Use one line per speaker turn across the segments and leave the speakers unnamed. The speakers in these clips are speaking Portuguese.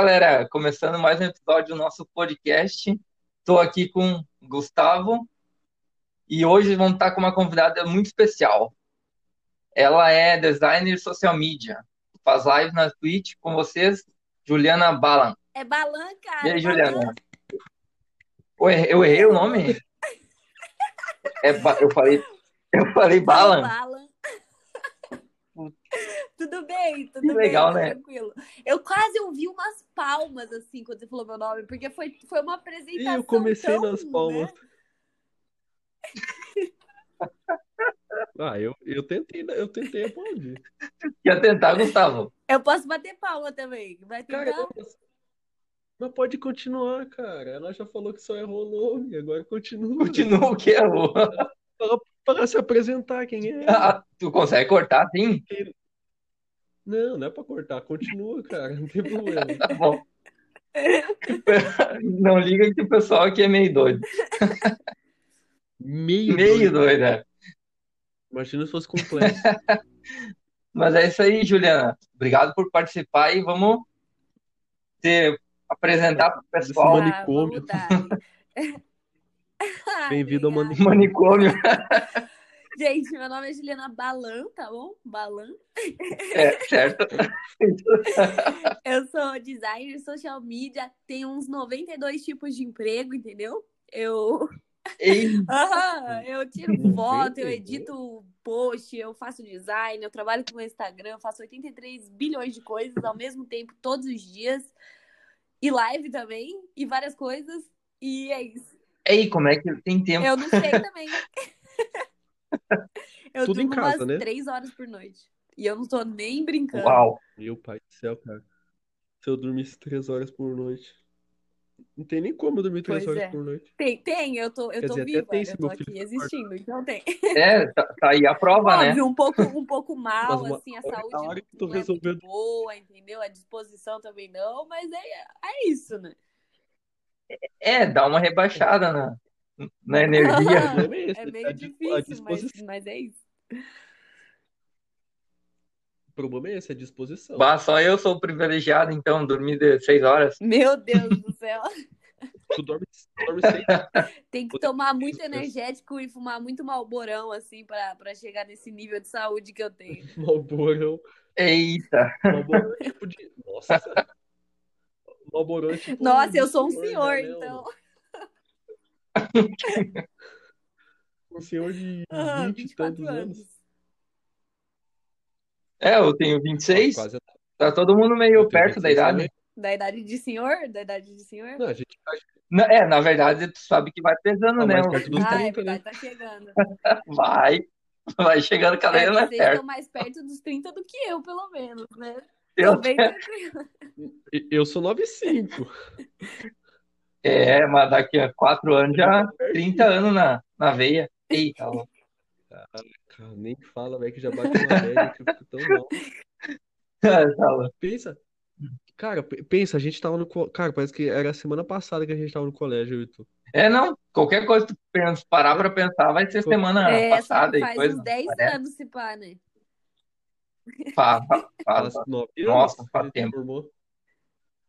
galera, começando mais um episódio do nosso podcast. Estou aqui com o Gustavo e hoje vamos estar com uma convidada muito especial. Ela é designer social media, faz live na Twitch com vocês, Juliana Balan.
É Balan, cara.
E aí,
Balan.
Juliana? Oi, eu errei o nome? É Ba- eu falei, eu falei Balan.
Balan.
Putz.
tudo bem, tudo
Que
bem.
legal, né?
Tranquilo. Eu quase ouvi umas palmas, assim, quando você falou meu nome, porque foi, foi uma apresentação.
Ih, eu comecei
tão,
nas palmas.
né?
Ah, eu, eu tentei, eu tentei aplaudir.
Ia tentar, Gustavo.
Eu posso bater palma também. Vai tentar?
Cara, mas pode continuar, cara. Ela já falou que só errou o nome, agora continua.
Continua o que errou.
Para se apresentar, quem é?
Ah, tu consegue cortar, sim?
Não, não é pra cortar, continua, cara, não tem problema.
Tá bom. Não liga que o pessoal aqui é meio doido.
Meio,
Meio é.
doido. né? é.
doida.
Imagina se fosse completo.
Mas é isso aí, Juliana. Obrigado por participar e vamos te apresentar para o
Ah,
pessoal
Esse
vamos
manicômio.
dar. Ai,
Bem-vindo ao
obrigada.
do manicômio.
Gente, meu nome é Juliana Balan, tá bom? Balan.
É, certo?
Eu sou designer, social media, tenho uns 92 tipos de emprego, entendeu? Eu,
E
Aham,
É.
eu tiro
um
foto, eu
92?
edito post, eu faço design, eu trabalho com o Instagram, eu faço 83 bilhões de coisas ao mesmo tempo, todos os dias. E live também, e várias coisas. E é isso.
aí, como é que tem tempo?
Eu não sei também. Eu
Tudo em
durmo
casa,
umas
né?
três horas por noite. E eu não tô nem brincando.
Uau!
Meu pai do céu, cara. Se eu dormisse três horas por noite. Não tem nem como eu dormir três
Pois
horas
é.
por noite.
Tem, tem, eu tô, eu
Quer
tô
dizer, até
viva,
tem
eu
se
tô
meu filho
aqui
tá acordado.
existindo, então tem.
É, tá, tá aí a prova, né?
Óbvio, um pouco, um pouco mal,
Mas uma
assim, a
hora-
saúde
a hora que tu
não é muito
resolveu-
boa, entendeu? A disposição também não, mas é, é isso, né?
É, dá uma rebaixada na, na energia.
O problema é esse,
É
né?
meio
A dis- a
difícil, mas,
disposição.
mas é isso.
O problema é esse, a disposição.
Bah, só eu sou privilegiado, então, dormir de seis horas.
Meu Deus do céu.
Tu dorme, dorme seis
Tem que
Poder
tomar muito
isso, né?
energético e fumar muito malborão, assim, pra, pra chegar nesse nível de saúde que eu tenho.
Malborão.
Eita!
Malborão é tipo de. Nossa! Malborão é né, tipo.
Nossa,
de
eu sou um
de
senhor,
anel,
então.
Um senhor de
Ah,
20 e
24
tantos
anos.
anos.
É, eu tenho
Ah,
26,
Quase.
tá todo mundo meio
Eu tenho
perto da
26
idade.
também.
Da idade de senhor? Da idade de senhor?
Não, a gente tá
Na- É, na verdade, tu sabe que vai pesando,
Tá
né?
mais perto dos
Ah, é
30, né?
verdade, tá chegando.
Vai, vai chegando
Tá
cada
É,
vez mais
vocês estão
perto.
mais perto dos 30 do que eu, pelo menos, né?
Eu-
Tô bem tranquila.
E- Eu sou 95.
É, mas daqui a quatro anos já 30 anos na, na veia. tá Eita, ó.
Cara, nem fala, velho, que já bate uma média que eu fico tão mal.
Tá louco.
Pensa. Cara, pe- pensa, a gente tava no. co- Cara, parece que era a semana passada que a gente tava no colégio, eu e tu.
É, não, qualquer coisa que tu pensa, parar pra pensar, vai ser semana
É, só
Ah, passada
que
e
faz
coisa.
uns 10
parece.
anos se pá, né?
Fa- fa- fa-
Faz nove
Nossa,
anos
faz
que a gente
tempo.
formou.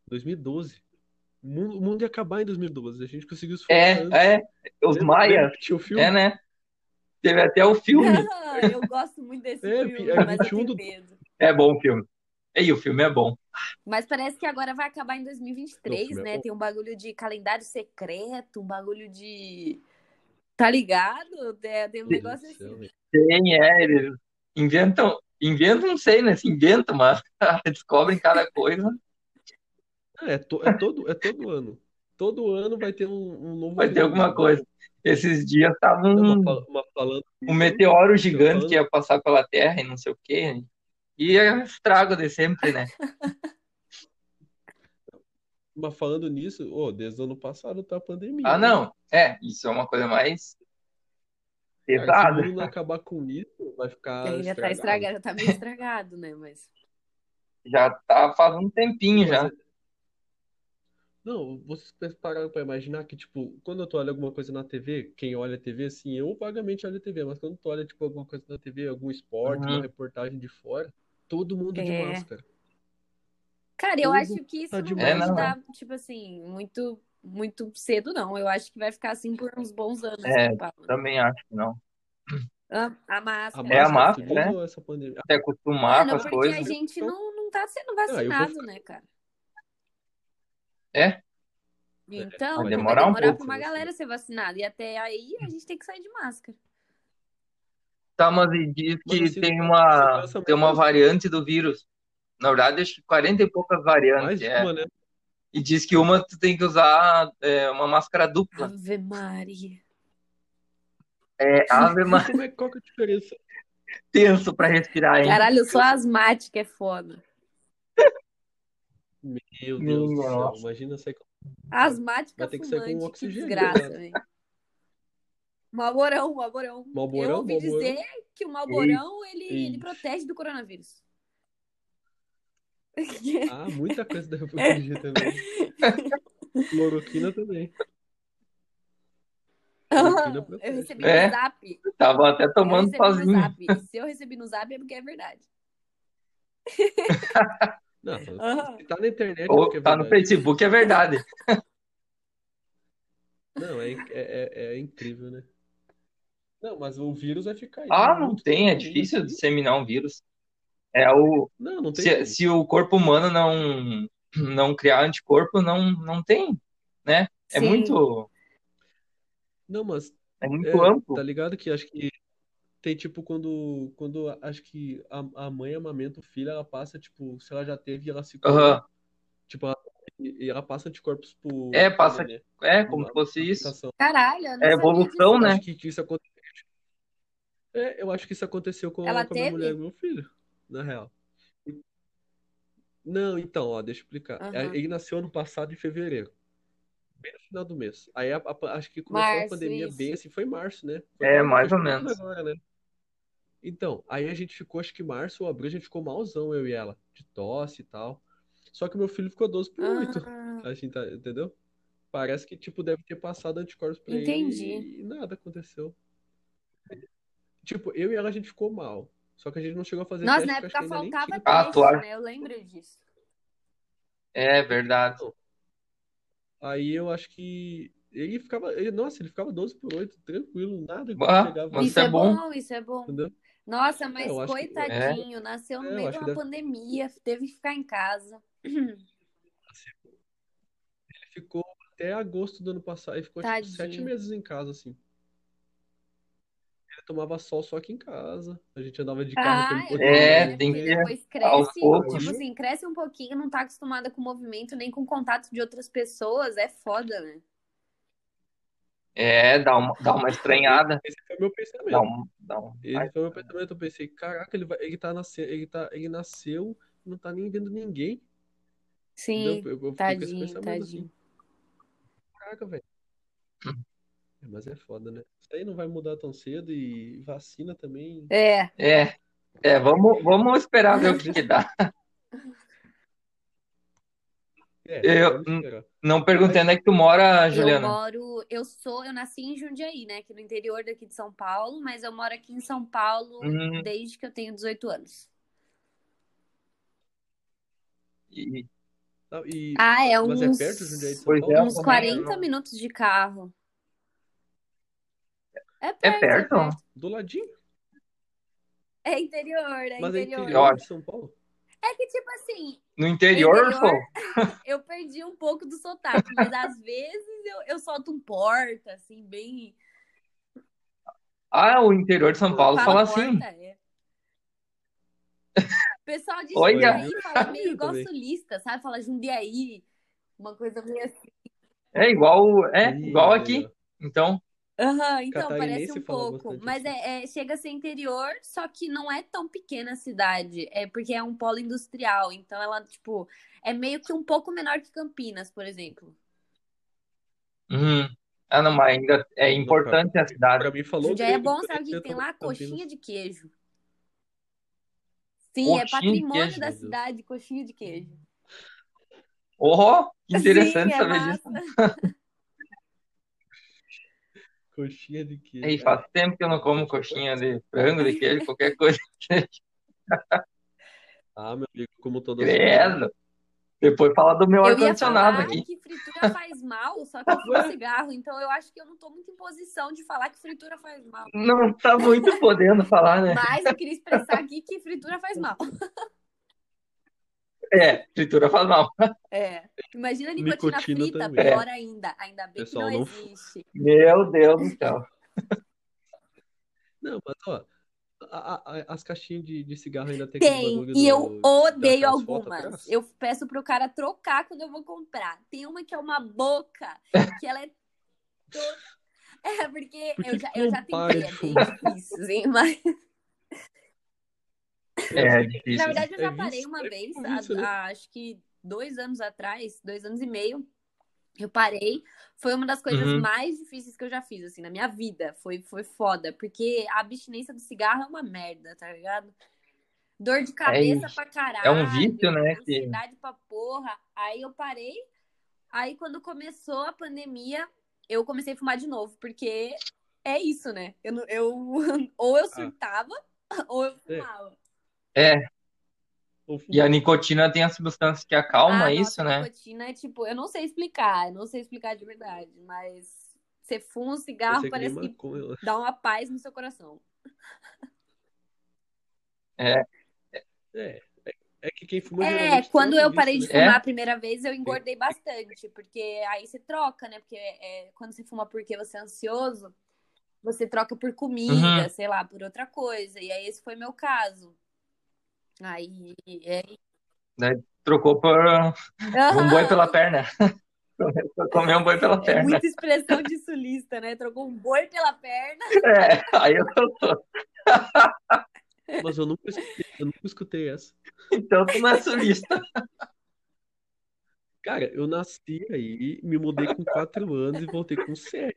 2012. O mundo, o mundo ia acabar em 2012. A gente conseguiu se formar antes.
É, é, os
Lembra-
Maia,
lembra que Tinha o filme?
é, né? Teve até o filme.
Ah, eu gosto muito desse
É,
filme,
é
mas eu
21
tenho
do-
medo.
É bom o filme. Ei, o filme é bom.
Mas parece que agora vai acabar em 2023,
Não, filme é
né?
bom.
Tem um bagulho de calendário secreto, um bagulho de. Tá ligado? É, tem um
Meu
negócio
Deus do céu,
assim.
velho.
Tem, é, eles inventam, inventam, não sei, né? Se inventam, mas descobrem cada coisa.
Ah, é, to- é todo, é todo ano. Todo ano vai ter um, um novo
Vai ter
filme.
alguma coisa. Esses dias tava
Não,
um,
uma fal- uma falando.
um meteoro gigante
falando.
que ia passar pela Terra e não sei o quê. né? E é estrago de sempre, né?
Mas falando nisso, ô, desde o ano passado tá a pandemia.
Ah,
né?
não. É, isso é uma coisa mais
Cara, se o
pesada.
mundo não acabar com isso, vai ficar
Ele já tá
estragado.
estragado, já tá meio estragado, né? Mas.
Já tá faz um tempinho já.
Mas é- Não, vocês pararam pra imaginar que, tipo, quando tu olha alguma coisa na TV, quem olha a TV, assim, eu vagamente olho a TV, mas quando tu olha, tipo, alguma coisa na TV, algum esporte,
Uhum.
uma reportagem de fora, todo mundo de
É.
máscara.
Cara, eu
Ovo
acho que isso
tá
não vai
demais.
É, não,
mudar, tipo assim, muito, muito cedo, não. Eu acho que vai ficar assim por uns bons anos,
É.
São Paulo.
Também acho que não.
A, a
A
máscara.
É a
máscara,
máscara,
tudo, ou essa pandemia?
Até acostumar
Ah,
com
não,
as
porque
coisas.
a gente não, não tá sendo
eu vou
vacinado,
ficar-
né, cara?
É?
Então,
Vai
pô,
demorar um pouco Hum.
pra
se
uma
vacinar.
galera ser vacinada. E até aí a gente tem que sair de máscara.
Tá, mas ele diz
Mas
que
se-
tem
se
uma,
passa
tem uma
muito-
variante do vírus. Na verdade, acho que 40 e poucas
Mais
variantes. É.
uma, né?
E diz que uma tu tem que usar é, uma máscara dupla.
Ave Maria.
É, ave, mas
Como é, qual que é a diferença?
tenso pra respirar, hein?
Caralho, eu sou asmática, é foda.
Meu Deus do céu,
Nossa.
imagina sair com...
Asmática
Vai ter que sair com
fumante, que
oxigênio,
desgraça,
né?
velho. Malborão, Malborão.
Malborão,
eu ouvi
Malborão.
dizer que o Malborão, ele, ele
Ixi.
protege do coronavírus.
Ah, muita coisa deve proteger também. Cloroquina também. Cloroquina protege.
eu recebi
É?
no zap.
Tava até
Eu
tomando
recebi no
sozinho.
zap. E se eu recebi no zap é porque é verdade.
Não,
Aham.
se tá na internet, é
Ou
porque é
tá no
verdade.
Facebook, é verdade.
Não, é, inc- é, é- é incrível, né? Não, mas o vírus vai ficar aí.
Ah, não
muito
tem, é
tempo ainda.
difícil disseminar um vírus. É o,
Não, não tem.
se, é se o corpo humano não, não criar anticorpo, não, não tem, né? É
Sim.
muito,
Não, mas
é muito
É,
amplo.
tá ligado que acho que tem tipo quando quando a- acho que a, a mãe amamenta o filho, ela passa tipo, se ela já teve, ela
tá
se cura,
Aham.
tipo ela, e e ela passa anticorpos pro,
É,
pro
passa
nenê,
É, como
uma
se
Tá
fosse isso.
aplicação.
Caralho, eu não
É
sabia
evolução,
disso.
né?
Acho que, que isso aconteceu. É, eu acho que isso aconteceu com,
Ela
com a minha
teve?
mulher e meu filho, na real. Não, então, ó, deixa eu explicar.
Aham.
Ele nasceu ano passado em fevereiro, bem no final do mês. Aí a- a- acho que começou a
Março,
pandemia
isso.
bem assim, foi em março, né? Foi
É,
quase-
mais
acho
ou
que foi
menos.
agora, né? Então, aí a gente ficou, acho que março ou abril, a gente ficou malzão, eu e ela, de tosse e tal. Só que meu filho ficou 12
né?
por
É
8.
Ah,
A gente tá, entendeu? Parece que, tipo, deve ter passado anticorpos pra
entendi.
ele e nada aconteceu. Tipo, eu e ela a gente ficou mal. Só que a gente não chegou a fazer
Nossa,
teste,
na
porque acho que
época
ainda nem
faltava
tinha.
Ah, tu
teste,
acha?
né? Eu lembro disso.
É verdade.
Aí eu acho que ele ficava, ele, nossa, ele ficava 12 por 8, tranquilo, nada
Ah,
pegava.
Mas
Isso
isso é
é
bom.
bom, isso é bom.
Entendeu?
Nossa, mas
eu acho que-
coitadinho, nasceu
É,
no
eu
meio de
acho que
uma
deve-
pandemia, teve que ficar em casa.
Ele ficou até agosto do ano passado, ele ficou, tipo, sete
Tadinho.
meses em casa, assim. Eu tomava sol só aqui em casa. A gente andava de carro pra
Ah,
ele
é
poder
bom,
É,
né?
andar.
tem
Porque
que
depois
aos
cresce,
poucos.
tipo assim, cresce um pouquinho, não tá acostumada com movimento nem com contato de outras pessoas, é foda, né?
É, dá uma, dá uma estranhada.
Esse foi meu
Dá
pensamento.
um, dá um...
Esse foi meu pensamento. Eu pensei, caraca, ele vai, ele tá nascendo, ele tá, ele nasceu, não tá nem vendo ninguém. Entendeu?
Sim,
Eu, eu fiquei com esse
tadinho,
pensamento assim,
tadinho.
caraca, velho. É, Mas é foda, né? Isso aí não vai mudar tão cedo e vacina também.
É,
É, é, vamos, vamos esperar ver o que que dá.
É,
Eu
vamos esperar.
não perguntei onde é que tu mora,
eu
Juliana.
moro, eu sou, eu nasci em Jundiaí, né? Aqui no interior daqui de São Paulo, mas eu moro aqui em São Paulo
Uhum.
Hum,
desde que eu tenho 18 anos.
e-
Não, e,
Ah, é
mas é perto, Jundiaí de
uns,
São
pois é,
Paulo?
eu
uns
também.
40 minutos de carro. É
É
perto, é
perto?
perto.
Do ladinho?
É interior, é
Mas é
interior.
Eu
interior de
acho.
São Paulo?
É que, tipo assim,
No interior,
Interior?
pô?
eu perdi um pouco do sotaque, mas às vezes eu, eu solto um porta, assim, bem.
Ah, o interior de São Paulo
Fala
fala assim.
porta, é. O pessoal de
Olha.
Jundiaí fala meio
Sabia
igual
também.
sulista, sabe? Fala Jundiaí, uma coisa meio assim.
É igual, é
Ih,
igual
olha aí,
aqui.
ó.
Então,
Aham, então
Catarinense
parece um
fala
pouco,
bastante
mas
assim.
é, é- chega a ser interior, só que não é tão pequena a cidade, é porque é um polo industrial, então ela, tipo, é meio que um pouco menor que Campinas, por exemplo.
hum, ah, não, mas ainda é
Não, pra,
importante a cidade.
pra mim falou
Jundiaí é
grego,
bom,
por
sabe o
isso
que
eu
que tem
tô
lá?
Campinas.
Coxinha de queijo. Sim, é
Coxinha de
patrimônio
queijo.
da
Meu Deus.
cidade, coxinha de queijo.
Oh, que
Sim,
interessante
é
saber disso.
massa.
Coxinha de queijo.
Ei,
É,
faz tempo que eu não como coxinha de frango, de queijo, qualquer coisa. É,
Ah, meu amigo, como toda semana.
Credo. Depois falar do meu
Eu ia
um ar-condicionado
falar
aqui.
que fritura faz mal, só que eu fumo cigarro, então eu acho que eu não tô muito em posição de falar que fritura faz mal.
Não tá muito podendo falar, né?
Mas eu queria expressar aqui que fritura faz mal.
É, fritura faz mal.
É. Imagina a nicotina,
Nicotina
frita,
também.
É.
pior ainda. Ainda bem
Pessoal,
que não,
não-
existe.
Meu Deus do céu.
Não, mas ó, a- a- a- as caixinhas de, de cigarro ainda tem aquele
Tem,
bagulho
e
do-
eu
daquelas
odeio
fotos
algumas.
atrás.
Eu peço pro cara trocar quando eu vou comprar. Tem uma que é uma boca, que ela é toda. É, porque
Por que
eu
que
já,
tu
eu
não
já
para de
tentei, é bem difícil, hein? Mas,
É difícil.
na verdade, eu
É
já
vício,
parei uma
é
vez,
um vício,
há-
né?
há, acho que dois anos atrás, dois anos e meio, eu parei. Foi uma das coisas
Uhum.
mais difíceis que eu já fiz, assim, na minha vida. Foi, foi foda, porque a abstinência do cigarro é uma merda, tá ligado? Dor de cabeça
É isso.
pra caralho.
É um vício, né, que-
Ansiedade pra porra. Aí eu parei. Aí quando começou a pandemia, eu comecei a fumar de novo, porque é isso, né? Eu, não- eu ou
Ah.
eu surtava, ou eu
É.
fumava.
É,
Ou
e a
fumar.
nicotina tem a substância que acalma
Ah,
isso,
nossa,
né?
nicotina é tipo, eu não sei explicar, eu não sei explicar de verdade, mas você fuma um
Eu
cigarro,
sei que nem
parece que
maconha, né?
dá uma paz no seu coração.
É, é, é que quem fuma
É,
geralmente tem
quando
algum
eu
vício,
parei de
né?
né?
fumar a primeira vez, eu engordei bastante, porque aí você troca, né? Porque é, quando você fuma porque você é ansioso, você troca por comida,
Uhum.
sei lá, por outra coisa. E aí esse foi meu caso. Aí é.
Trocou por um boi pela perna. Comeu um boi pela
Ah. É
perna.
muita expressão de sulista, né? Trocou um boi pela perna.
É, aí eu tô.
Mas eu nunca escutei, eu nunca escutei essa.
Então tu não é sulista.
Cara, eu nasci aí, me mudei com 4 anos e voltei com 7.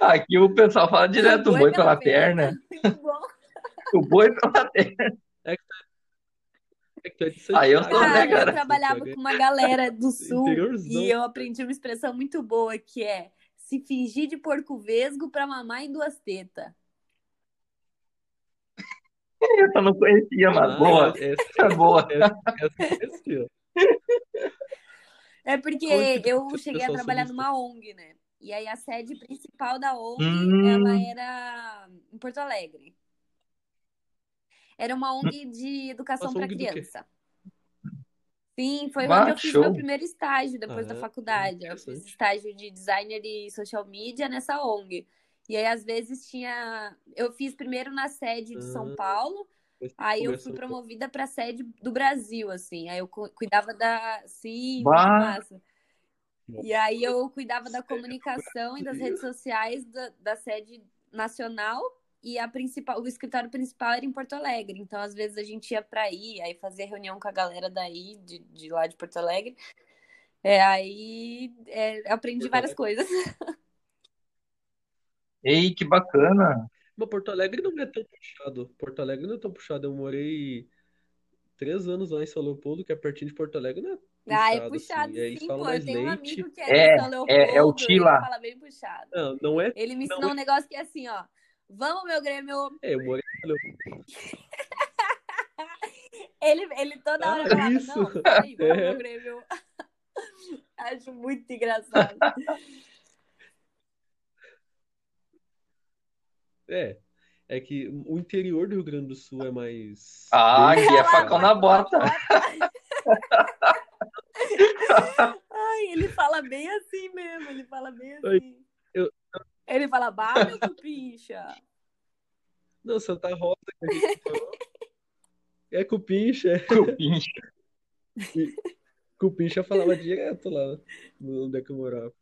Aqui o pessoal fala direto um boi pela perna.
Muito bom.
O boi pela perna.
É que tu é de
Ah, eu tô, né,
Santiago,
Cara, eu
cara?
trabalhava com uma galera do sul
Interiorzão.
e eu aprendi uma expressão muito boa que é se fingir de porco vesgo pra mamar em duas tetas.
Eu não conhecia, mas
Ah,
boa.
Essa,
É boa.
essa, essa, essa, ó.
É porque
Conte pro
eu
pessoal
cheguei a trabalhar
sulista.
numa ONG, né? E aí a sede principal da ONG,
Hum.
ela era em Porto Alegre. Era uma ONG de educação
Nossa,
para
ONG do quê?
criança. Sim, foi
Bah,
onde eu fiz
show.
meu primeiro estágio depois da
Ah,
faculdade. Eu
interessante.
fiz estágio de designer e social media nessa ONG. E aí, às vezes, tinha. Eu fiz primeiro na sede de São
Ah,
Paulo,
Depois que
aí eu
começa
fui
o-
promovida para sede do Brasil, assim. Aí eu cu- cuidava da. Sim, muito
Bah.
massa. E aí eu cuidava da comunicação e das redes sociais da, da sede nacional e a principal, o escritório principal era em Porto Alegre. Então, às vezes a gente ia para aí, aí fazia reunião com a galera daí, de, de lá de Porto Alegre. É, aí é, aprendi
Porto
várias coisas.
Ei, que bacana.
Mas Porto Alegre não é tão puxado. Porto Alegre não é tão puxado. Eu morei três anos lá em São Leopoldo, que é pertinho de Porto Alegre, não é
Ah, é
puxado,
puxado,
assim. E aí
sim,
fala
pô. Eu
mais
tenho um
leite.
amigo que é
É,
de
é, é
São
o
Leopoldo, ele
Tila.
fala bem puxado.
Não, não é.
Ele me
Não
ensinou um negócio que é assim, ó. Vamos, meu Grêmio!
é, eu morei em São Leopoldo.
Ele, ele toda
É
hora
Ah,
falava,
isso!
não, fala aí, vamos,
É.
meu Grêmio! Acho muito engraçado.
É, é que o interior do Rio Grande do Sul é mais.
Ah,
bem-
aqui é facão na bota.
Ai, ele fala bem assim mesmo, ele fala bem
Ai,
assim.
eu-
Ele fala, bah, meu cupincha.
Não, Santa Rosa que a gente falou. É Cupincha. é.
Cupim.
Cupincha falava direto lá no- onde é que eu morava.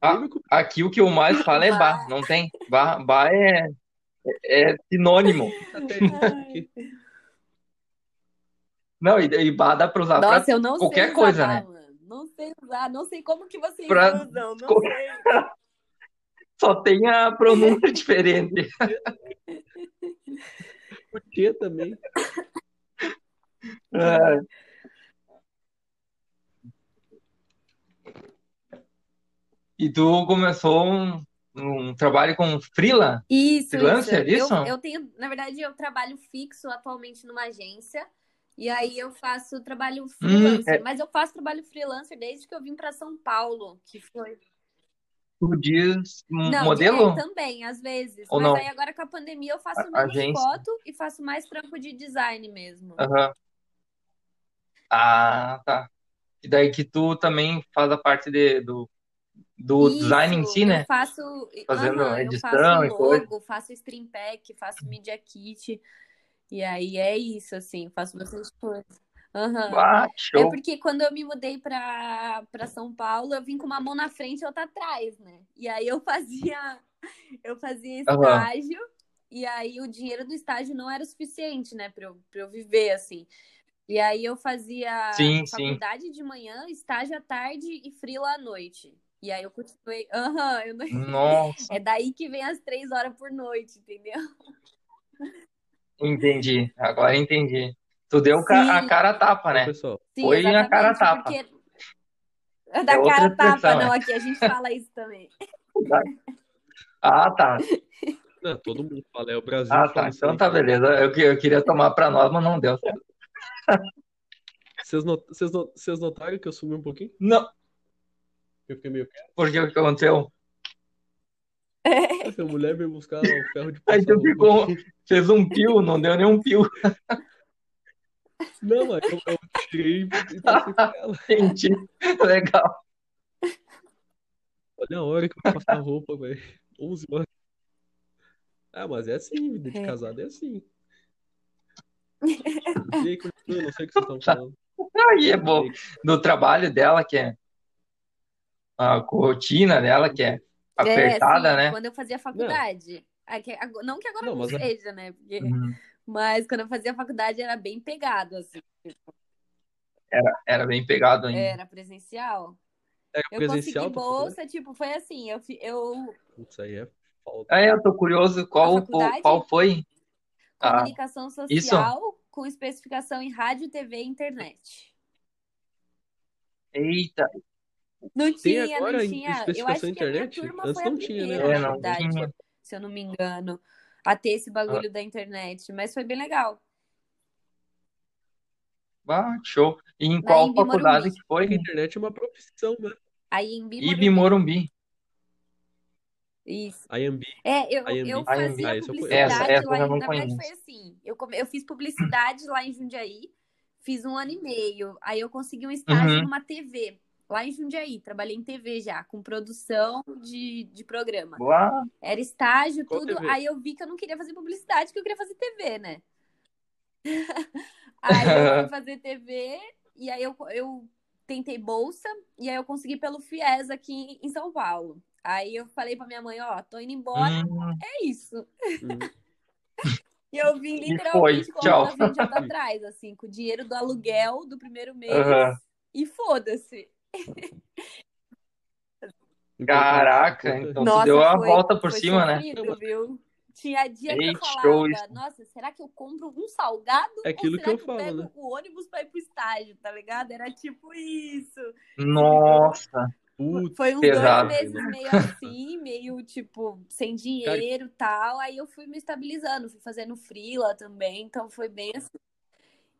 Ah,
Lembra Cupincha?
Aqui o que eu mais falo é bar,
Bah.
não tem? Bar, bar é, é sinônimo.
Até isso aqui.
Não, e, e bar dá pra usar pra
Nossa, eu não
qualquer
sei usar
coisa,
bah,
né?
mano. Não sei usar, não sei como que vocês
Pra-
usam, não
Co-
sei.
Só tem a pronúncia diferente.
Porque também.
Ah, E tu começou um, um trabalho com freela?
Isso, isso.
Freelancer, é
Eu,
isso?
eu tenho, na verdade, eu trabalho fixo atualmente numa agência. E aí eu faço trabalho
Hum,
freelancer, mas eu faço trabalho freelancer desde que eu vim para São Paulo, que foi.
Tu diz um
Não, de- é,
modelo
também, às vezes.
ou
Mas
não?
aí agora com a pandemia eu faço
A-
menos
agência?
foto e faço mais trampo de design mesmo.
Aham. Ah, tá. E daí que tu também faz a parte de, do, do design em
Isso,
si,
eu
né?
faço,
Fazendo
aham, eu faço
edição e coisa.
logo, faço stream pack, faço media kit, e aí é isso, assim, faço bastante coisa. Aham.
Ah,
É
show.
porque quando eu me mudei pra, pra São Paulo, eu vim com uma mão na frente e outra atrás, né? E aí eu fazia, eu fazia
Aham.
estágio, e aí o dinheiro do estágio não era o suficiente, né, pra eu, pra eu viver, assim. E aí eu fazia
Sim, sim.
faculdade de manhã, estágio à tarde e freela à noite. E aí eu continuei. Aham, eu
Hum.
não-
Nossa,
É daí que vem as três horas por noite, entendeu?
entendi. Agora entendi. Tu deu ca- a
Sim,
cara a tapa,
Ô,
né?
pessoal,
sim,
Foi a cara a
exatamente.
tapa.
Porque é
É
da
outra
cara a tapa,
expressão, é.
não, aqui a gente fala isso também.
Ah, tá.
não, todo mundo fala, é o Brasil
Ah, tá.
fala isso
Então
aí,
tá,
cara.
beleza. Eu, que- eu queria tomar pra nós, mas não deu certo.
Vocês not- vocês not- vocês notaram que eu sumi um pouquinho?
Não,
Eu fiquei meio quieto.
porque o que aconteceu?
É.
Essa mulher veio buscar o ferro de
Aí
passar
tu
roupa
ficou,
aqui.
fez um pio, não deu nenhum pio.
Não, mas eu, eu tirei e passei pra ela.
Entendi. Legal.
Olha a hora que eu vou passar roupa, velho. 11 horas. Ah, mas é assim, vida de
É.
casado é assim. E aí, continua, não sei o que vocês estavam
Tá.
falando.
Aí é bom.
E aí,
Do trabalho dela, que é a rotina dela, que é
ok.
É,
apertada,
assim,
né?
quando eu fazia
Não,
faculdade. aqui- ago- Não que agora
não,
não
mas é.
seja, né? Porque...
Uhum.
Mas quando eu fazia faculdade era bem pegado, assim.
Era, era bem pegado ainda.
Era presencial.
Era
Eu consegui
presencial tá tua faculdade?
bolsa, tipo, foi assim, eu, fi- eu
Putz, aí é falta.
Aí eu tô curioso
a
qual, fo- qual
faculdade,
foi
Ah,
a,
comunicação
isso.
social com especificação em rádio, TV e internet.
Eita,
Não
Tem
tinha, não
agora em-
tinha. Eu
especificação
acho que a minha
internet?
turma
Antes
foi a
não tinha, né? Eu
primeira,
é,
na
acho.
não
Antes não.
verdade, se eu não me engano, a ter esse
Ah.
bagulho da internet, mas foi bem legal.
Ah, show. E em
Na
qual
Imbi
faculdade
Morumbi.
que foi?
Que a internet é uma profissão, né?
A Imbi
IB
Morumbi.
Morumbi.
Isso.
IMB.
É, eu, eu
IMB.
IMB.
fazia
Ah, esse eu conheço.
Essa,
publicidade
essa eu
lá
já
em.
não
Na verdade, foi
conheço.
assim. Eu, come- eu fiz publicidade lá em Jundiaí, fiz um ano e meio. Aí eu consegui um estágio
Uhum.
numa TV, lá em Jundiaí. Trabalhei em TV já, com produção de, de programa.
Boa.
Era estágio,
Qual
tudo.
TV?
Aí eu vi que eu não queria fazer publicidade, que eu queria fazer TV, né? Aí eu fui fazer TV, e aí eu, eu tentei bolsa, e aí eu consegui pelo FIES aqui em São Paulo. Aí eu falei pra minha mãe: ó, tô indo embora,
Hum,
é isso.
Hum.
E eu vim
e foi.
literalmente com a mão
Tchau.
na frente e outra atrás, assim, com o dinheiro do aluguel do primeiro
Aham.
mês e foda-se.
Importante,
Caraca, então
importante.
tu deu
Nossa,
a
foi,
volta por
foi
cima, né?
Não,
sofrido,
mas
viu? Tinha dia que eu
Ei, show
falava,
isso.
nossa, será que eu compro um salgado
é
ou
aquilo que
será
eu
que eu
falo, né?
pego o ônibus pra ir pro estágio, tá ligado? Era tipo isso. Se ficou.
hum, Nossa,
Foi
Putz,
uns dois
pesado.
velho.
meses
Nossa.
meio assim, meio tipo, sem
Cara,
dinheiro e tal. Aí eu fui me estabilizando, fui fazendo freela também, então foi bem assim.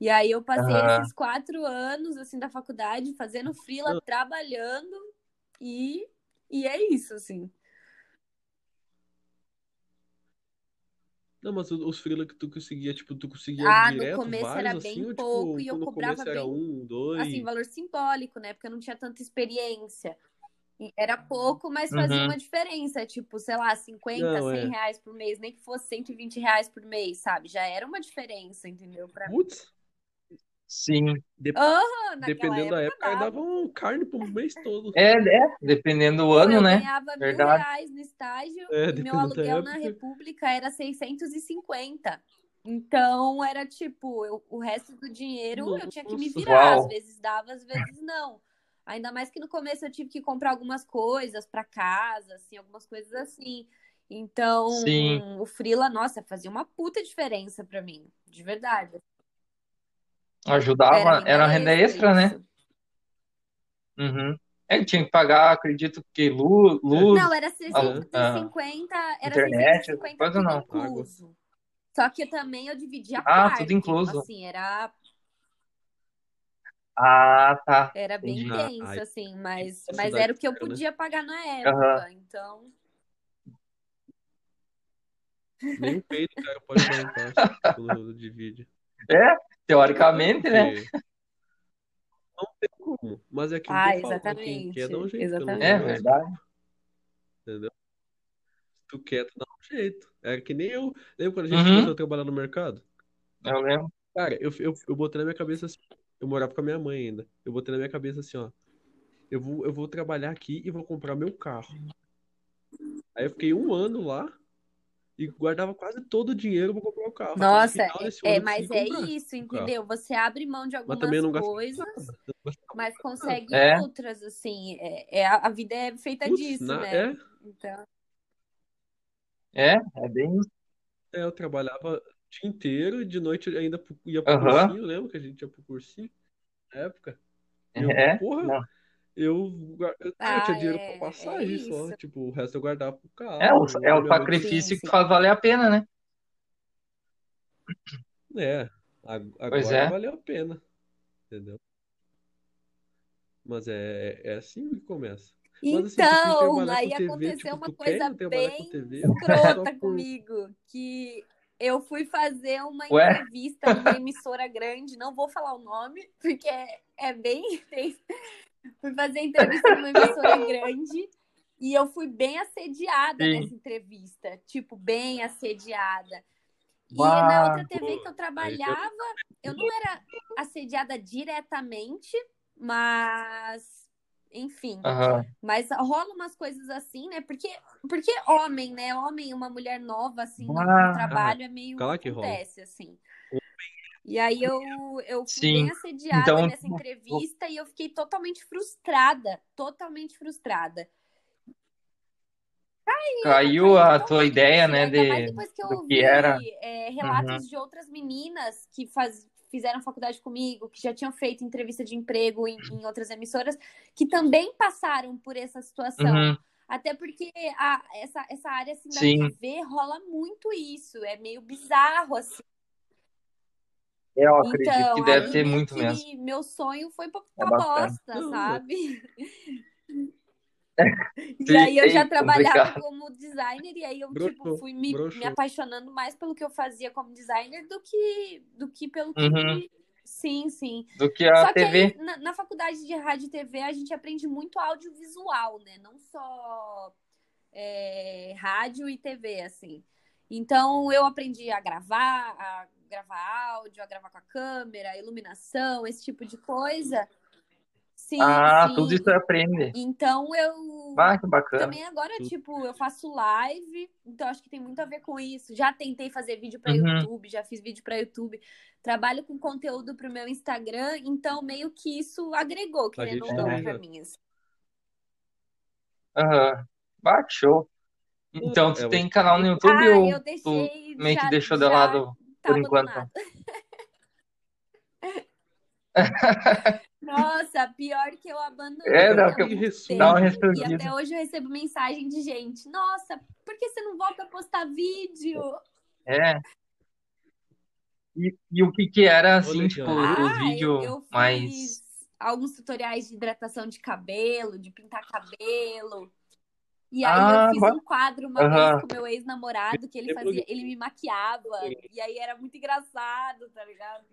E aí eu passei
Aham.
esses quatro anos assim da faculdade fazendo freela,
não,
trabalhando e, e é isso assim.
não, mas o- os freela que tu conseguia, tipo, tu conseguia
Ah, no
direto
começo era
vários
bem
assim, ou
pouco
tipo,
e eu
quando no
cobrava
começo era
bem
um,
assim
dois?
valor simbólico, né? Porque eu não tinha tanta experiência. E Era pouco, mas fazia
Uhum.
uma diferença, tipo, sei lá, 50,
Não,
100
é.
reais por mês, nem que fosse 120 reais por mês, sabe? Já era uma diferença, entendeu? Pra mim.
Putz,
Sim.
de-
Aham, naquela
dependendo
época
da época, aí dava
dava.
um carne pro mês todo.
É, é, dependendo do
Pô,
ano,
eu
né?
ganhava mil
Verdade.
reais no estágio
É,
e meu
dependendo da
aluguel na
época.
República era 650. Então era tipo, eu- o resto do dinheiro eu tinha que me
Nossa.
virar. Às
Uau.
vezes dava, às vezes não. Ainda mais que no começo eu tive que comprar algumas coisas para casa, assim, algumas coisas assim.
Sim.
Então, o freela, nossa, fazia uma puta diferença para mim, de verdade. Era
Ajudava,
renda
era renda
extra
extra, né?
isso.
Uhum. É, tinha que pagar, acredito que luz,
É,
luz,
Não, era
alu-
é.
650, era
Ah, internet, essas
650
coisas
tudo
não.
Água.
incluso. Só que também eu dividia
Ah, tudo
quarto,
incluso.
assim, tipo era.
Ah, tá.
Era bem
Entendi.
Ah,
tenso,
ai.
assim, mas,
Essa
mas
idade
era o que eu
era, né?
podia pagar na
Aham.
época. Então,
Nem o peito, cara, pode dar um passo quando divide.
É, teoricamente, né?
Porque não tem como. Mas é aquilo que
ah,
eu falo, quando quem quer dá um
exatamente,
É
jeito, pelo
exatamente.
menos,
verdade.
entendeu? Se tu quer, tu dá um jeito. É que nem eu. Lembra quando a gente começou
Uhum,
a trabalhar no mercado?
eu lembro.
Cara, eu, eu, eu botei na minha cabeça assim. Eu morava com a minha mãe ainda. Eu botei na minha cabeça assim, ó. Eu vou, eu vou trabalhar aqui e vou comprar meu carro. Aí eu fiquei um ano lá e guardava quase todo o dinheiro pra comprar o carro. E no
Nossa,
final
é,
desse ano
é,
eu consegui
mas é
comprar
isso,
o carro.
entendeu? Você abre mão de
Mas também
algumas
eu não gastava
coisas,
nada. Eu não gastava
mas
nada.
consegue
É,
outras, assim. É, é- a vida é feita
Putz,
disso,
na,
né?
é,
Então,
é, é bem isso.
é, eu trabalhava o dia inteiro e de noite eu ainda pu- ia pro
Aham,
cursinho, lembra que a gente ia pro cursinho na época? E eu,
é,
porra,
não.
eu, gua- eu, cara, eu tinha
ah,
dinheiro pra
é, é
passagem só,
isso.
tipo, o resto eu guardava pro
É o,
carro,
é
pra
o
minha mãe comprar.
Sim,
sacrifício que
sim.
faz valer a pena, né?
É, a-
Pois
agora
é.
valeu a pena, entendeu? Mas é, é assim que começa. Mas assim, tu quis
Então,
trabalhar com
aí
TV,
aconteceu
tipo,
uma
tu
coisa
quer trabalhar com
bem
TV só
escrota
por.
comigo, que eu fui fazer uma
Ué,
entrevista numa emissora grande, não vou falar o nome, porque é, é bem intenso. Fui fazer entrevista numa emissora grande e eu fui bem assediada
sim.
nessa entrevista, tipo, bem assediada. E na
Bah,
outra TV que
Pô,
eu
aí já
trabalhava, eu não era assediada diretamente, mas enfim,
aham,
mas rola umas coisas assim, né? Porque porque homem, né? Homem, e uma mulher nova assim no, no
bah,
trabalho é meio
Cala que rola.
acontece assim. E aí eu, eu fui bem
sim.
assediada
Então,
nessa entrevista e eu fiquei totalmente frustrada, totalmente frustrada. Caiu,
caiu
caiu
a tua ideia,
totalmente.
né,
Ainda mais
de,
depois que eu
do que era.
ouvi é,
Uhum,
relatos de outras meninas que faz- fizeram faculdade comigo, que já tinham feito entrevista de emprego em, em outras emissoras, que também passaram por essa situação.
uhum,
Até porque a- essa, essa área assim, da
sim.
TV rola muito isso, é meio bizarro assim.
Eu acredito que
Então,
deve
aí
ter
meio
muito mesmo.
que meu sonho foi pra,
É
pra
bastante.
bosta,
Não, mas.
sabe? E
Sim,
aí eu já
é
trabalhava
complicado.
como designer e aí eu tipo
Broxou,
fui me, me
broxou.
apaixonando mais pelo que eu fazia como designer do que do que pelo
Uhum,
que sim, sim.
do que a
Só que aí
TV.
na, na faculdade de rádio e TV a gente aprende muito audiovisual, né? Não só é, rádio e TV, assim. Então, eu aprendi a gravar, a gravar áudio, a gravar com a câmera, iluminação, esse tipo de coisa. Sim,
Ah, tudo
sim.
isso aprende.
Então, eu
Ah, que bacana.
também agora,
Tudo.
tipo, eu faço live, então acho que tem muito a ver com isso. Já tentei fazer vídeo para
Uhum,
YouTube, já fiz vídeo para YouTube. Trabalho com conteúdo pro meu Instagram, então meio que isso agregou,
A
querendo
gente
ou não,
é.
também
para
já.
mim. assim.
Aham. Bah, que show.
Não,
Então, tu
É, mas
tem canal no YouTube
Ah,
ou
eu
tu
deixei,
meio que
já,
deixou de
já
lado por
tá
enquanto?
abandonado. Nossa, pior que eu
É,
abandonei
dá,
há
tem que
muito
dá uma
tempo
ressurgir.
e até
ressurgida.
hoje eu recebo mensagem de gente: Nossa, por que você não volta a postar vídeo?
É. E, e o que que era,
Olha
assim,
aí,
tipo,
ó. Eu.
os
Ah, eu,
vídeos
eu
mais...
fiz alguns tutoriais de hidratação de cabelo, de pintar cabelo. E aí eu
Ah,
fiz
bah.
um quadro uma vez
Aham.
com meu ex-namorado que ele
Lembro
fazia, ele me maquiava.
que-
E aí era muito engraçado, tá ligado?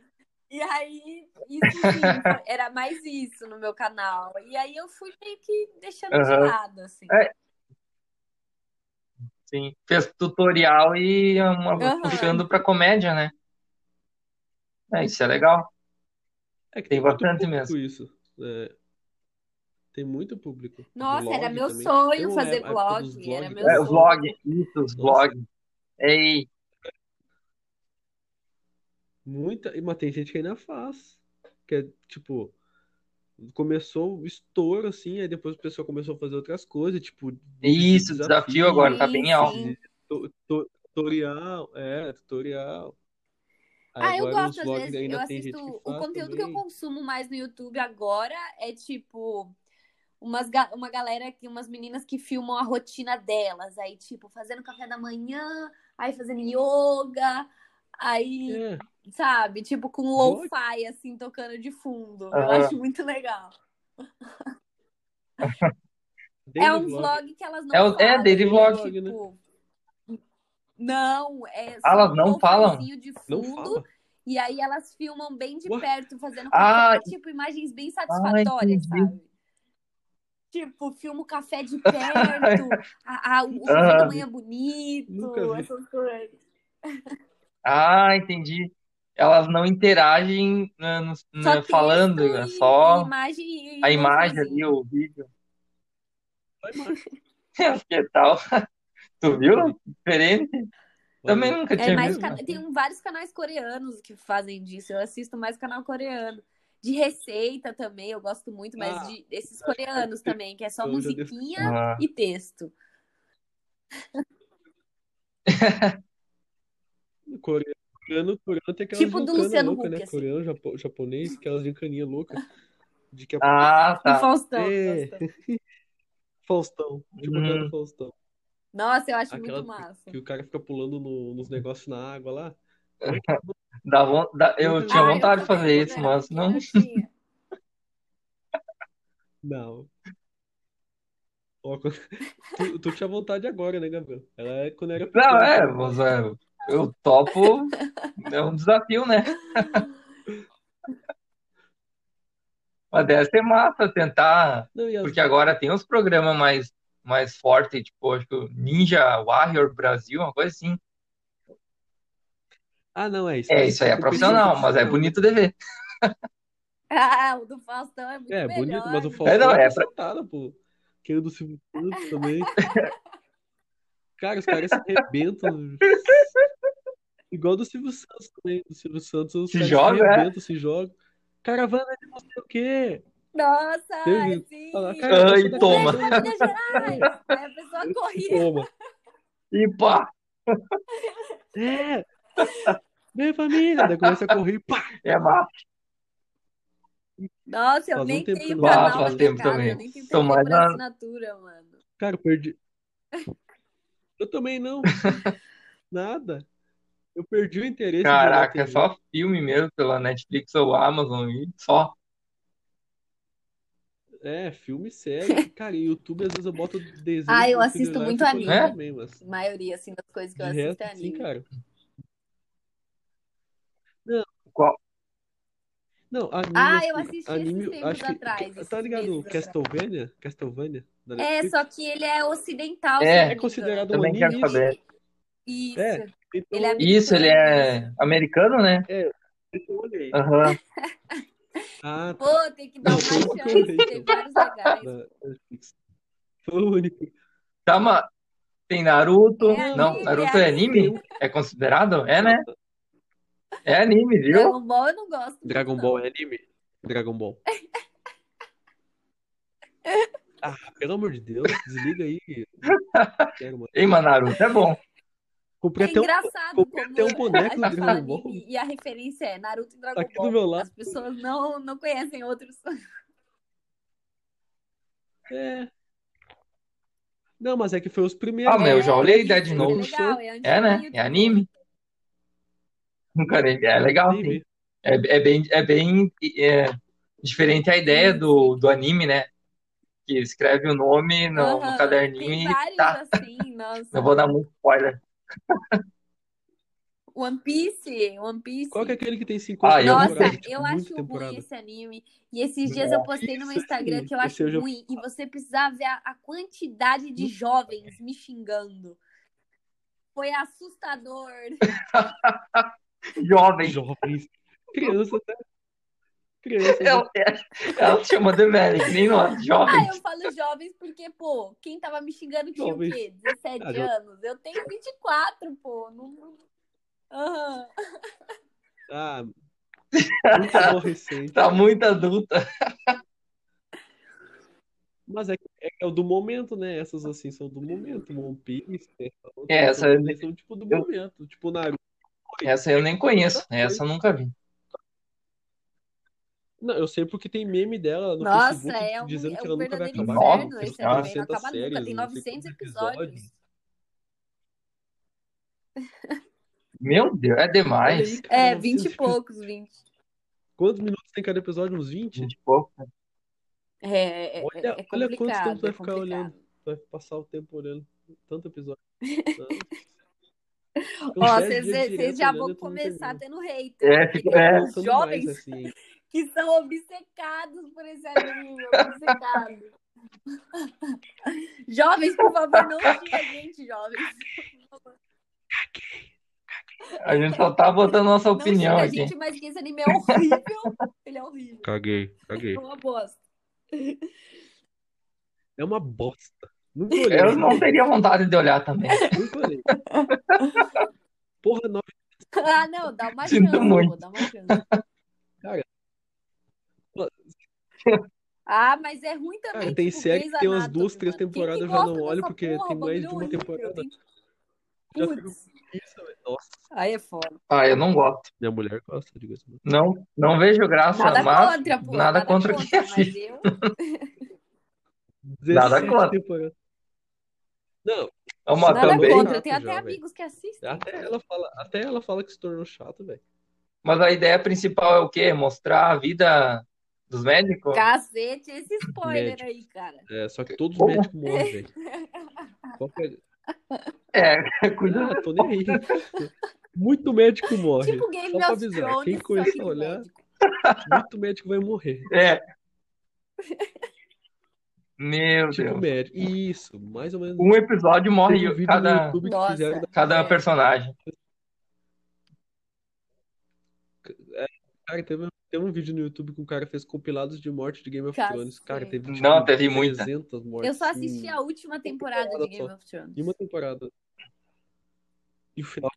E aí, isso sim, foi- era mais isso no meu canal. E aí eu fui meio que deixando de
Aham.
lado, assim.
É, sim. Fez tutorial e é uma,
Aham.
puxando pra comédia, né? É, isso é legal.
É que tem
Tem
muito
bastante
público
mesmo.
isso. É, tem muito público.
Nossa, era
Vlog
meu
também. Tem
sonho
uma
fazer
época dos
vlog, era
vlogs
meu
É,
também.
vlog,
sonho.
isso, os
Nossa,
vlog. Ei,
muita. e Mas tem gente que ainda faz. Que é tipo. começou o estouro, assim, aí depois o pessoal começou a fazer outras coisas, tipo, vídeos de
isso, desafio agora
desafio,
tá
Sim,
bem alto.
sim.
de tu- tu- tutorial, é, tutorial. Aí
Ah, eu
agora os
gosto, às
vlogs
vezes, eu
ainda tem
assisto.
gente que
O
faz
conteúdo que eu
também.
consumo mais no YouTube agora é tipo. Umas ga- uma galera, que- umas meninas que filmam a rotina delas, aí, tipo, fazendo café da manhã, aí fazendo yoga, aí
É.
sabe? Tipo com lo-fi, assim, tocando de fundo. Eu
Aham.
acho muito legal.
Daily
é um
vlog.
vlog que elas não
É o- é,
falam.
daily
né?
vlog.
Tipo, não, é
Ah, elas não
um
falam?
lo-fizinho de
Não
fundo,
fala.
e aí elas filmam bem de
Ué?
perto, fazendo com
Ah,
que- tipo, imagens bem satisfatórias,
entendi.
sabe? Tipo, filma o café de perto, a, a- o café
Aham.
da manhã bonito,
Nunca vi.
essas coisas.
Ah, entendi. Elas não interagem né, no-
Só
né, falando,
texto
é
e- e assim.
só
imagem e
a imagem ali,
botãozinho.
o vídeo.
Só imagem.
Que tal? Tu viu? Diferente? Também
Olha,
nunca
É
tinha
mais
visto.
cana- Tem um- vários canais coreanos que fazem disso. Eu assisto mais canal coreano. De receita também, eu gosto muito, mas
Ah,
de esses coreanos também, que é só
eu já devo-
musiquinha
Ah,
e texto.
Coreano, coreano, coreano tem aquelas
Tipo do
gincana
Luciano
louca,
Huck,
né?
assim.
Coreano, japo- japonês, aquelas gincaninhas loucas. De que é a...
Ah,
No
tá.
Faustão.
É.
Faustão.
Faustão. Tipo aquela do
Uhum.
Faustão.
Nossa, eu acho
Aquela
muito massa.
que o cara fica pulando no- nos negócios na água lá.
Dá von- dá- Eu
Nunca
tinha
vi.
Ah, eu
vontade de
também, assim,
fazer isso,
quando eu era
mas não.
pequena, eu tinha.
Não. Ó, quando- tu, tu tinha vontade agora, né, Gabriel? Ela é quando era
Não,
pequena.
é, mas é, eu topo. É um desafio, né? Mas deve ser massa tentar.
Não, e as-
Porque agora tem uns programas mais, mais fortes, tipo, acho que o Ninja Warrior Brasil, uma coisa assim.
Ah, não, é isso.
É,
aí
isso aí é
competição
profissional, mas é
profissional, né?
bonito de ver.
Ah, o do Faustão é muito
É,
melhor.
bonito, mas o
É,
Faustão
não,
é
é pra-
cacetada, pô. Aquele do Silvio Santos também. Cara, os caras se arrebentam. Igual do Silvio Santos também. Do Silvio Santos, os
Se
caras se
joga, é.
arrebentam, se jogam. Caravana de não sei o quê.
Nossa,
Teve-
sim.
Ah,
O
cara,
Ai,
essa da
toma.
Atlético
caravana
Minas Gerais. Aí a pessoa corria.
toma.
E pá!
É! Vem, família! Daí começa a correr e pá!
É massa.
Nossa, eu
Faz um
nem
tempo que eu
tenho
não
Ah,
vejo
canal
faz
na
isso.
minha
tempo
casa, eu
também.
nem tenho
Sou
TV
mais
por
na-
assinatura, mano.
Cara, eu perdi. Eu também não. Nada. Eu perdi o interesse de olhar
Caraca, é
TV.
só filme mesmo pela Netflix ou Amazon e só.
É, filme e série. Cara, e YouTube, às vezes eu boto desenho.
Ah, eu
pro filho
assisto
olhar e
muito
fico
anime.
olhando tipo, também, mas.
A maioria, assim, das coisas que eu
De
assisto
resto,
é
assim,
anime.
cara. Não,
Qual?
não, anime,
Ah, eu
assim,
assisti esses
anime,
tempos
acho que,
atrás,
que- tá
esses
ligado, o
meses atrás.
Castlevania, Castlevania, da
É,
Netflix,
só que ele é ocidental, se eu
É,
é
não me engano.
considerado um
também quero
anime isso?
saber.
Isso.
É,
Ele é
então,
Isso, ele
americano, isso.
é americano, né?
é, então eu olhei.
Aham.
Ah, tá,
Pô, tem que dar
não,
uma
foi o único que eu
chance,
olhei,
tem
então,
vários legais.
da Netflix, foi o único.
Tá, mas tem Naruto.
É
Não,
Não,
anime, é
Naruto é
tem
anime?
um,
É considerado? É, né? É anime, viu?
Dragon Ball eu não gosto muito,
Dragon Ball
não.
é anime? Dragon Ball. Ah, pelo amor de Deus, desliga aí, quero, mano.
Ei, mas Naruto é bom.
Comprei
É
até um,
engraçado
comprei
como
até um
a
boneco do
gente fala
Dragon Ball,
anime e a referência é Naruto e
tá
Dragon
aqui do
Ball.
meu lado.
As pessoas não, não conhecem outros.
É, não, mas é que foi os
Ah,
primeiros,
mas eu
né?
já
É,
olhei
tem
Dead
isso, isso é
Note.
Precursor.
legal, é
É, né? É
antiguinho também.
anime? Nunca nem- É legal,
Nem
sim.
vi.
É, é bem, é bem é, diferente a ideia
Sim, sim.
do, do anime, né? Que escreve o nome no, no
Aham.
um caderninho
Tem
e
vários
tá.
assim,
Não
nossa.
vou dar muito spoiler.
One Piece, One
Qual que
Piece.
é aquele que tem 50
Ah, eu não
Nossa,
temporadas?
sei.
eu
Tipo, muita
acho ruim
temporada.
esse anime. E esses dias eu
Nossa,
postei no meu
Isso
Instagram
aí.
que eu
Esse
acho
eu já.
ruim. E você precisava ver a, a quantidade de jovens me xingando. Foi assustador.
Jovem.
Jovens. Criança, né? Criança. né?
Ela, ela chama de velho, que nem nós,
Ah,
jovem.
eu falo jovens porque, pô, quem tava me xingando tinha o
Jovens.
quê?
Ah,
17
jo-
anos? Eu tenho 24, pô. Não... não- Aham.
ah, muito amor recente.
Tá muito adulta.
Mas é, é, é o do momento, né? Essas assim são do momento. One Piece, né? Essas
É,
outras
essa eu,
japonesas são tipo do
eu-
momento. Tipo Naruto.
essa eu nem conheço. Essa
Foi.
eu nunca vi.
Não, eu sei porque tem meme dela no
Nossa,
Facebook
é um,
dizendo
é
que
um
ela nunca vai
verdadeiro
acabar, que
Nossa
tem
inferno
sei lá,
esse
senhora.
anime. Não
400
acaba nunca,
séries,
tem
não sei
900
quantos episódios.
episódios.
Meu Deus, é
Olha aí,
demais.
cara,
É,
não
20
sei
e
se-
poucos, 20.
Quantos minutos tem cada episódio? Uns 20?
Gente, pouco.
É, é, é
Olha, olha quanto tempo
complicado,
tu vai
é
ficar
complicado.
olhando. Tu vai passar o tempo olhando. Tanto episódio. Então,
Ó, vocês vocês já vão
tá
começar tendo hater.
É,
porque
fica-
tem
é.
uns jovens
assim."
que são obcecados por esse anime, obcecados. jovens, por favor, não xinga a gente, jovens.
A gente só tá botando nossa
Não
opinião
xinga a
aqui.
gente, mas que esse anime é horrível. Ele é horrível,
Caguei, caguei.
é uma bosta.
É uma bosta. Nunca olhei.
Eu não teria vontade de olhar também.
Nunca olhei. Porra, não.
Ah, não, dá uma
Sinto
chance,
muito.
pô, dá uma chance.
Cara.
Ah, mas é ruim também.
Cara, tem
tipo,
série
Grey's
que tem umas duas,
Anatomy, mano.
três
Quem que
temporadas, eu já
gosta
não olho,
dessa
porque
porra?
tem
O
mais de
bagulho
uma
horrível,
temporada.
tem-
Já um- fico-
Putz,
Isso, velho. Nossa,
aí é foda.
Ah, eu não gosto.
minha mulher gosta de Grey's Anatomy.
Não, não vejo graça,
Nada
mas
contra, pô.
nada contra quem
mas
assiste.
eu.
Nada
17
contra.
temporadas. Não,
É uma
Nada
também,
contra, eu
Chato
tenho até
já,
amigos que assistem.
até ela fala, até ela fala que se tornou chato, velho.
mas a ideia principal é o quê? Mostrar a vida dos médicos?
Cacete, esse spoiler
Médicos.
aí, cara.
É, só que todos os
Como?
médicos morrem, velho. Qualquer...
É, cuida.
Ah, tô nem aí. Muito médico morre.
Tipo Game
Só pra
of
avisar,
Thrones,
quem
só
começar
que
a olhar-
médico.
Muito médico vai morrer.
É. Meu
Tipo
Deus.
médico. Isso, mais ou menos.
Um episódio
Teve
morre
um vídeo no
cada,
YouTube que
Nossa.
fizeram. da-
cada
É.
personagem.
Cara, teve, teve um vídeo no YouTube que um cara fez compilados de morte de Game of
Cacete.
Thrones. Cara, teve tipo,
Não, teve muita.
300 mortes.
Eu só assisti
em-
a última temporada de
temporada
Game
só.
of Thrones.
em uma temporada. E o final.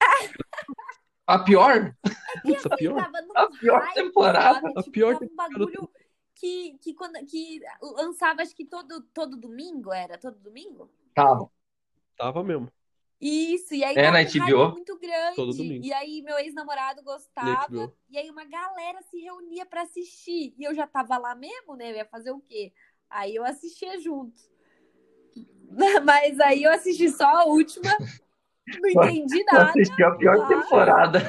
A pior?
Putz, a
Assim,
pior.
tava num
A pior
hype,
temporada.
sabe?
A
Tipo,
pior
tava um bagulho que, que, quando, que lançava, acho que todo, todo domingo era, todo domingo?
Tá.
Tava mesmo.
Isso, e aí
É,
tava
na
um hype
HBO.
muito grande.
Todo domingo.
E aí meu ex-namorado
Na
gostava,
HBO.
e aí uma galera se reunia pra assistir. E eu já tava lá mesmo, né? Eu ia fazer o quê? Aí eu assistia junto. Mas aí eu assisti só a última, não entendi
Eu
nada.
assisti a pior
Ah,
temporada.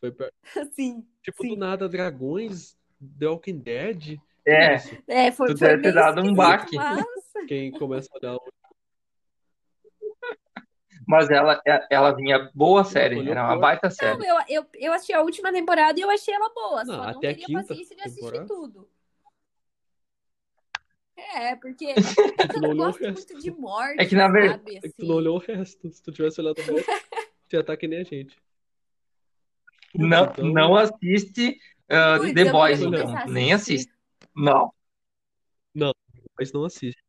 Foi pior.
Sim,
Tipo,
sim.
do nada, Dragões, The Walking Dead.
É,
Isso.
É, foi,
Tu
foi
deve ter
meio
dado um
esquisito,
baque.
mas-
Quem começa a olhar.
mas ela, é, ela vinha boa série.
Olhou
Era uma
pior.
baita
Não,
série.
eu, eu, eu assisti a última temporada e eu achei ela boa,
Não,
só não
até a
teria
quinta
paciência de assistir
temporada.
tudo. É, porque
É que
eu
não
não
olhou o
gosto
resto.
muito de morte,
É que, na verdade-
sabe?
É que tu
assim.
não olhou o resto. Se tu tivesse olhado o resto, tu ia estar que nem a gente. Putz,
Não,
então,
não assiste uh,
Putz, eu
The
vou
Boys,
começar
então.
a
Nem
assistir.
assiste. Não.
Mas não assiste.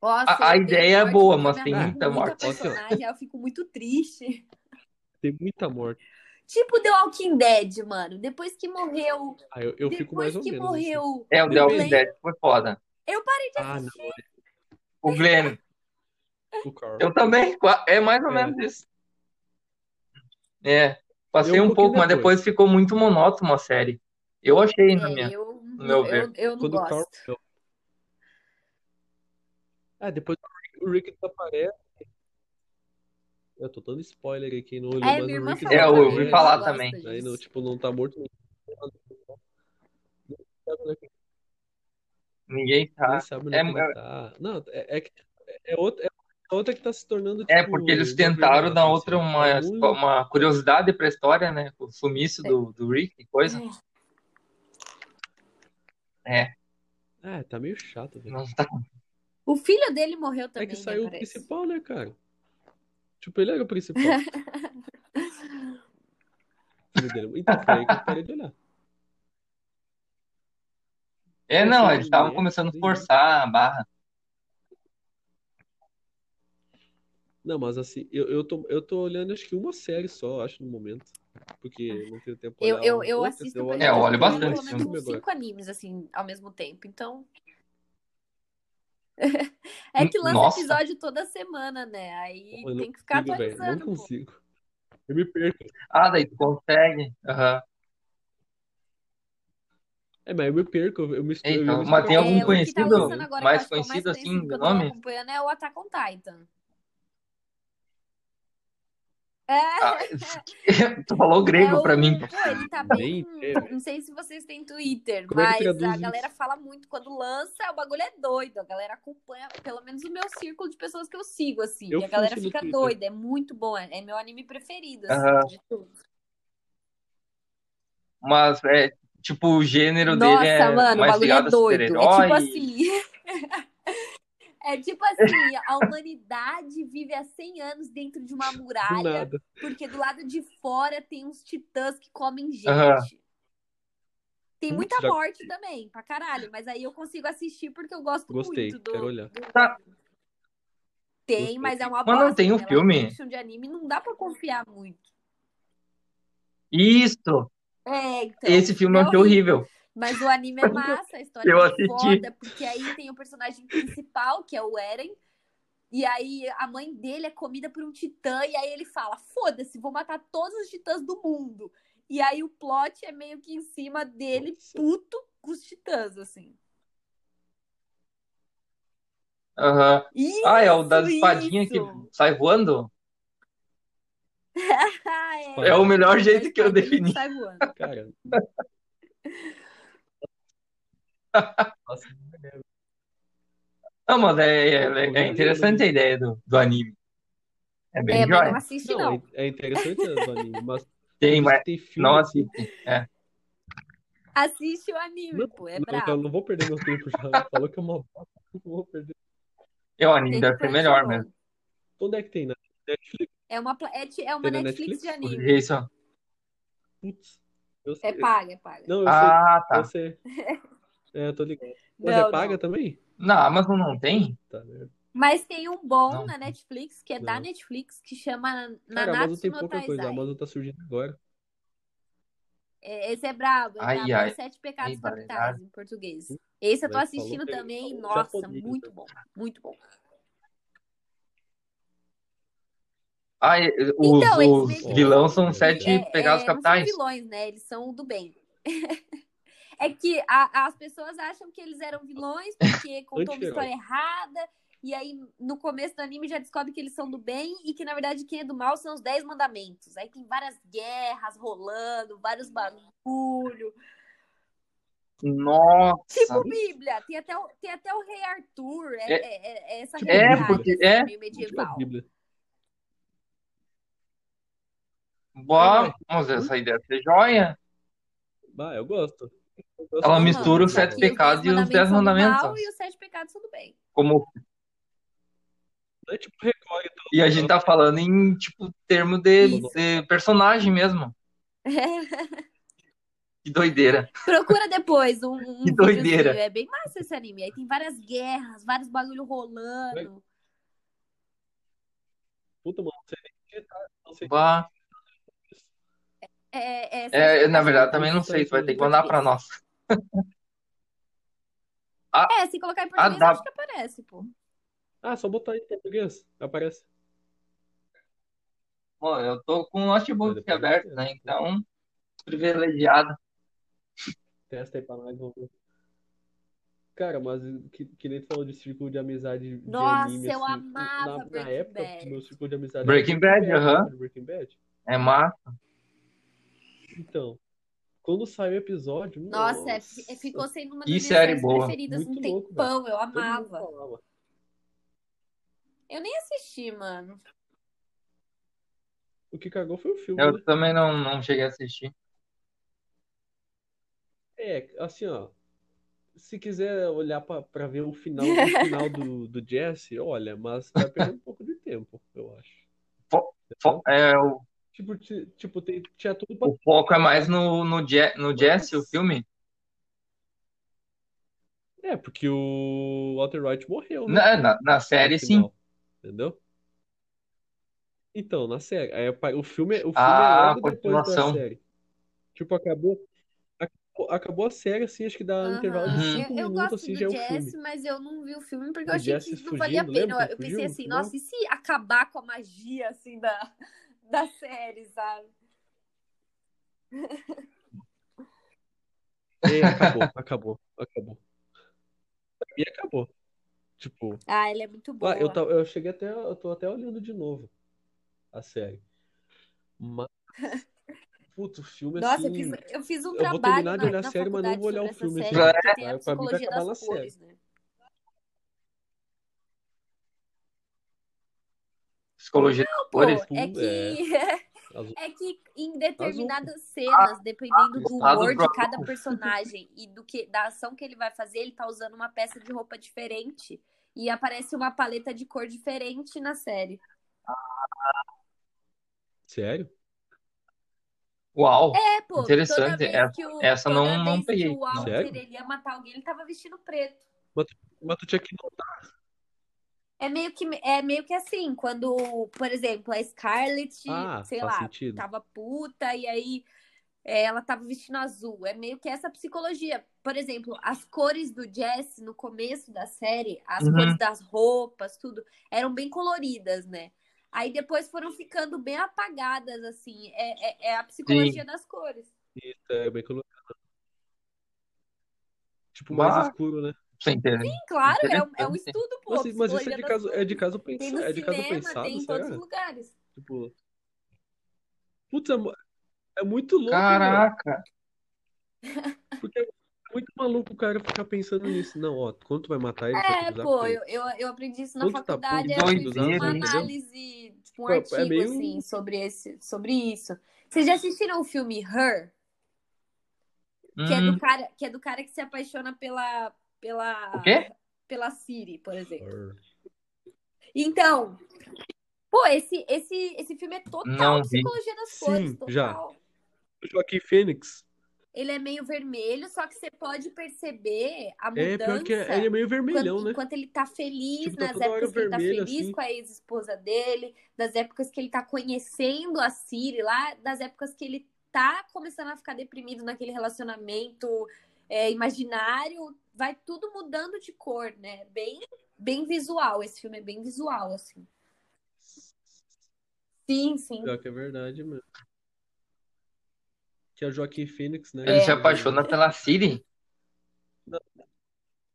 Nossa,
A- a
eu odeio
ideia é
morte,
boa,
porque
mas
me
tem
arrasta
muita
muito a
morte.
personagem, aí eu fico muito triste.
Tem muita morte.
Tipo The Walking Dead, mano. Depois que morreu.
Ah, eu, eu fico
depois
mais ou
que
menos. assim.
morreu.
É, o The Walking
Glenn.
Dead foi foda.
Ah, não. é
O Glenn,
O Carl.
eu também. qua- É mais ou
É.
menos isso. É. Passei
Eu um
um pouco,
pouquinho
mas depois ficou muito monótono a série. Eu achei, na minha.
É, eu,
meu
não- eu, eu não
Quando o Carl.
gosto.
morreu. Ah, depois o Rick desaparece. Eu tô dando spoiler aqui, não olhei,
É,
mas
minha
o
irmã
Rick
falou.
É, eu ouvi
pra mim,
desaparece.
não
falar
gosta
também.
disso.
Aí, não, tipo, não tá morto. Ninguém
Ninguém sabe.
sabe onde é que
É-
ele tá. Não, é, é, que- é, outra, é outra que tá se tornando,
É,
tipo,
porque eles
uma
tentaram dar
vergonha,
outra
assim.
uma,
Tá muito-
uma curiosidade pra história, né? O sumiço do, do Rick e
É.
coisa.
Ah, tá meio chato, velho.
Não tá.
O filho dele morreu
É
também,
que
né,
saiu o
parece.
principal, né, cara? Tipo, ele era o principal. Filho dele. Então, foi aí que eu parei de olhar.
É, não,
Essa
eles estavam
mulher,
começando a
sim.
forçar a barra.
Não, mas assim, eu, eu, tô, eu tô olhando acho que uma série só, acho, no momento. Porque não tenho tempo pra
Eu,
olhar
eu,
um então uma-
eu
outra,
assisto,
senão
por
É, eu
exemplo,
olho
pelo
bastante
menos
filme
uns
agora.
cinco animes, assim, ao mesmo tempo. Então. é que lança
Nossa.
episódio toda semana, né? Aí
Eu não
tem que ficar
consigo, velho,
atualizando,
Não
pô.
consigo. Eu me perco.
Ah, daí tu consegue. Aham.
É, mas eu me perco. Eu me, eu
Então,
me
mas tem
É,
algum
o que tá
conhecido,
lançando agora, que eu
mais
acho que é o mais
conhecido, assim,
conhecido
de
que eu tô
nome?
acompanhando, é o Attack on Titan. É,
Ah, tu falou grego
é o-
pra mim.
Pô, ele tá bem.
Nem teve.
Não sei se vocês têm Twitter,
Como é que
mas
traduz
a
isso?
galera fala muito. Quando lança, o bagulho é doido. A galera acompanha, pelo menos o meu círculo de pessoas que eu sigo, assim.
Eu
e a galera
fuço no
fica
Twitter.
doida. É muito bom. É é meu anime preferido, assim,
Aham.
de tudo.
Mas é tipo, o gênero
Nossa,
dele é
mano, o
mais
bagulho é
ligado a
doido. É
super-herói.
tipo assim. é tipo assim, a humanidade vive há 100 anos dentro de uma muralha,
Nada.
porque do lado de fora tem uns titãs que comem gente.
Aham.
Tem muita
Já-
morte também, pra caralho, mas aí eu consigo assistir porque eu gosto
Gostei,
muito do.
quero olhar.
do-
Tá.
Tem,
Gostei.
mas é uma
Mas não
bosta,
tem o
né? Live
filme?
action de anime não dá pra confiar muito.
Isso!
É, então.
Esse filme eu
é
achei horrível.
Mas o anime é massa, a história
Eu
é
assisti.
foda, porque aí tem o personagem principal, que é o Eren, e aí a mãe dele é comida por um titã, e aí ele fala: foda-se, vou matar todos os titãs do mundo. E aí o plot é meio que em cima dele,
Nossa.
puto com os titãs, assim.
Aham.
Isso,
Ah, é o das espadinhas que
isso.
sai voando?
Ah, é.
É o melhor jeito
Mas
que eu
pode, ele
defini.
sai voando.
Cara. Nossa, não é.
Não, mas é, é- é
Não,
interessante a ideia do, do anime. É bem
É, mas
joia.
não assiste,
Não,
não.
é- é interessante o anime, mas
Tem, mas
tem filme.
não assiste.
Assiste o anime,
Não,
pô, é
não, então
brabo.
eu não vou perder meu tempo já. Falou que é uma bosta, eu não vou perder.
Eu É, anime
Tem um
deve
no
ser melhor
Crunchyroll.
mesmo.
Onde é que tem, né? Netflix?
É uma, pla- é, ti- é uma
Tem na
Netflix de
Netflix?
anime.
Porque isso.
Putz. Eu sei.
É paga, é paga.
Não, eu
Ah,
sei.
tá.
Eu sei. É, eu tô ligado. Mas
Não,
é paga
não.
também?
Na Amazon não tem?
Tá, né?
Mas tem um bom
Não.
na Netflix, que é da
Não.
Netflix, que chama
Cara, a Amazon
Nanatsu
tem
no
pouca coisa. A
Taizai.
Amazon tá surgindo agora.
É, Esse é brabo, é
Ai,
brabo.
ai.
Os Sete Pecados
Ei, ah.
Capitais,
barbaridade.
em português. Esse eu tô
Mas
assistindo
falou-
também,
falou
nossa,
japonês,
muito
né?
bom, muito bom.
Ai, Ah, os,
Então, eles
os
meio
que-
vilões são
Nossa,
sete
É,
pegados
é, não são
capitais.
vilões, né? Eles são do bem. É que a- as pessoas acham que eles eram vilões porque contou uma
Anti-herói.
história errada. E aí, no começo do anime, já descobre que eles são do bem e que, na verdade, quem é do mal são os Dez Mandamentos. Aí tem várias guerras rolando, vários bagulho.
Nossa.
Tipo Bíblia, tem até o, tem até o Rei Arthur. É,
É-
é- é- é essa
Tipo
realidade,
Bíblia. É,
assim,
porque-
é.
meio
Tipo a
medieval.
Bíblia.
é.
Boa. Mas essa ideia deve ser joia.
Bah, eu gosto. Eu gosto
Ela
de-
mistura os
só
sete
que
pecados e os dez
são do mal
mandamentos.
e os sete pecados são do bem.
Como,
É tipo Record, então.
e a gente tá falando em, tipo, termo de,
Isso.
de personagem mesmo. Que doideira.
Procura depois um, um
Que doideira.
videozinho. É bem massa esse anime. Aí tem várias guerras, vários bagulho rolando.
Puta, mano, não sei nem o que tá. Não sei
Bah.
É, é,
É, na verdade,
Tá
também não sei. Tu vai ter que mandar pra nós.
É, se colocar em português,
ah, dá-
acho que aparece, pô.
Ah, só botar aí em português. Aparece.
Bom, eu tô com o notebook aqui aberto, né? Então, privilegiado.
Testa aí pra nós, vamos ver. Cara, mas que, que nem tu falou de círculo de amizade de
Nossa,
anime,
eu
assim,
amava
na, na
Breaking
época,
Bad.
meu círculo de amizade era
Breaking Bad, aham.
sabe, Breaking Bad.
É massa.
Então, quando saiu o episódio,
Nossa, é-
nossa,
é- ficou sendo uma das
Que
minhas
série
séries
boa.
preferidas um
Muito louco,
tempão. eu
todo mundo
amava.
falava.
Eu nem assisti, mano.
O que cagou foi o filme, né?
Eu também não, não cheguei a assistir.
É, assim, ó. Se quiser olhar pra, pra ver o final, o final do, do Jesse, olha, mas vai perder um pouco de tempo, eu acho.
Fo- Fo- é, o,
Tipo, ti- tipo tem, tinha tudo pra.
o foco é mais no, no, Je, no Jesse, o filme.
É, porque o Walter White morreu, né?
é, Na, na, na
no
série, sim.
final, entendeu? Então, na série. aí apa- o filme, é- o filme
Ah,
é logo depois da
continuação.
série. Tipo, acabou. ac- Acabou a série, assim, acho que dá um
Aham.
intervalo de
Uhum.
Eu,
5
eu
minutos,
gosto
assim,
do
já é o
Jesse,
filme.
mas eu não vi o filme porque
O
eu achei que
Jesse
isso não valia a
fugindo, lembra
pena. Eu,
que
eu
fugiu
pensei
no
assim,
final?
nossa, e se acabar com a magia, assim, da, da série, sabe?
É, acabou, acabou, acabou. E acabou. Tipo,
Ah, ela é muito boa.
ah, eu, ta- eu cheguei até. Eu tô até olhando de novo a série. Mas. Puta, o filme
Nossa, eu
assim.
fiz, eu fiz um
vou
trabalho
terminar de
na,
olhar a
na
série, mas não
faculdade
vou
sobre
olhar o filme,
essa
assim.
série, que
É,
tem a
pra mim vai
psicologia
acabar
das
na série.
cores, né?
Psicologia das
Pô,
cores.
é
Tudo,
que
Tá Azul.
é que em determinadas cenas, dependendo do
Ah, do
humor de
próprio.
cada personagem e do que da ação que ele vai fazer, ele tá usando uma peça de roupa diferente e aparece uma paleta de cor diferente na série.
Sério?
Uau!
É, pô, toda
Interessante.
vez
Essa-
que o,
essa
toda
não- não
vez
peguei.
que o Walter
Sério?
ele ia matar alguém, ele tava vestindo preto.
Mas tu tinha que notar.
É meio que é meio que assim, quando, por exemplo, a Scarlett,
Ah,
sei
faz
lá,
sentido.
tava puta e aí é, ela tava vestindo azul. É meio que essa psicologia. Por exemplo, as cores do Jesse no começo da série, as
Uhum.
cores das roupas, tudo, eram bem coloridas, né? Aí depois foram ficando bem apagadas, assim. É, é- é a psicologia das cores.
Isso, é bem colocado. Tipo, mais
Bah.
escuro, né?
Sem entender.
Sim, claro, é um, é um
Interessante.
estudo, pô.
Mas, assim, mas isso
psicologia
é de
das
caso, é
cores.
de caso
Tem no
pensado, é de caso
cinema,
pensado,
tem em todos os
será?
lugares.
Tipo, putz, é, mu- é muito louco, mano.
Caraca!
Porque é muito maluco o cara ficar pensando nisso. Não, ó, quando tu vai matar ele, tu vai
É,
usar
pô,
preto.
eu, eu, eu aprendi isso na
Quando tu tá
faculdade,
puto,
eu
tu
fiz
usa
uma
azul,
entendeu?
análise, tipo, um
Pô, é
artigo,
meio-
assim, sobre esse, sobre isso. Vocês já assistiram o filme Her? Que é do
Hum,
cara que, é do cara que se apaixona pela, pela,
o quê?
pela Siri, por exemplo.
Or-
Então, pô, esse, esse, esse filme é total
Não vi.
psicologia das cores,
Sim, já.
total.
O Joaquim Fênix.
Ele é meio vermelho, só que você pode perceber a
É,
mudança
pior que é, ele é meio vermelhão,
Quando-
né?
enquanto ele tá feliz,
Tipo, tá
nas
toda hora
épocas que ele tá
vermelho,
feliz
assim.
com a ex-esposa dele, das épocas que ele tá conhecendo a Siri lá, das épocas que ele tá começando a ficar deprimido naquele relacionamento é, imaginário, vai tudo mudando de cor, né? Bem, bem visual, esse filme é bem visual, assim. Sim, sim.
Pior que é verdade, mano. Que é o Joaquim Fênix, né?
Ele
que
se
é
apaixona
vermelho.
pela Siri?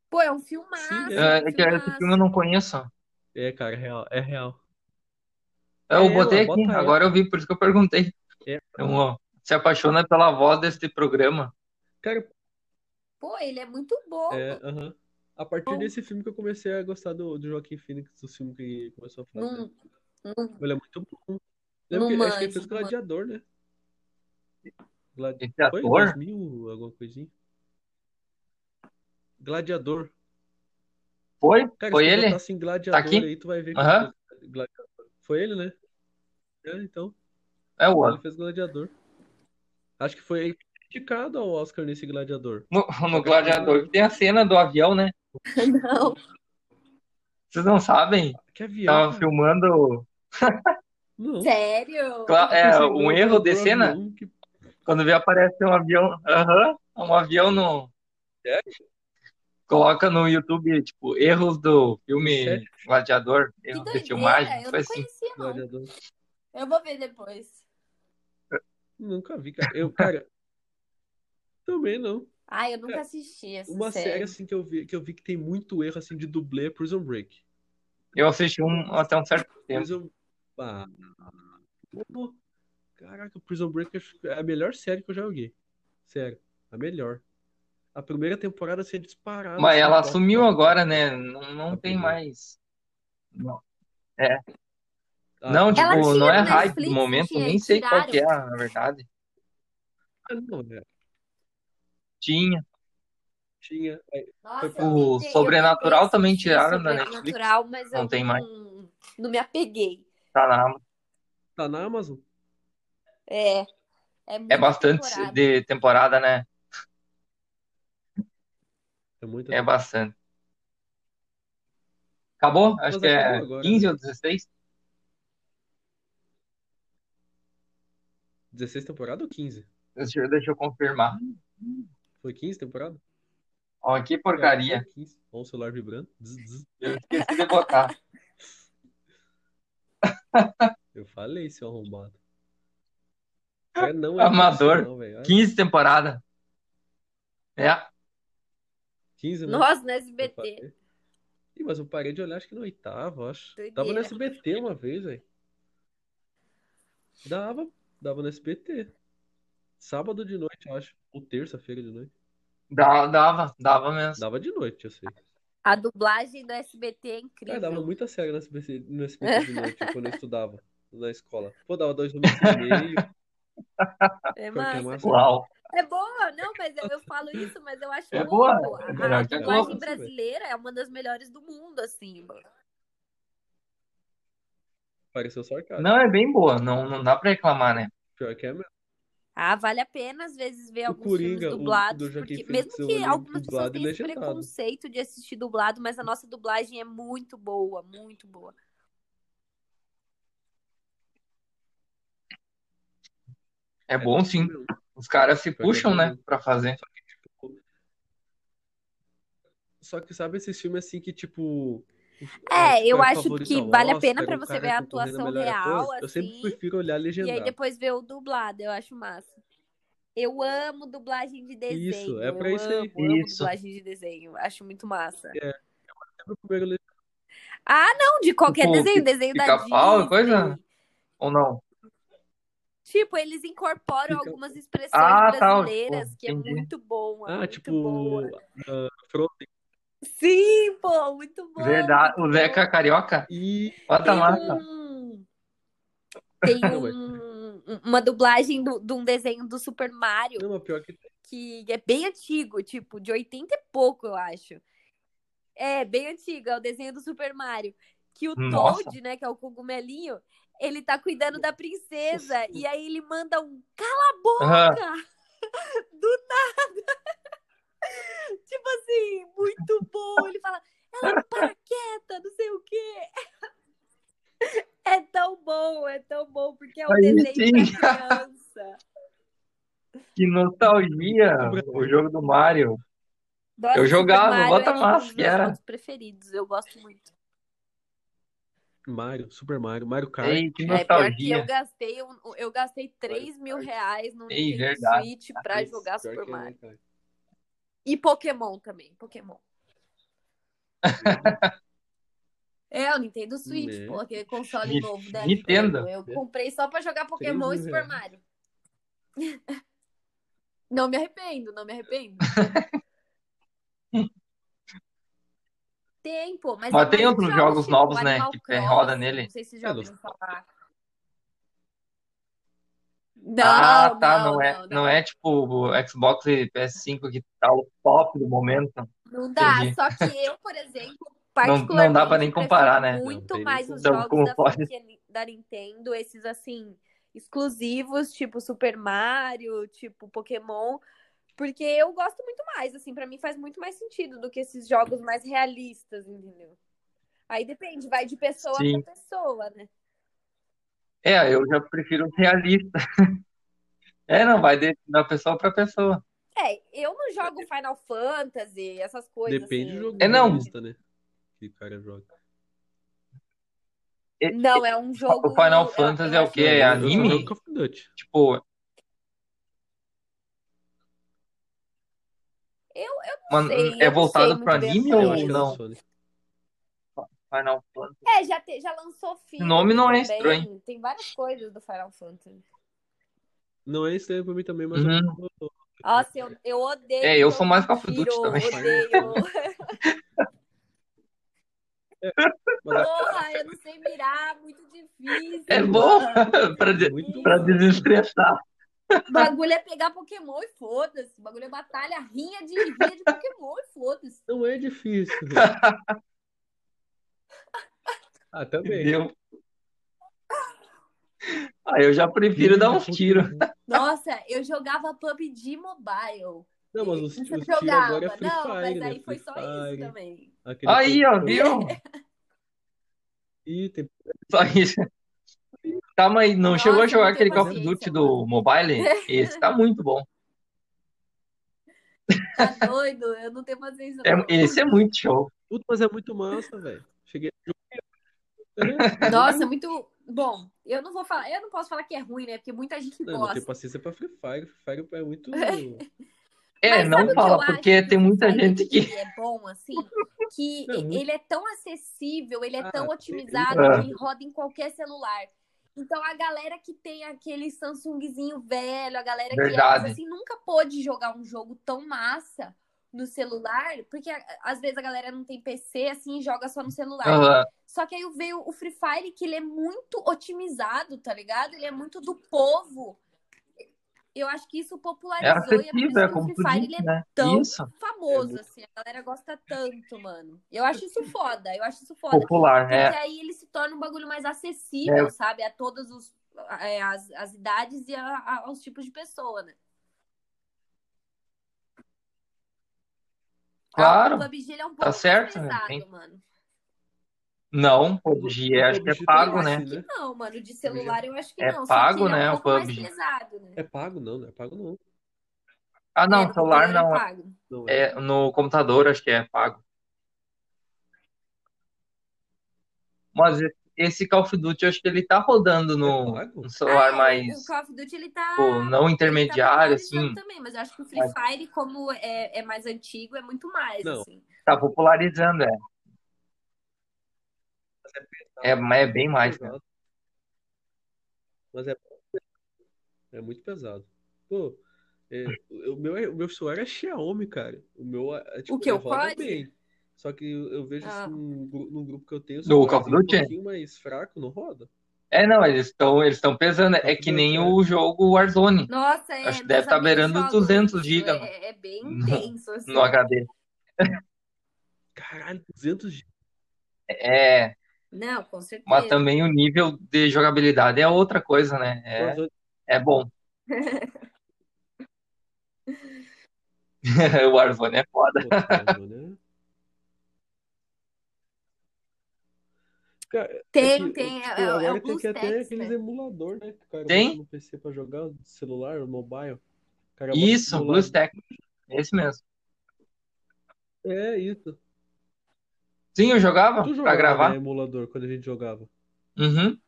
Pô, é um filmaço,
Sim,
É,
é um
é que esse filme eu
filmaço.
não conheço.
É, cara, é real. É real.
Eu
É
botei
ela,
aqui,
bota ela.
agora eu vi, por isso que eu perguntei.
É.
Então, ó, se apaixona pela voz deste programa.
Cara,
Pô, ele é muito bom.
é, aham. A partir desse filme que eu comecei a gostar do, do Joaquim Fênix, do filme que ele começou a fazer.
Não,
Ele é muito bom.
Não
Lembra que, acho que ele
manjo,
fez
não manjo.
Gladiador, né? Gladi...
Esse
Foi?
ator?
2000, alguma coisinha? Gladiador.
Foi?
Cara,
Foi
se tu
ele?
botar assim Gladiador
aqui?
aí, tu vai ver que
Aham.
ele fez Gladiador. Foi ele, né? É, então.
É o
Ele
outro.
fez Gladiador. Acho que foi indicado ao Oscar nesse Gladiador.
No, no Gladiador, que tem a cena do avião, né?
Não.
Vocês não sabem?
Que avião,
Tava
cara?
filmando.
Não.
Sério?
Cla-
Não
É,
sei,
um
não,
erro
não,
de
não,
cena?
não, que-
Quando vê aparece um avião. Aham. Um avião no.
Sério?
Coloca no YouTube, tipo, erros do filme
Sério?
Gladiador,
Que
erros de filmagem,
doideira, eu
foi
não
assim.
conhecia, não.
Gladiador.
Eu vou ver depois.
Nunca vi, cara. Eu, cara, também não.
Ai, eu nunca
É,
Cara,
assisti essa
Uma série
série.
assim que eu vi, que eu vi que tem muito erro assim de dublê é Prison Break.
Eu assisti um até um certo tempo.
Prison ah, pô, Caraca, Prison Break acho que é a melhor série que eu já joguei. Sério, a melhor. A primeira temporada assim é disparada
Mas
assim,
ela
top,
sumiu
top, top.
agora, né? Não, não
A
tem
primeira.
mais. Não. É.
Ah,
Não,
Prison
Ela
tipo,
Break.
não
tinha
é
no
hype do
Netflix, não
momento,
tinha?
nem sei qual que é,
Tiraram?
na verdade.
Ah, não, né?
Tinha.
Tinha. é, Aí, foi
Nossa, eu
pra...
O
tentei, eu tentei
Sobrenatural também
assistir
tiraram da Netflix.
Sobrenatural, mas eu
Não tem mais.
não, não me apeguei.
Tá na Amazon.
Tá na Amazon?
É, é
É
muita
bastante
temporada.
de temporada, né?
É muita
É
temporada.
bastante. Acabou? Acho
Mas
que
acabou
é
agora, né?
15 ou 16?
16 temporada ou 15?
Deixa eu, deixa eu confirmar.
Foi 15 temporada?
Ó, que
Cara, foi
porcaria.
15. Ó, o celular vibrando. Zzz, zzz.
É, Eu esqueci de botar.
Eu falei, seu arrombado. O cara não é
Ah, Amador.
profissional, velho. Olha,
15 temporada. É.
15, né?
Nossa, no
Eu
SBT.
parei. Ih, mas eu parei de olhar, acho que na oitava, acho. Tava no
Doideira.
SBT uma vez, velho. Dava. Dava no SBT. Sábado de noite, eu acho. Ou terça-feira de noite.
Dava, dava, dava mesmo.
Dava de noite, eu sei.
A dublagem do SBT é incrível.
Ah, dava muita série no SBT, no SBT de noite, quando eu estudava na escola. Pô, dava dois números e meio.
É
ficava que
massa.
é massa.
Uau.
É boa, não, mas eu, eu falo isso, mas eu acho
É
muito.
boa,
A-
é melhor
a
que a
dublagem
Globo.
brasileira é uma das melhores do mundo, assim. mano.
Pareceu sarcasmo.
Não, é bem boa. Não, não dá pra reclamar, né?
Pior que é mesmo.
Ah, vale a pena às vezes ver
O
alguns
Coringa,
filmes
o-
dublados,
do Joaquim
porque
Phoenix,
mesmo
eu
que
olhei
algumas pessoas
dublado é e
tenham esse
legendado.
preconceito de assistir dublado, mas a nossa dublagem é muito boa, muito boa.
É bom
isso
sim.
mesmo.
Os caras se
Pior que é
puxam,
bom
né?
mesmo.
Pra fazer.
Tipo, Só que sabe esses filmes assim que, tipo. os-
É, eu
super
acho
favorito
que
ao
vale a pena
Oscar,
pra
o
você
cara
ver a
concorrendo é
atuação
melhor
real,
ator, Eu sempre
assim,
prefiro olhar
e aí
legendado.
depois ver o dublado, eu acho massa. Eu amo dublagem de desenho,
Isso, é pra
eu
isso aí.
amo, amo
Isso.
dublagem de desenho, acho muito massa.
Sempre o primeiro le-
é Ah, não, de qualquer
Tipo,
desenho, desenho da
pica-pau, coisa?
Disney.
Ou não?
Tipo, eles incorporam
Pica-
algumas expressões
Ah, tá.
brasileiras,
Tipo,
que é
entendi.
muito bom, é
Ah,
muito
tipo.
boa.
ah, Frozen.
Sim, pô, muito bom,
Verdade.
muito
O
bom.
Zeca Carioca.
E.
Bota
Tem
lá.
um... Tem
Não, mas-
um... uma dublagem do- de um desenho do Super Mario,
Não, mas pior que.
que é bem antigo, tipo, de 80 e pouco, eu acho. É, bem antigo, é o desenho do Super Mario. Que o
Nossa.
Toad, né, que é o cogumelinho, ele tá cuidando da princesa. E aí ele manda um cala a
Aham.
boca! Do Tipo assim, muito bom. Ele fala, ela não para quieta, não sei o quê. É tão bom, é tão bom, porque é um
Aí
desenho
sim.
pra criança.
Que nostalgia. O jogo do Mario.
Nossa,
Eu
Super
jogava,
Mario
bota
é tipo um
massa,
dos
que
meus
era.
jogos preferidos. Eu gosto muito.
Mario, Super Mario, Mario Kart.
Ei, que
É pior que eu
nostalgia.
gastei, um- eu gastei 3 mil reais no
Ei,
Nintendo
verdade.
Switch pra jogar
Pior
Super
que é,
Mario.
né, cara?
E Pokémon também, Pokémon. É, o Nintendo Switch,
Né?
pô, aquele console
Ni-
novo da
Nintendo.
Nintendo. Eu comprei só pra jogar Pokémon
3
e
mil
Super
reais.
Mario. Não me arrependo, não me arrependo. Tem, pô, mas,
Mas
é
tem
mais
outros
jogos,
jogos
tipo
novos, né,
Animal
que tem roda
Crossing,
nele.
não sei se vocês
É,
já
não-
ouviram falar.
Ah,
Não,
tá,
não,
não é,
não,
não
não.
é tipo o Xbox e PS5 que tá o top do momento.
Não dá,
Entendi.
só que eu, por exemplo,
Não, não dá pra
particularmente
nem
prefiro
comparar, né?
muito
Não, tem nem
mais
como.
os
Então,
jogos
como
da
pode?
franquia Ni- da Nintendo, esses assim, exclusivos, tipo Super Mario, tipo Pokémon, porque eu gosto muito mais, assim, pra mim faz muito mais sentido do que esses jogos mais realistas, entendeu? Aí depende, vai de pessoa
Sim.
pra pessoa, né?
É, eu já prefiro os realistas. É, não, vai de, da pessoa pra pessoa.
É, eu não jogo Final Fantasy, essas coisas
Depende do
assim.
jogo
É, não.
realista, né? Que o cara joga.
E-
Não, é um
O Final
jogo. um Eu,
Fantasy
eu
é o
acho
quê?
Não,
É
eu,
muito
eu só
anime?
jogo
bom.
Call of Duty.
Tipo,
Eu, eu não
mano,
sei,
é
eu não sei
voltado pro
muito bem assim.
anime
essas
Eu acho
ou
que é da
não?
coisas.
Sony.
Final Fantasy.
É, já, te- já lançou
O nome
filme
não é estranho.
também. Tem várias coisas do Final Fantasy.
Não é estranho pra mim também, mas eu
Uhum.
eu-
Nossa, eu, eu
É,
odeio
eu sou
jogo
mais
de
Call of
tiro,
Duty também.
odeio.
mas eu-
Porra, eu não sei mirar, muito difícil,
É bom
mano.
pra,
é
de,
muito
pra
bom.
desestressar.
O bagulho é pegar Pokémon e foda-se. O bagulho é batalha, rinha de rinha de Pokémon e foda-se.
Não é difícil. Ah, também.
Entendeu? Aí eu já prefiro
Tiro
dar
de
uns tiros.
Pokémon.
Nossa, eu jogava PUBG Mobile.
Não, mas os, os
Você
tiros agora é
jogava,
Free
não, mas
Fire, né?
aí foi
Free
só isso
Fire.
também.
Aquele
Aí, ó,
Counter-Strike.
viu?
Ih, tem-
Só isso. Tá, mas não chegou a
Nossa, eu
jogar
não
aquele
tenho
Call of Duty
paciência, mano.
do mobile? Esse tá muito bom.
Tá doido? Eu não tenho paciência,
É,
não.
esse é muito show.
Puta, mas é muito massa, velho. Cheguei. É,
Nossa, muito bom. Eu não vou falar, eu não posso falar que é ruim, né? Porque muita gente
Não, não tem
gosta.
paciência pra Free Fire. Free Fire é muito.
É,
Mas sabe
não
o que eu
fala, porque
acho
tem
do Free
muita
Fire
gente
que
que.
ele é bom, assim? Que
Não, é muito.
ele é tão acessível, ele é
Ah,
tão
tem-
otimizado que
Ah,
ele roda em qualquer celular. Então a galera que tem aquele Samsungzinho velho, a galera que
Verdade.
é, assim, nunca pôde jogar um jogo tão massa no celular, porque a- às vezes a galera não tem PC assim e joga só no celular.
Aham.
Só que aí veio o Free Fire, que ele é muito otimizado, tá ligado? Ele é muito do povo. Eu acho que isso
É
popularizou e é por isso
acessível, é
que o
como
Free
tu É
Fire
disse,
ele é
né?
tão
Isso,
famoso, assim. A galera gosta tanto, mano. Eu acho isso foda, eu acho isso foda.
popular,
Porque
é.
aí ele se torna um bagulho mais acessível,
É.
sabe? A todas os, é, as, as idades e a- a- aos tipos de pessoa, né?
Claro.
Ah, O PUBG ele é um pouco
Tá certo, né?
pesado,
Tem-
mano.
Não, PUBG é, acho que é
PUBG
pago,
eu
né?
assim,
acho que não, mano. De celular eu acho que
É
não.
pago,
só que ele
né, o
É um pouco mais
PUBG.
pesado, né?
É pago, não, não é pago, não.
Ah,
É,
não,
no
celular
computador
não.
É pago.
Não é.
É, no computador acho que é pago. Mas e- esse Call of Duty acho que ele tá rodando
É
no,
pago?
no
Ah,
celular
é, o-
mais
O Call of Duty ele tá.
pô, não
ele tá
intermediário,
popularizando
assim,
também, mas eu acho que o Free Fire, como é, é mais antigo, é muito mais,
Não.
assim.
tá popularizando, é. É, mas é bem mais, né?
Pesado. Mas é, é muito pesado. Pô, é, o, o meu, é- o meu celular é Xiaomi, cara. O meu, é, é, tipo,
que,
ele
o
roda
COD?
bem. Só que eu, eu vejo
Ah.
assim, num, gru- num grupo que eu tenho, o
Do Call of
celularzinho um
Duty?
pouquinho mais fraco, não roda.
É, não, eles estão eles estão pesando.
Tá
Call
É
of
que
Duty,
nem
é.
o jogo Warzone.
Nossa, é.
Acho que
meus
deve tá
amigos
beirando
jogam
200
isso,
gigas, mano.
É, é bem
No-
intenso, assim.
No HD.
Caralho, 200 gigas.
É,
Não, com
mas
certeza.
também o nível de jogabilidade é outra coisa, né? É,
Warzone,
é bom. O Warzone é foda.
pô, Warzone, né? Cara, é
Tem,
que,
tem. É,
tipo,
é- é
agora
o
tem que até
BlueStacks,
aqueles
né?
emulador, né? Que o cara bota
Tem?
no PC pra jogar, no celular, no mobile. O cara bota o
Isso,
emulador.
BlueStack. É esse mesmo.
É isso.
Sim, eu jogava
Tu
pra
jogava, né,
gravar.
emulador, quando a gente jogava.
Uhum,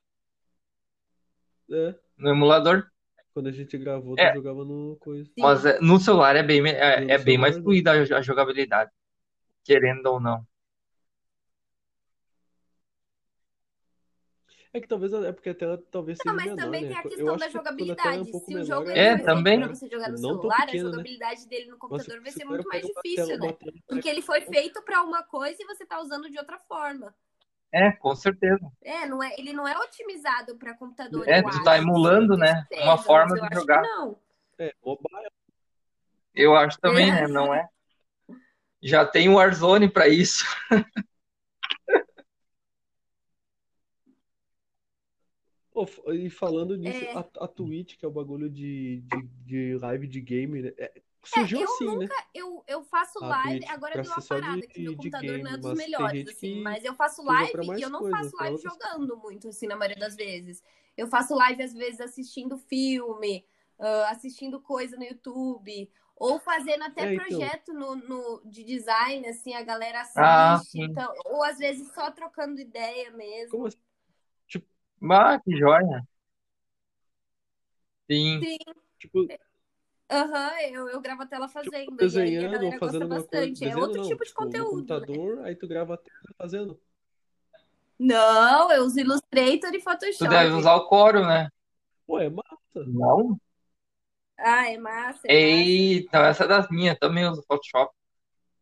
É,
no emulador.
quando a gente gravou, tu
É,
jogava no coisa.
Sim.
mas é, no celular é bem, me-
No
é, é bem mais
celular, não.
fluida a a jogabilidade, querendo ou não.
É que talvez é porque a tela talvez
Não,
seja
mas
menor,
também
né?
tem a
Eu
questão
acho
da
que quando a tela é um
jogabilidade.
pouco
Se o jogo
menor,
ele
É,
foi
é
feito
também.
pra
melhor.
você jogar no
Não tão
celular, a
pequena, né?
jogabilidade dele no
Mas se,
computador vai
se
ser
o cara
muito mais
pega uma tela, é
difícil,
uma
né?
tela
Porque ele foi feito pra uma coisa e você tá usando de outra forma.
É, com certeza.
É, não é, ele não é otimizado pra computador,
É,
eu
tu tá
acho. Não sei o
emulando,
que vocês
né? Uma
pensam, mas
forma
eu
de
acho que
jogar.
não.
é, mobile.
Eu acho também, né?
É.
Não é? Já tem o Warzone pra isso.
Pô, f- e falando nisso,
É.
a, a Twitch, que é o bagulho de, de, de live de game, né? É,
É,
surgiu
eu
assim, né?
nunca, eu, eu faço
A
live,
Twitch,
agora
tipo, pra
deu uma
ser só de,
parada, que meu
de, de
computador não é
game,
dos
mas tem
melhores,
gente
assim,
que,
mas eu faço
que usa pra
live e eu
mais
não
coisa,
faço
pra
live
outras
jogando muito, assim, na maioria das vezes. Eu faço live, às vezes, assistindo filme, ah, assistindo coisa no YouTube, ou fazendo até
É, então,
projeto no, no- de design, assim, a galera
Ah,
assiste,
sim.
então, ou às vezes só trocando ideia
como
mesmo.
assim? Tipo,
Ah, que joia. Sim.
Sim,
tipo,
aham, eu, eu gravo até ela
tipo,
fazendo, e aí a
desenhando ou
galera
fazendo
gosta
alguma coisa.
bastante. É
Desenhando
outro
não,
tipo de
tipo, no
conteúdo, né?
computador, aí tu grava a tela tá fazendo.
Não, eu uso Illustrator e
Tu deve
Photoshop.
usar o Corel, né?
Pô, é massa.
Não?
Ah, é massa, é massa.
Eita, essa é das minhas. Também uso Photoshop.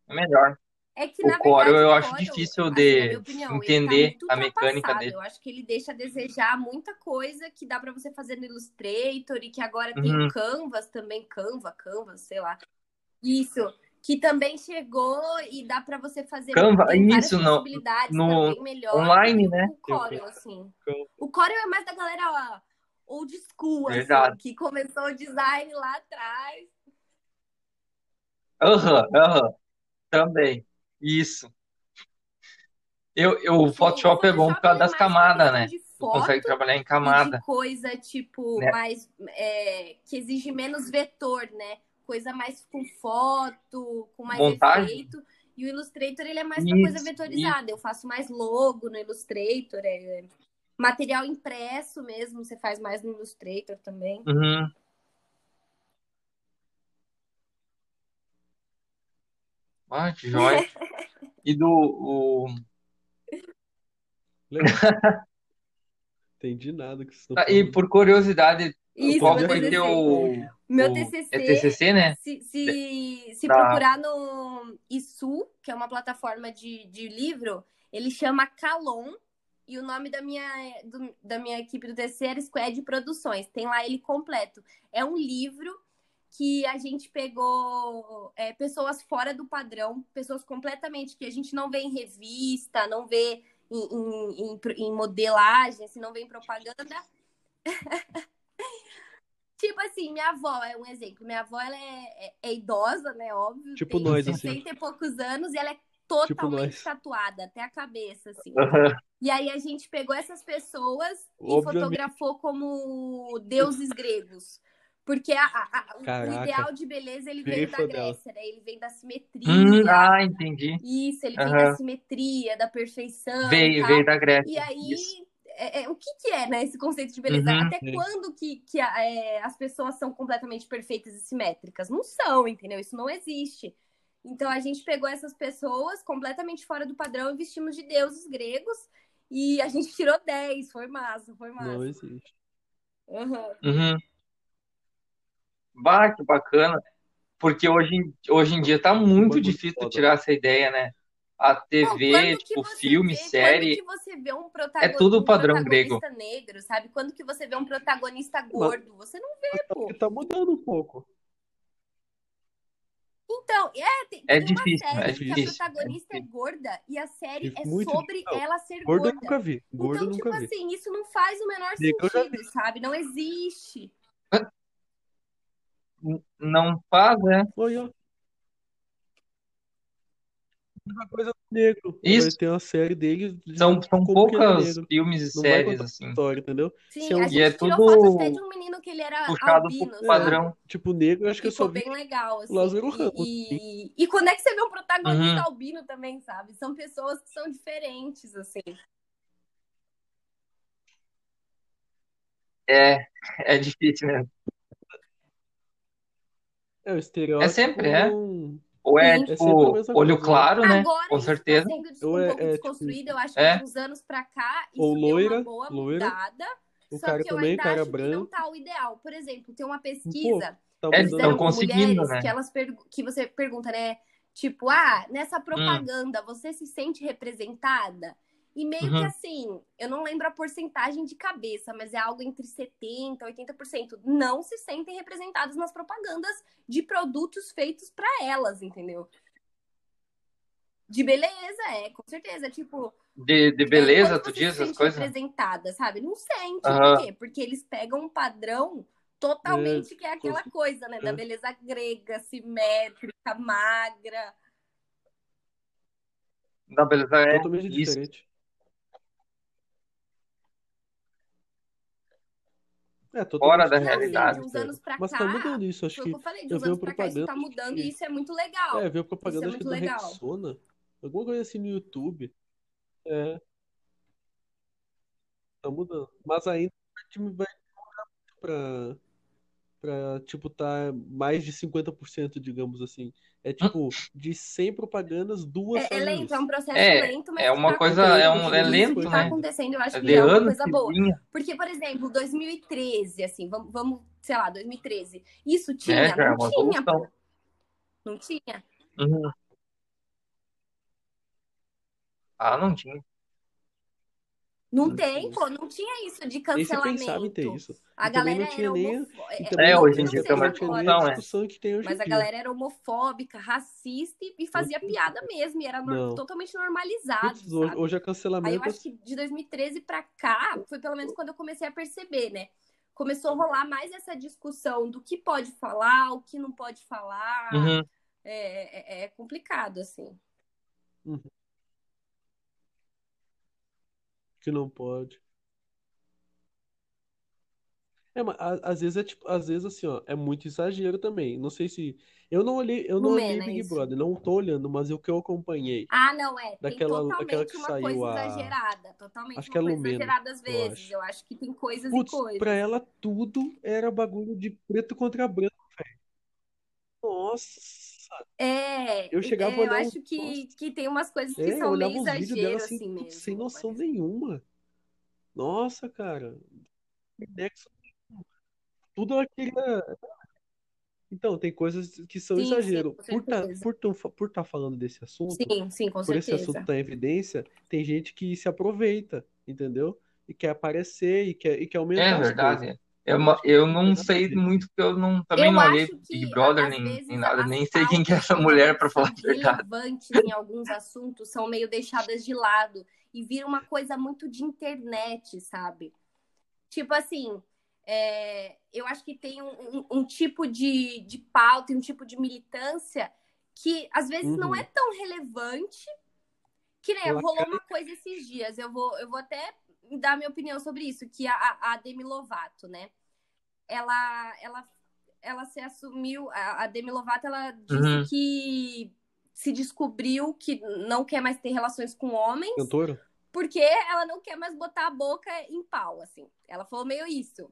É melhor.
É que,
O
na
Corel
verdade, o
eu acho
Corel,
difícil
assim, na minha
de
opinião, ele tá
entender
muito
a mecânica
ultrapassado.
dele.
Eu acho que ele deixa a desejar muita coisa que dá pra você fazer no Illustrator e que agora tem o
Uhum.
Canvas também, Canva, Canvas, sei lá. Isso, que também chegou e dá pra você fazer,
Canva,
tem várias
isso no,
possibilidades
no
também melhor do que
online,
o,
né?
o
Eu,
Corel, assim.
eu,
O Corel é mais da galera ó, old school, assim,
Verdade.
que começou o design lá atrás.
Aham, aham, também. Isso. Eu, eu, o
Sim, o
Photoshop é bom por
Photoshop
causa
ele é
das
mais pra
camadas,
questão
né?
de
Tu consegue
foto
trabalhar em
e de
camada,
coisa, tipo,
né?
mais é, que exige menos vetor, né? Coisa mais com foto, com mais
Montagem.
efeito. E o Illustrator ele é mais pra coisa
Isso, isso.
vetorizada. Eu faço mais logo no Illustrator, é, material impresso mesmo, você faz mais no Illustrator também.
Uhum. Ah, que joia. E do, o,
legal. Entendi nada Ah, que vocês estão
Tá, E
falando.
por curiosidade,
Isso,
qual
meu
foi
TCC.
teu.
Meu
o-
TCC,
É TCC, né?
se, se, se
Tá.
procurar no ISU, que é uma plataforma de, de livro, ele chama Calon. E o nome da minha, do- da minha equipe do TCC era Squad é Produções. Tem lá ele completo. É um livro que a gente pegou é, pessoas fora do padrão, pessoas completamente que a gente não vê em revista, não vê em, em, em pro- em modelagem, se não vê em propaganda. tipo assim, minha avó é um exemplo. Minha avó ela é, é- é idosa, né? Óbvio.
Tipo
tem
nós, assim. Tipo
60 e poucos anos e ela é totalmente
nós.
tatuada, até a cabeça, assim.
Aham.
E aí a gente pegou essas pessoas e
Obviamente.
fotografou como deuses gregos. Porque a- a- a- o- o
Caraca.
ideal de beleza ele
Virei
vem da
fã dela.
Grécia, né? Ele vem da simetria.
Hum, ah, entendi.
Isso, ele vem
Aham.
da simetria, da perfeição.
Veio,
tal.
veio da Grécia.
tá. E aí,
Isso.
é- é, o que, que é, né, esse conceito de beleza?
Uhum,
Até
sim.
quando que, que a- é, as pessoas são completamente perfeitas e simétricas? Não são, entendeu? Isso não existe. Então a gente pegou essas pessoas completamente fora do padrão e vestimos de deuses gregos. E a gente tirou 10, foi massa, foi
Não
massa.
existe.
Aham.
Uhum. Bah, que bacana. Porque hoje, em- hoje em dia tá muito
Bagulho
difícil
foda.
tirar essa ideia, né? A
Não,
TV,
quando que
tipo,
você
filme,
vê,
série.
Quando que você vê um, protago-
É tudo
um
padrão
protagonista negro, sabe? Quando que você vê um protagonista gordo? Você não vê, pô.
Porque tá mudando um pouco.
Então, é, tem,
É
tem
difícil,
uma série
é
que a
difícil,
protagonista é gorda e a série é
Muito
sobre
difícil.
ela ser
Gordo
gorda.
eu nunca vi. Gordo
então,
eu
tipo
nunca vi.
assim, isso não faz o menor
Negro eu já
sentido, sabe? Não existe.
N- Não faz, né?
assim,
Olha, aí, ó. Mesma coisa do negro.
Isso.
Agora tem uma série dele. de
São, são
como que ele é
poucas
negro.
filmes e
Não vai
séries,
contar
assim,
história, entendeu?
Sim,
Se é um-
a
E
gente
é
tirou
tudo
foto até de um menino que ele era
puxado
albino,
pro
sabe?
padrão.
Tipo, negro, eu acho que eu só
Ficou
vi.
bem legal, assim.
Lázaro
E-
Ramos,
E, e quando é que você vê um protagonista
Uhum.
albino também, sabe? São pessoas que são diferentes, assim.
É, é difícil mesmo.
É o estereótipo.
sempre, é.
não-
Ou é,
Sim.
tipo,
É sempre a mesma
olho
coisa, né?
claro, né?
Agora
Com
isso
certeza.
está sendo des-
Ou
um
é-
pouco
é, tipo,
desconstruído. Eu acho que
é.
de uns anos pra cá isso
Ou
deu
loira,
uma boa
loira.
mudada.
O
Só
cara
que eu
também, é
ainda
cara
acho que não
branco.
tá o ideal. Por exemplo, tem uma
Pô,
pesquisa
É,
tá mudando.
tão
fizeram com
conseguindo,
mulheres
né?
que elas pergu- que você pergunta, né? Tipo, ah,
Hum.
nessa propaganda você se sente representada? E meio que
Uhum.
assim, eu não lembro a porcentagem de cabeça, mas é algo entre 70% e 80%. Não se sentem representadas nas propagandas de produtos feitos pra elas, entendeu? De beleza, é, com certeza. Tipo,
De, de
é,
beleza,
quando
tu
você se
diz essas
sente
coisas?
representada, sabe? Não sente.
Aham.
Por quê? Porque eles pegam um padrão totalmente que é aquela coisa, né? Da
é.
beleza grega, simétrica, magra.
Da beleza é
Totalmente
isso.
diferente. É,
Fora
totalmente
da
Não, sim,
diferente,
realidade.
de uns
cara.
anos pra
Mas
cá,
tá mudando isso, acho
foi o
que.
que eu falei, de
Eu
uns
vi uma
anos pra cá isso
propaganda.
tá mudando
de-
e isso é muito legal.
É, veio propaganda acho que
muito
da
legal.
Rexona. Alguma coisa assim no YouTube. É. Tá mudando. Mas ainda vai te- vai pra, pra tipo, tá mais de 50%, digamos assim. É tipo, de 100 propagandas, duas
É, é
são
lento, é um
ruins.
processo
É,
lento, mas
é
que
uma
tá
coisa,
acontecendo.
é, um, é
E isso que
lento,
tá
né?
acontecendo, eu
É
acho que
de
já é uma
anos
coisa
que
boa.
vinha, né,
Porque, por exemplo, 2013, assim, vamos, vamos, sei lá, 2013. Isso
né?
tinha?
Já é
Não
uma
tinha,
evolução.
pô. Não tinha.
Uhum. Ah, não tinha.
Não
Não
tem,
tinha.
pô, não tinha isso de
Nem se pensava em ter
cancelamento.
isso.
A
E também
galera
não tinha
era
nem a,
homofóbica.
e
É,
também não
hoje em
eu
dia
não sei
tinha,
também
não
não
tinha
tinha
agora,
nem a
noção, é.
discussão né? que tem hoje
mas
em
a
dia.
galera era homofóbica, racista e e fazia piada mesmo, e era nor-
Não.
totalmente normalizado,
Putz, hoje,
sabe?
hoje é
Aí eu
cancelamento.
acho que de 2013 pra cá, foi pelo menos quando eu comecei a perceber, né? Começou a rolar mais essa discussão do que pode falar, o que não pode falar.
Uhum.
É, é- é complicado, assim.
Uhum, Que não pode. É, mas a- às vezes é tipo, às vezes assim, ó, é muito exagero também. Não sei se. Eu não olhei, eu não olhei
Lumena, é
Big
isso.
Brother, não tô olhando, mas é o que eu acompanhei
Ah, não, é. Tem
daquela, daquela
totalmente
que
uma coisa
saiu a.
exagerada. Totalmente
Acho
uma
que é a
coisa
Lumena,
exagerada às
eu
vezes.
acho.
Eu acho que tem coisas e
Putz, pra
coisas.
ela tudo era bagulho de preto contra branco. Nossa!
É,
Eu chegava a
é, eu
olhar uns.
acho
Nossa.
que, que tem umas coisas que
É, eu
são meio
olhava os vídeos
exagero,
dela assim,
assim
putz, sem
mesmo.
noção
Mas...
nenhuma. Nossa, cara. Nexo. Tudo eu queria. Então, tem coisas que são
Sim, sim,
exagero.
com
por tá,
certeza.
por tão fa- por tá falando desse assunto,
Sim, sim, com
por esse
certeza.
assunto tá em evidência, tem gente que se aproveita, entendeu? E quer aparecer e quer, e quer aumentar
É
as
verdade.
coisas.
Eu, ma- eu não sei muito, porque eu não, também
eu
não olhei
acho que,
Big Brother
às
nem,
vezes,
nem nada,
as
nem sei quem que é
pautas
essa mulher pra
realmente
falar a
são
verdade.
relevantes em alguns assuntos são meio deixadas de lado e vira uma coisa muito de internet, sabe? Tipo assim, é, eu acho que tem um, um- um tipo de, de pauta e um tipo de militância que às vezes não
Uhum.
é tão relevante que nem
Ela
rolou uma coisa esses dias. Eu vou, eu vou até dar minha opinião sobre isso, que a- a, a Demi Lovato, né? Ela, ela, ela se assumiu. A, a Demi Lovato ela disse
Uhum.
que se descobriu que não quer mais ter relações com homens
Cantora?
porque ela não quer mais botar a boca em pau, assim. Ela falou meio isso.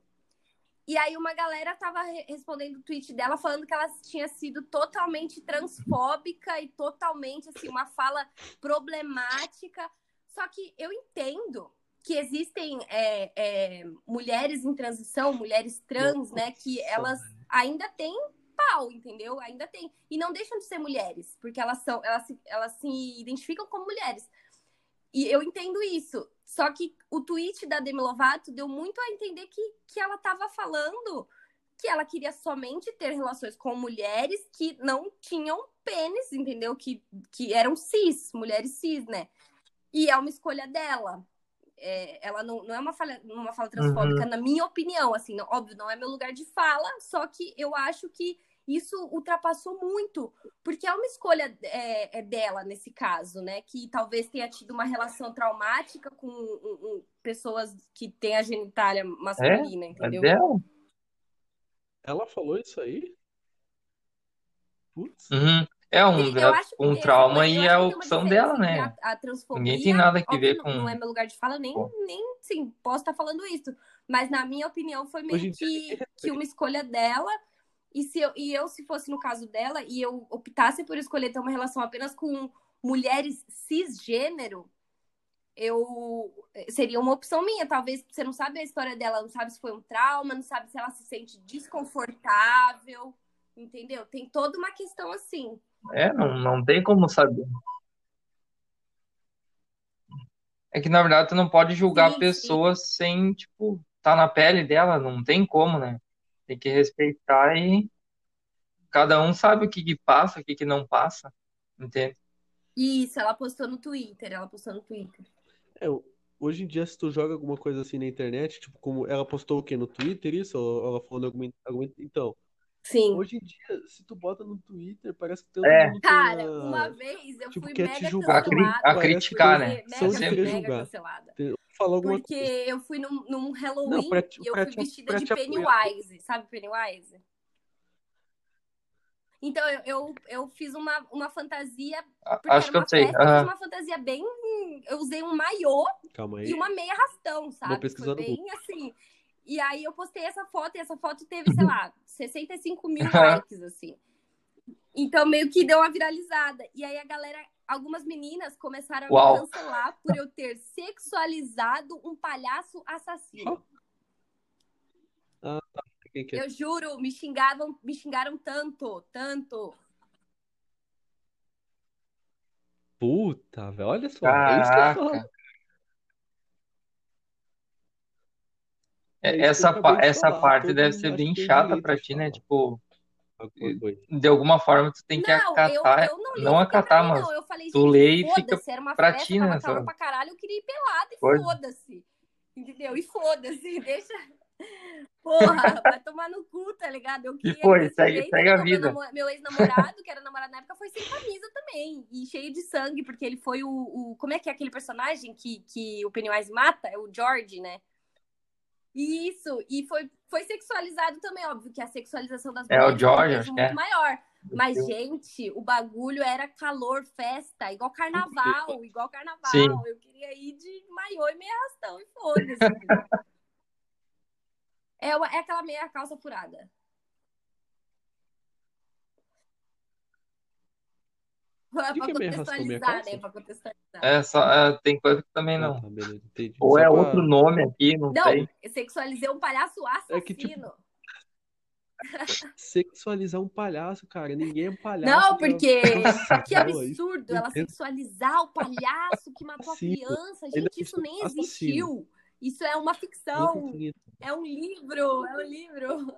E aí uma galera tava re- respondendo o tweet dela falando que ela tinha sido totalmente transfóbica e totalmente assim uma fala problemática. Só que eu entendo que existem é, é, mulheres em transição, mulheres trans, né, que elas ainda têm pau, entendeu? Ainda tem e não deixam de ser mulheres, porque elas são, elas se, elas se identificam como mulheres. E eu entendo isso. Só que o tweet da Demi Lovato deu muito a entender que, que ela estava falando que ela queria somente ter relações com mulheres que não tinham pênis, entendeu? Que, que eram cis, mulheres cis, né? E é uma escolha dela. É, ela não, não é uma fala, uma fala transfóbica, na minha opinião, assim, não- óbvio, não é meu lugar de fala, só que eu acho que isso ultrapassou muito, porque é uma escolha é, é dela nesse caso, né? Que talvez tenha tido uma relação traumática com um- um- pessoas que têm a genitália masculina,
É
entendeu?
dela?
Ela falou isso aí? Putz.
Uhum. É um,
Sim, eu acho que
um
tem essa
trauma
coisa- eu
e é
acho
a
que tem uma
opção
diferença
dela, né?
entre A, a transfobia,
Ninguém tem nada que
óbvio,
ver
não,
com.
não é meu lugar de fala, nem,
Pô.
nem sim, posso estar falando isso. Mas na minha opinião, foi
Hoje
meio
em dia
que, que uma escolha dela. E, se eu, e eu, se fosse no caso dela, e eu optasse por escolher ter uma relação apenas com mulheres cisgênero, eu seria uma opção minha. Talvez você não sabe a história dela, não sabe se foi um trauma, não sabe se ela se sente desconfortável, entendeu? Tem toda uma questão assim.
É, não, não tem como saber. É que, na verdade, tu não pode julgar
Sim,
a pessoa sem, tipo, tá na pele dela, não tem como, né? Tem que respeitar e cada um sabe o que que passa, o que que não passa, entende?
Isso, ela postou no Twitter, ela postou no Twitter.
É, hoje em dia, se tu joga alguma coisa assim na internet, tipo, como ela postou o quê? No Twitter, isso? Ou ela falando alguma. alguma- Então,
Sim.
hoje em dia, se tu bota no Twitter, parece que todo
É.
mundo tem
Cara,
uma-
uma vez eu
tipo,
fui
quer te
mega
julgar.
A, cri-
cancelada.
a
Parece
criticar,
que
né?
Mega,
são de
Sempre.
querer
mega
julgar.
cancelada.
Tem- Falar alguma
Porque
coisa. assim.
eu fui num, num
Não,
Halloween
pra te,
e eu
pra
fui
te,
vestida
pra
de
te apoiar.
Pennywise. Sabe Pennywise? Então eu, eu, eu fiz uma, uma fantasia,
A-
porque
Acho
era
que eu
uma
sei.
festa, eu fiz
Aham.
uma fantasia bem. Eu usei um maiô
Calma aí.
e uma meia arrastão,
Vou
sabe? Foi
pesquisar no Google.
bem assim. E aí eu postei essa foto e essa foto teve, sei lá, 65 mil likes, assim. Então meio que deu uma viralizada. E aí a galera, algumas meninas começaram a
Uau.
me cancelar por eu ter sexualizado um palhaço assassino.
Quem que é?
Eu juro, me xingavam, me xingaram tanto, tanto.
Puta, velho. Olha só. É isso que eu falo.
Caraca.
É
É-
isso que eu
Essa,
acabei
pa-
de
essa
falar.
parte
Todo
deve
mundo
ser
acha que
bem
tem
chata
direito
pra
de
ti, né?
falar
Tipo,
alguma coisa.
de alguma forma tu tem que
Não, eu,
acatar,
eu não li,
não
não fica pra
acatar,
mim,
mas
não. Eu falei,
tu
gente,
lê e fica
foda-se, era uma
pra
festa,
ti,
tava
né?
calor
Sabe?
pra caralho, eu queria ir pelada e
Coisa.
foda-se. Entendeu? E foda-se, deixa. Porra, vai tomar no cu, tá ligado? Eu
E
queria ir
foi,
desse
segue,
jeito,
segue a
porque o meu,
vida.
namo- meu ex-namorado, que era namorado na época, foi sem camisa também. E cheio de sangue, porque ele foi o. o- como é que é aquele personagem que, que o Pennywise mata? É o George, né? E Isso, e foi, foi sexualizado também, óbvio, que a sexualização das
É o
mulheres tem um
George,
peso
acho que é.
muito maior. Mas, gente, o bagulho era calor, festa, igual carnaval, igual carnaval.
Sim.
Eu queria ir de maiô e meia arrastão, e foda-se. é, uma- é aquela meia calça furada. Pra,
que
pra
que me arrastou minha
contextualizar,
calça?
né? Pra contextualizar.
É, só, é, tem coisa que também
Ah,
não.
tá, beleza, entendi.
Ou
Só
é
pra-
outro nome aqui, não,
Não,
sei.
eu sexualizei um palhaço assassino.
É que, tipo, Sexualizar um palhaço, cara. Ninguém é um palhaço.
Não,
cara.
porque
Nossa,
que
não, isso-
absurdo ela sexualizar o palhaço que matou a
Assassino.
criança.
Ele
Gente, isso nem
assassino.
existiu. Isso é uma
nunca
ficção.
tinha-
É um livro, é um livro.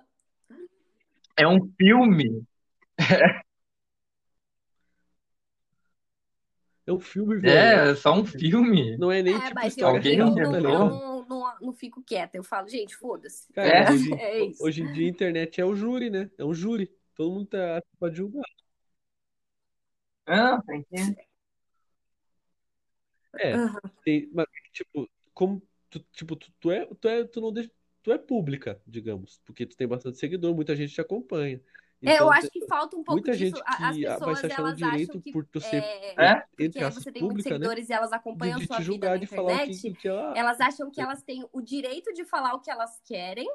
É um filme.
É um filme, velho.
É, é só um filme.
Não é nem
é,
tipo
mas eu,
história
alguém
eu não,
real, tá
eu
inventou.
ligado?
não, não, não fico quieta. Eu falo, gente, foda-se.
Cara,
É.
hoje,
É isso.
hoje em dia a internet é o júri, né? É um júri. Todo mundo tá pra julgar.
Ah, tem que...
É,
Aham.
tem, mas, tipo, como tu, tipo, tu, tu é, tu é, tu não deixa, tu é pública, digamos, porque tu tem bastante seguidor, muita gente te acompanha.
É, eu
Então,
acho
tem-
que falta um pouco
muita
disso.
gente
A- As
que ah, vai
pessoas,
se achar no
elas
direito
acham que
por tu ser,
é,
É?
porque
entre
aí
aspas,
você tem muitos
pública, né?
seguidores e elas
De,
acompanham
de
sua
te
vida na
julgar, de falar o que,
internet.
que, ah, que ela.
Elas acham que elas têm o direito de falar o que elas querem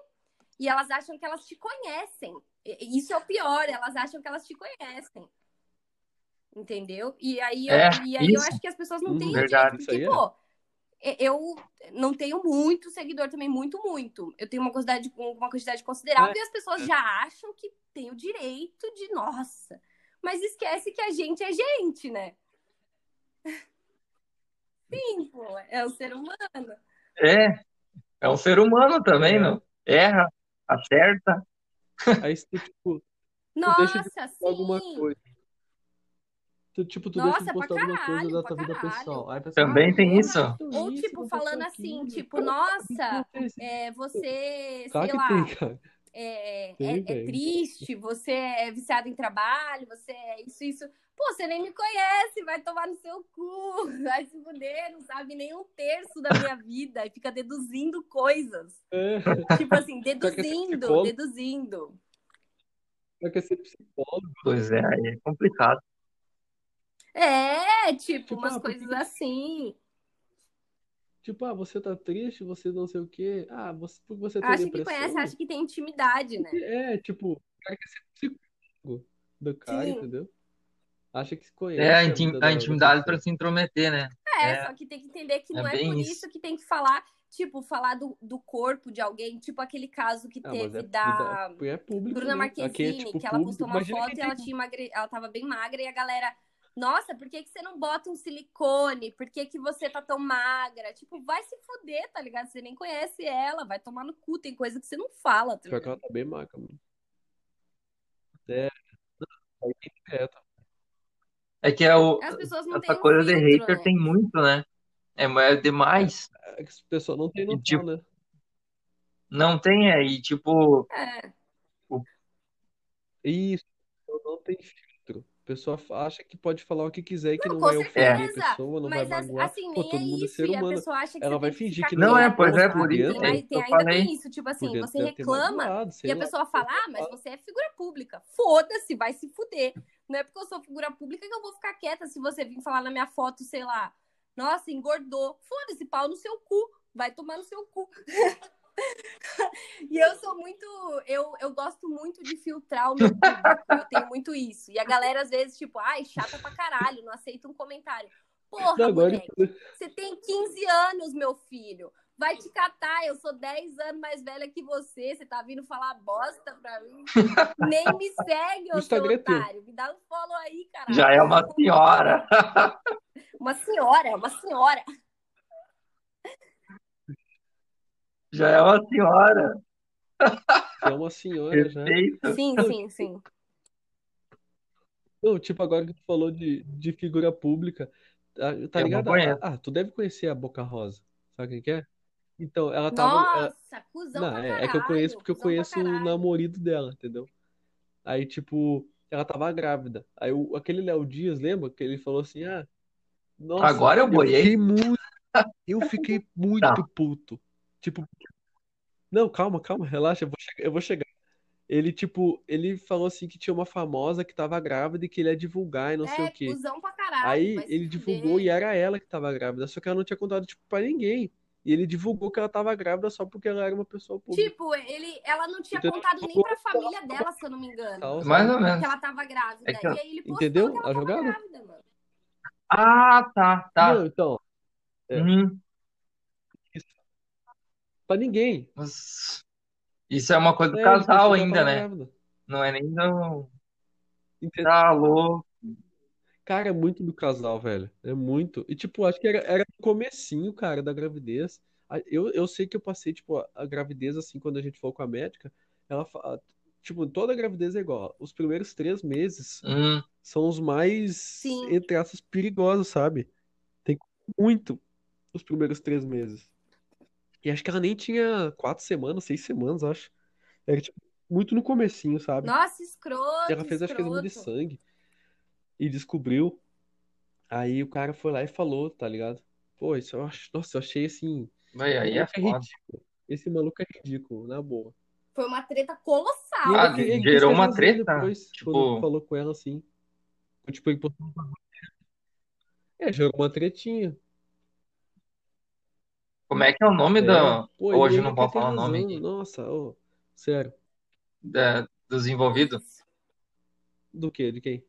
e elas acham que elas te conhecem. E- Isso é o pior, elas acham que elas te conhecem. Entendeu? E aí eu,
É,
e aí eu
isso.
acho que as pessoas não
Uhum.
têm
Verdade.
direito,
Isso aí
porque,
é.
pô, e- eu não tenho muito seguidor também, muito, muito. Eu tenho uma quantidade, um, uma quantidade considerável
É,
e as pessoas já acham que tem o direito de, nossa. Mas esquece que a gente é gente, né? Sim, pô, é o ser humano.
É, é um ser humano também,
É.
não? Erra, acerta.
Aí se tu, tipo, Tu deixa de
Nossa, sim.
alguma coisa. tu, tipo, tu deixa
Nossa, é
de
pra
postar alguma coisa
caralho,
da
pra
tua vida
caralho.
pessoal. Aí a pessoa,
Também
"Ah,
tem
não,
isso?
postou
Ou,
isso,
tipo,
não postou
falando
aquilo".
assim, tipo,
Cara,
nossa,
tem esse-
é, você,
Claro
sei
que
lá,
tem, cara.
é, é-
Tem,
é
velho.
triste, você é viciado em trabalho, você é isso, isso. Pô, você nem me conhece, vai tomar no seu cu, vai se fuder, não sabe nem um terço da minha vida e fica deduzindo coisas.
É.
Tipo assim,
Só que esse
deduzindo,
psicólogo-
deduzindo.
Só que é ser psicólogo.
Pois é, aí é complicado.
É, tipo,
Tipo,
umas
ah, por que
coisas
que-
assim.
Tipo, ah, você tá triste, você não sei o quê. Ah, você, porque você tem
Acha que conhece,
depressão?
acha que tem intimidade, né?
É, tipo, o cara quer ser psicólogo do cara,
Sim.
entendeu? Acha que se conhece.
É a,
a
intim-
vida
a
da- da
intimidade para
pessoa.
se intrometer, né?
É,
É.
só que tem que entender que
É
não é,
bem
por
isso.
isso que tem que falar, tipo, falar do, do corpo de alguém, tipo aquele caso que
Ah, mas
teve
é,
da
vida- é público,
Bruna
né? Aqui é,
Marquezine,
tipo,
que ela postou
público.
uma
Imagina
foto
quem
e ela
tem...
tinha emagre... ela tava bem magra e a galera, nossa, por que que você não bota um silicone? Por que que você tá tão magra? Tipo, vai se fuder, tá ligado? Você nem conhece ela, vai tomar no cu, tem coisa que você não fala, tá
Pior que
ligado?
ela tá bem maca, mano. É, aí tá, tem direto.
É que é o,
As pessoas não
essa
têm um
coisa de
filtro,
hater
né?
tem muito, né? É, é demais.
É que o pessoal não tem
E,
noção,
tipo,
né?
não tem aí, tipo,
É,
Isso, não tem filtro. A pessoa acha que pode falar o que quiser e que
não,
não
com
vai ofender a
certeza.
pessoa, não vai
Mas as-
magoar.
assim, nem
Pô,
é
todo mundo é
isso.
ser
e a
humano.
pessoa acha que
Ela
você
vai
tem que
fingir
ficar
que
não é,
quieta,
pois é,
sabe?
por isso
dentro,
Tem, mais,
que
tem
eu
ainda
falei.
tem isso, tipo
Por
assim,
dentro
você
deve ter
reclama
magoado, sei
e a
lá.
pessoa fala, ah, mas você é figura pública. Foda-se, vai se fuder. Não é porque eu sou figura pública que eu vou ficar quieta se você vir falar na minha foto, sei lá, nossa, engordou. Foda-se, pau no seu cu. Vai tomar no seu cu. E eu sou muito. Eu, eu gosto muito de filtrar o meu público. Eu tenho muito isso. E a galera, às vezes, tipo, ai, chata pra caralho, não aceita um comentário.
Não,
Porra,
agora
moleque, você tem 15 anos, meu filho. Vai te catar, eu sou 10 anos mais velha que você. Você tá vindo falar bosta pra mim. Nem me segue,
O
ô seu
Instagram é teu.
otário. Me dá um follow aí, caralho.
Já é uma senhora.
Uma senhora, uma senhora.
Já é uma senhora.
é uma senhora já.
Respeito.
Sim, sim, sim.
Não, tipo, agora que tu falou de, de figura pública, tá, tá
Eu não
ligado?
conheço.
Ah, tu deve conhecer a Boca Rosa. Sabe quem que é? Então, ela tava. ela-
Nossa, cuzão
Não,
pra
é,
caralho.
é que eu conheço porque eu
cuzão pra
conheço o
caralho.
namorado dela, entendeu? Aí, tipo, ela tava grávida. Aí o- aquele Léo Dias, lembra? Que ele falou assim: ah, nossa,
Agora eu
eu
boiei. Tá.
fiquei muito, eu fiquei muito puto. Tipo, não, calma, calma, relaxa, eu vou chegar. Eu vou chegar. Ele, tipo, ele falou assim que tinha uma famosa que tava grávida e que ele ia divulgar e não sei o
É,
quê.
cuzão pra caralho.
Aí
Vai se
ele divulgou e
fuder.
era ela que tava grávida, só que ela não tinha contado, tipo, pra ninguém. E ele divulgou que ela tava grávida só porque ela era uma pessoa pública.
Tipo, ele, ela não tinha
Entendeu?
contado nem pra família dela, se eu não me engano.
Mais
Tal, Então, sabe?
ou menos.
Que ela tava
É
grávida.
que eu-
E aí ele postou
Entendeu Tá
que ela
a
tava
jogada?
grávida, mano.
Ah, tá, tá.
Não, então, é.
Uhum.
pra ninguém.
Mas Isso é uma coisa do
É, eles
casal
pensam que
ainda,
ela tava
né?
grávida.
Não é nem do.
Entendeu?
Tá louco.
Cara, é muito do casal, velho. É muito. E, tipo, acho que era, era no comecinho, cara, da gravidez. A- Eu, eu sei que eu passei, tipo, a, a gravidez, assim, quando a gente for com a médica, ela fala. Tipo, toda gravidez é igual. Os primeiros três meses
Hum,
são os mais,
Sim.
entre aspas, perigosos, sabe? Tem muito os primeiros três meses. E acho que ela nem tinha quatro semanas, seis semanas, acho. Era, tipo, muito no comecinho, sabe?
Nossa, escroto,
Ela fez, acho que, exame de
escroto.
sangue e descobriu. Aí o cara foi lá e falou, tá ligado? Pô, isso eu acho. Nossa, eu achei assim.
vai,
O
aí é
maluco é
foda.
ridículo. Esse maluco é ridículo, na boa.
Foi uma treta
E
colossal,
Ah, de-
ele, que-
né?
ele quis
gerou
ter
uma
razão
treta?
depois, quando
Tipo,
falou com ela assim. Tipo, ele postou. É, jogou uma tretinha.
como é que é o nome
É,
do.
pô, e
Hoje
ele
não
quer
vou
ter
falar o nome
razão.
aqui.
Nossa, ô, sério.
da- dos envolvidos?
Do quê? De quem?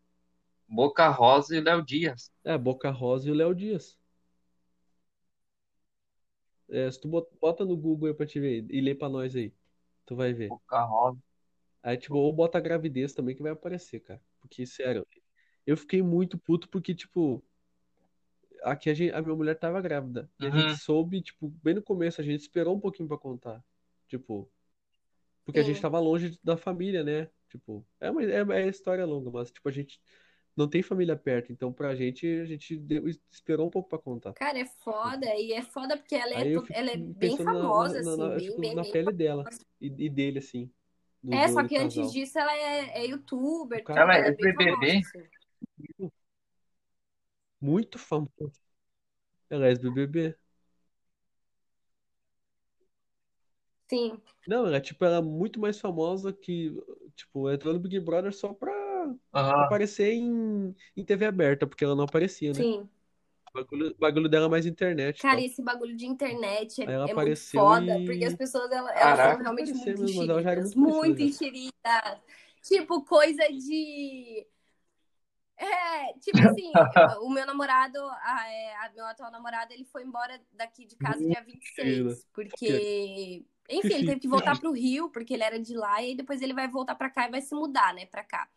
Boca Rosa e Léo Dias.
É, Boca Rosa e o Léo Dias. É, se tu bota bota no Google aí pra te ver e lê pra nós aí, tu vai ver.
Boca Rosa.
Aí, tipo, ou bota a gravidez também que vai aparecer, cara. Porque, sério, eu fiquei muito puto porque, tipo, aqui a, gente, a minha mulher tava grávida. E a gente
Uhum.
soube, tipo, bem no começo, a gente esperou um pouquinho pra contar. Tipo, porque a gente
Sim.
tava longe da família, né? Tipo, é uma é, é história longa, mas, tipo, a gente não tem família perto. Então, pra gente, a gente deu- esperou um pouco pra contar.
Cara, é foda. E é foda porque ela é,
Aí eu
to-
fico
ela é bem
pensando na, na,
famosa,
na-
assim,
na-
bem,
tipo,
bem,
na
bem
pele dela
famosa.
e, e dele, assim, do,
É,
do,
só
do
que antes
casal.
disso ela é, é
O
youtuber,
cara
tudo.
Ela
Ela
é
é bem famosa,
ex-BBB?
assim.
muito, muito famoso. Ela é ex-BBB.
Sim.
Não, ela, tipo, ela é muito mais famosa que, tipo, entrou no Big Brother só pra
Aham.
aparecer em, em TV aberta, porque ela não aparecia, né?
Sim.
O bagulho, o bagulho dela é mais internet e
Cara,
tal.
esse bagulho de internet
Aí
é,
ela
é muito
apareceu
foda, porque as
e...
pessoas ela- elas são
Caraca.
realmente
Aparecer
muito
mesmo, mas ela já era
enxeridas,
muito
muito
conhecida já.
enxeridas. Tipo, coisa de. É, tipo assim, o meu namorado, a, é, a- meu atual namorado, ele foi embora daqui de casa
Muito
dia
querida.
26,
Que,
porque,
que
enfim, ele teve
chique,
que
que
voltar
chique.
pro Rio, porque ele era de lá, e aí depois ele vai voltar pra cá e vai se mudar, né, pra cá.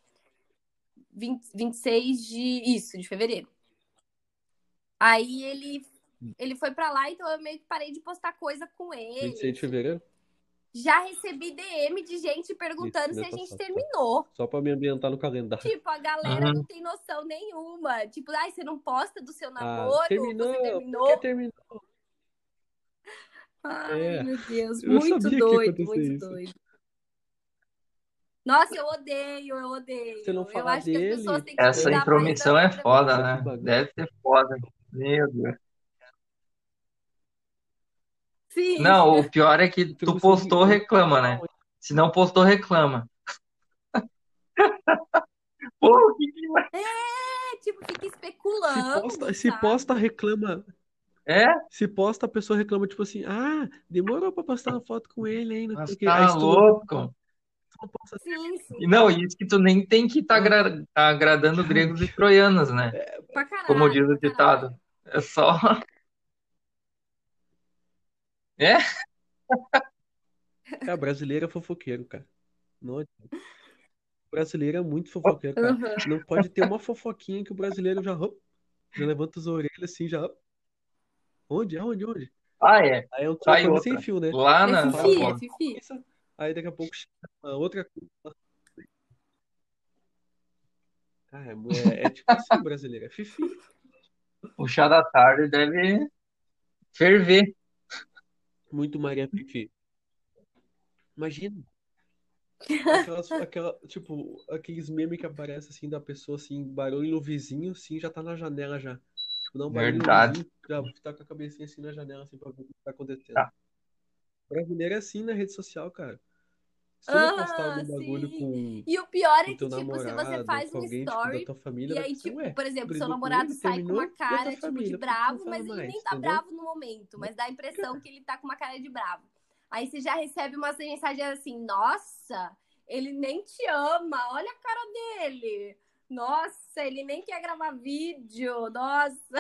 20, 26 de, isso, de fevereiro. Aí ele, ele foi pra lá, então eu meio que parei de postar coisa com ele,
26 de
enfim.
fevereiro?
Já recebi DM de gente
Isso,
perguntando se
mês
a gente
passado, tá.
terminou.
Só pra me ambientar no calendário.
Tipo, a galera
Uhum.
não tem noção nenhuma. Tipo, ai, você não posta do seu
Ah,
namoro, você
terminou! Por que
terminou.
terminou?
Ai,
É,
meu Deus,
eu
muito
sabia que ia
doido,
acontecer
muito
isso.
doido. Nossa, eu odeio, eu
Você não
odeio. Eu
falar
acho que as pessoas
dele,
têm que
Essa
cuidar mais da
intromissão é
outra
foda,
nossa,
pessoa.
que
né?
bagulho.
Deve ser foda. Meu Deus.
Sim,
Não, o pior é que tu
Intromissão de
postou,
grau,
reclama, né? Se não postou, reclama. Pô, o que que vai-
é tipo, fica
Se posta,
especulando,
se posta,
sabe?
reclama.
É?
Se posta, a pessoa reclama, tipo assim, ah, demorou pra postar uma foto com ele, hein, não sei
Mas
o quê. Aí
tá
se tu não
louco.
tu não posta,
Sim,
E
sim.
não, isso que tu nem tem que estar
ah,
agradando
cara,
gregos e troianos, né?
é,
Pra
Como
caralho,
diz o
pra
ditado.
caralho.
É só. É?
cara, brasileiro é fofoqueiro, cara. Não, adianta. o brasileiro é muito fofoqueiro, cara.
Aham.
Não pode ter uma fofoquinha que o brasileiro já, hop, já levanta as orelhas assim, já, hop, onde, aonde, onde?
Ah, é.
Aí é um
Sai
telefone sem
outra.
fio, né?
Lá
É
na.
Fala
fifi, é
uma
Pô,
fifi.
coisa, aí daqui a pouco chega uma outra coisa. Cara, é, é tipo assim, brasileiro, é fifi.
o chá da tarde deve ferver.
Muito Maria
Uhum.
Fifi. Imagina. Aquelas, aquela, tipo, aqueles memes que aparecem assim da pessoa assim, barulho no vizinho, assim, já tá na janela já. Tipo, dá um barulho no
Verdade.
vizinho, já tá com a cabecinha assim na janela, assim, pra ver o que tá acontecendo.
Tá.
Brasileiro é assim na rede social, cara. Se tu não postar
Aham,
algum bagulho
Ah, sim.
com
E o pior
o
é que,
teu
tipo, se você
namorado,
faz
com
um
alguém, tipo, da
story,
tua família,
e
vai
aí,
pensar,
tipo,
ué,
por exemplo, seu
brigou com
namorado
ele,
sai com uma
terminou, e a tua
cara, tipo, de
família? Por que tu não
bravo,
fala
mas ele
mais,
nem tá
entendeu?
bravo no momento,
Não,
mas dá a impressão
cara.
que ele tá com uma cara de bravo. Aí você já recebe umas mensagens assim, nossa, ele nem te ama, olha a cara dele. Nossa, ele nem quer gravar vídeo. Nossa.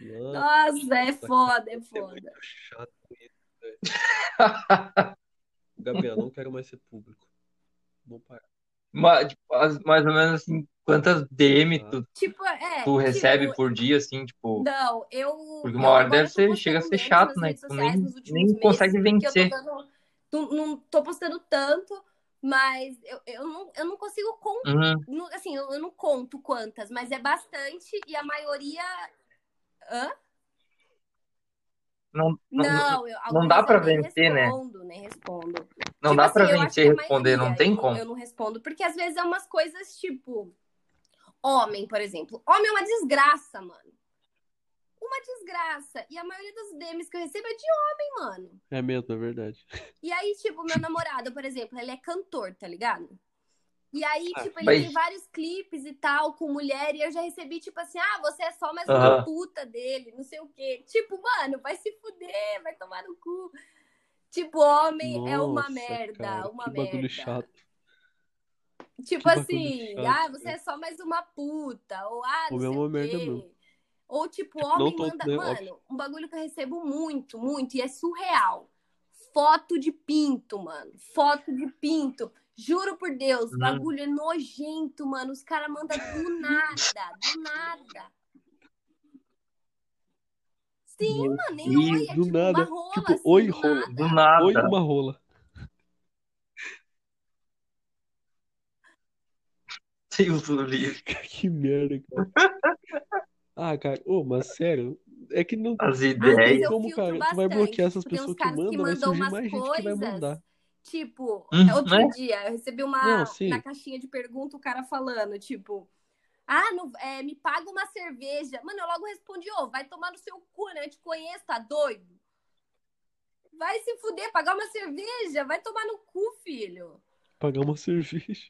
Mano,
Nossa, é foda, é
é
foda.
muito chato isso, velho. Gabriel, não quero mais ser público. Vou parar.
Ma- tipo, as- mais ou menos assim, quantas DM
Ah.
tu,
Tipo, é.
tu recebe
tipo,
por dia, assim, tipo.
Não, eu.
Porque
eu
uma hora
agora
deve
tô
ser,
postando
chega a ser
menos
chato,
nas
né?
redes
Tipo,
sociais
nem,
nos últimos
nem
meses,
consegue
porque eu tô
vencer.
dando. tô- não tô postando tanto, mas eu, eu, não, eu não consigo contar.
Uhum.
Assim, eu, eu não conto quantas, mas é bastante e a maioria. Hã?
Não, não, não
Não, eu-
não dá
algumas eu
pra
nem
vencer, né?
respondo, nem respondo.
Não
Tipo
dá
assim,
pra
eu acho
vencer
que
e
a
responder, não
maioria eu
tem
não,
como.
eu não respondo, porque às vezes é umas coisas tipo. Homem, por exemplo. Homem é uma desgraça, mano. Uma desgraça. E a maioria dos DMs que eu recebo é de homem, mano.
É mesmo, é verdade.
E aí, tipo, meu namorado, por exemplo, ele é cantor, tá ligado? E aí,
Ah,
tipo, ele tem
Mas,
vários clipes e tal com mulher, e eu já recebi, tipo assim, ah, você é só mais uma
aham.
puta dele, não sei o quê. Tipo, mano, vai se fuder, vai tomar no cu. Tipo, homem é uma
Nossa,
merda,
cara,
uma
que bagulho
merda.
chato.
Tipo
Que bagulho
assim,
chato, né?"
ah, você
velho.
é só mais uma puta, ou ah, não
Homem é
sei o
uma merda mesmo.
quê. Ou tipo,
Tipo, não
homem
todos,
manda.
né? Óbvio.
Mano, um bagulho que eu recebo muito, muito, e é surreal. Foto de pinto, mano. Foto de pinto. Juro por Deus,
Uhum.
bagulho é nojento, mano. Os caras mandam do nada, do nada. Sim,
Meu
mano, nem oi,
Deus,
é
do
tipo uma
nada.
rola
Tipo,
assim,
oi,
do
rola.
Do
nada.
Oi,
nada.
uma rola.
Deus do livre.
Que merda, cara. Ah, cara, ô, mas sério, é que não,
As
Ah,
não
mas
tem
ideias.
eu
como,
filtro
cara. Tu vai bloquear
bastante.
essas
Tipo, tem uns
pessoas que
caras que
mandam, vai
mandam
surgir
umas
mais gente que vai
coisas.
mandar.
Tipo,
Hum,
outro
né?
dia eu recebi
Uhum, Não,
uma na
sim.
caixinha de pergunta o cara falando, tipo, ah, não, é, me paga uma cerveja. Mano, eu logo respondi, ô, vai tomar no seu cu, né? Eu te conheço, tá doido? Vai se fuder, pagar uma cerveja, vai tomar no cu, filho.
Pagar uma cerveja.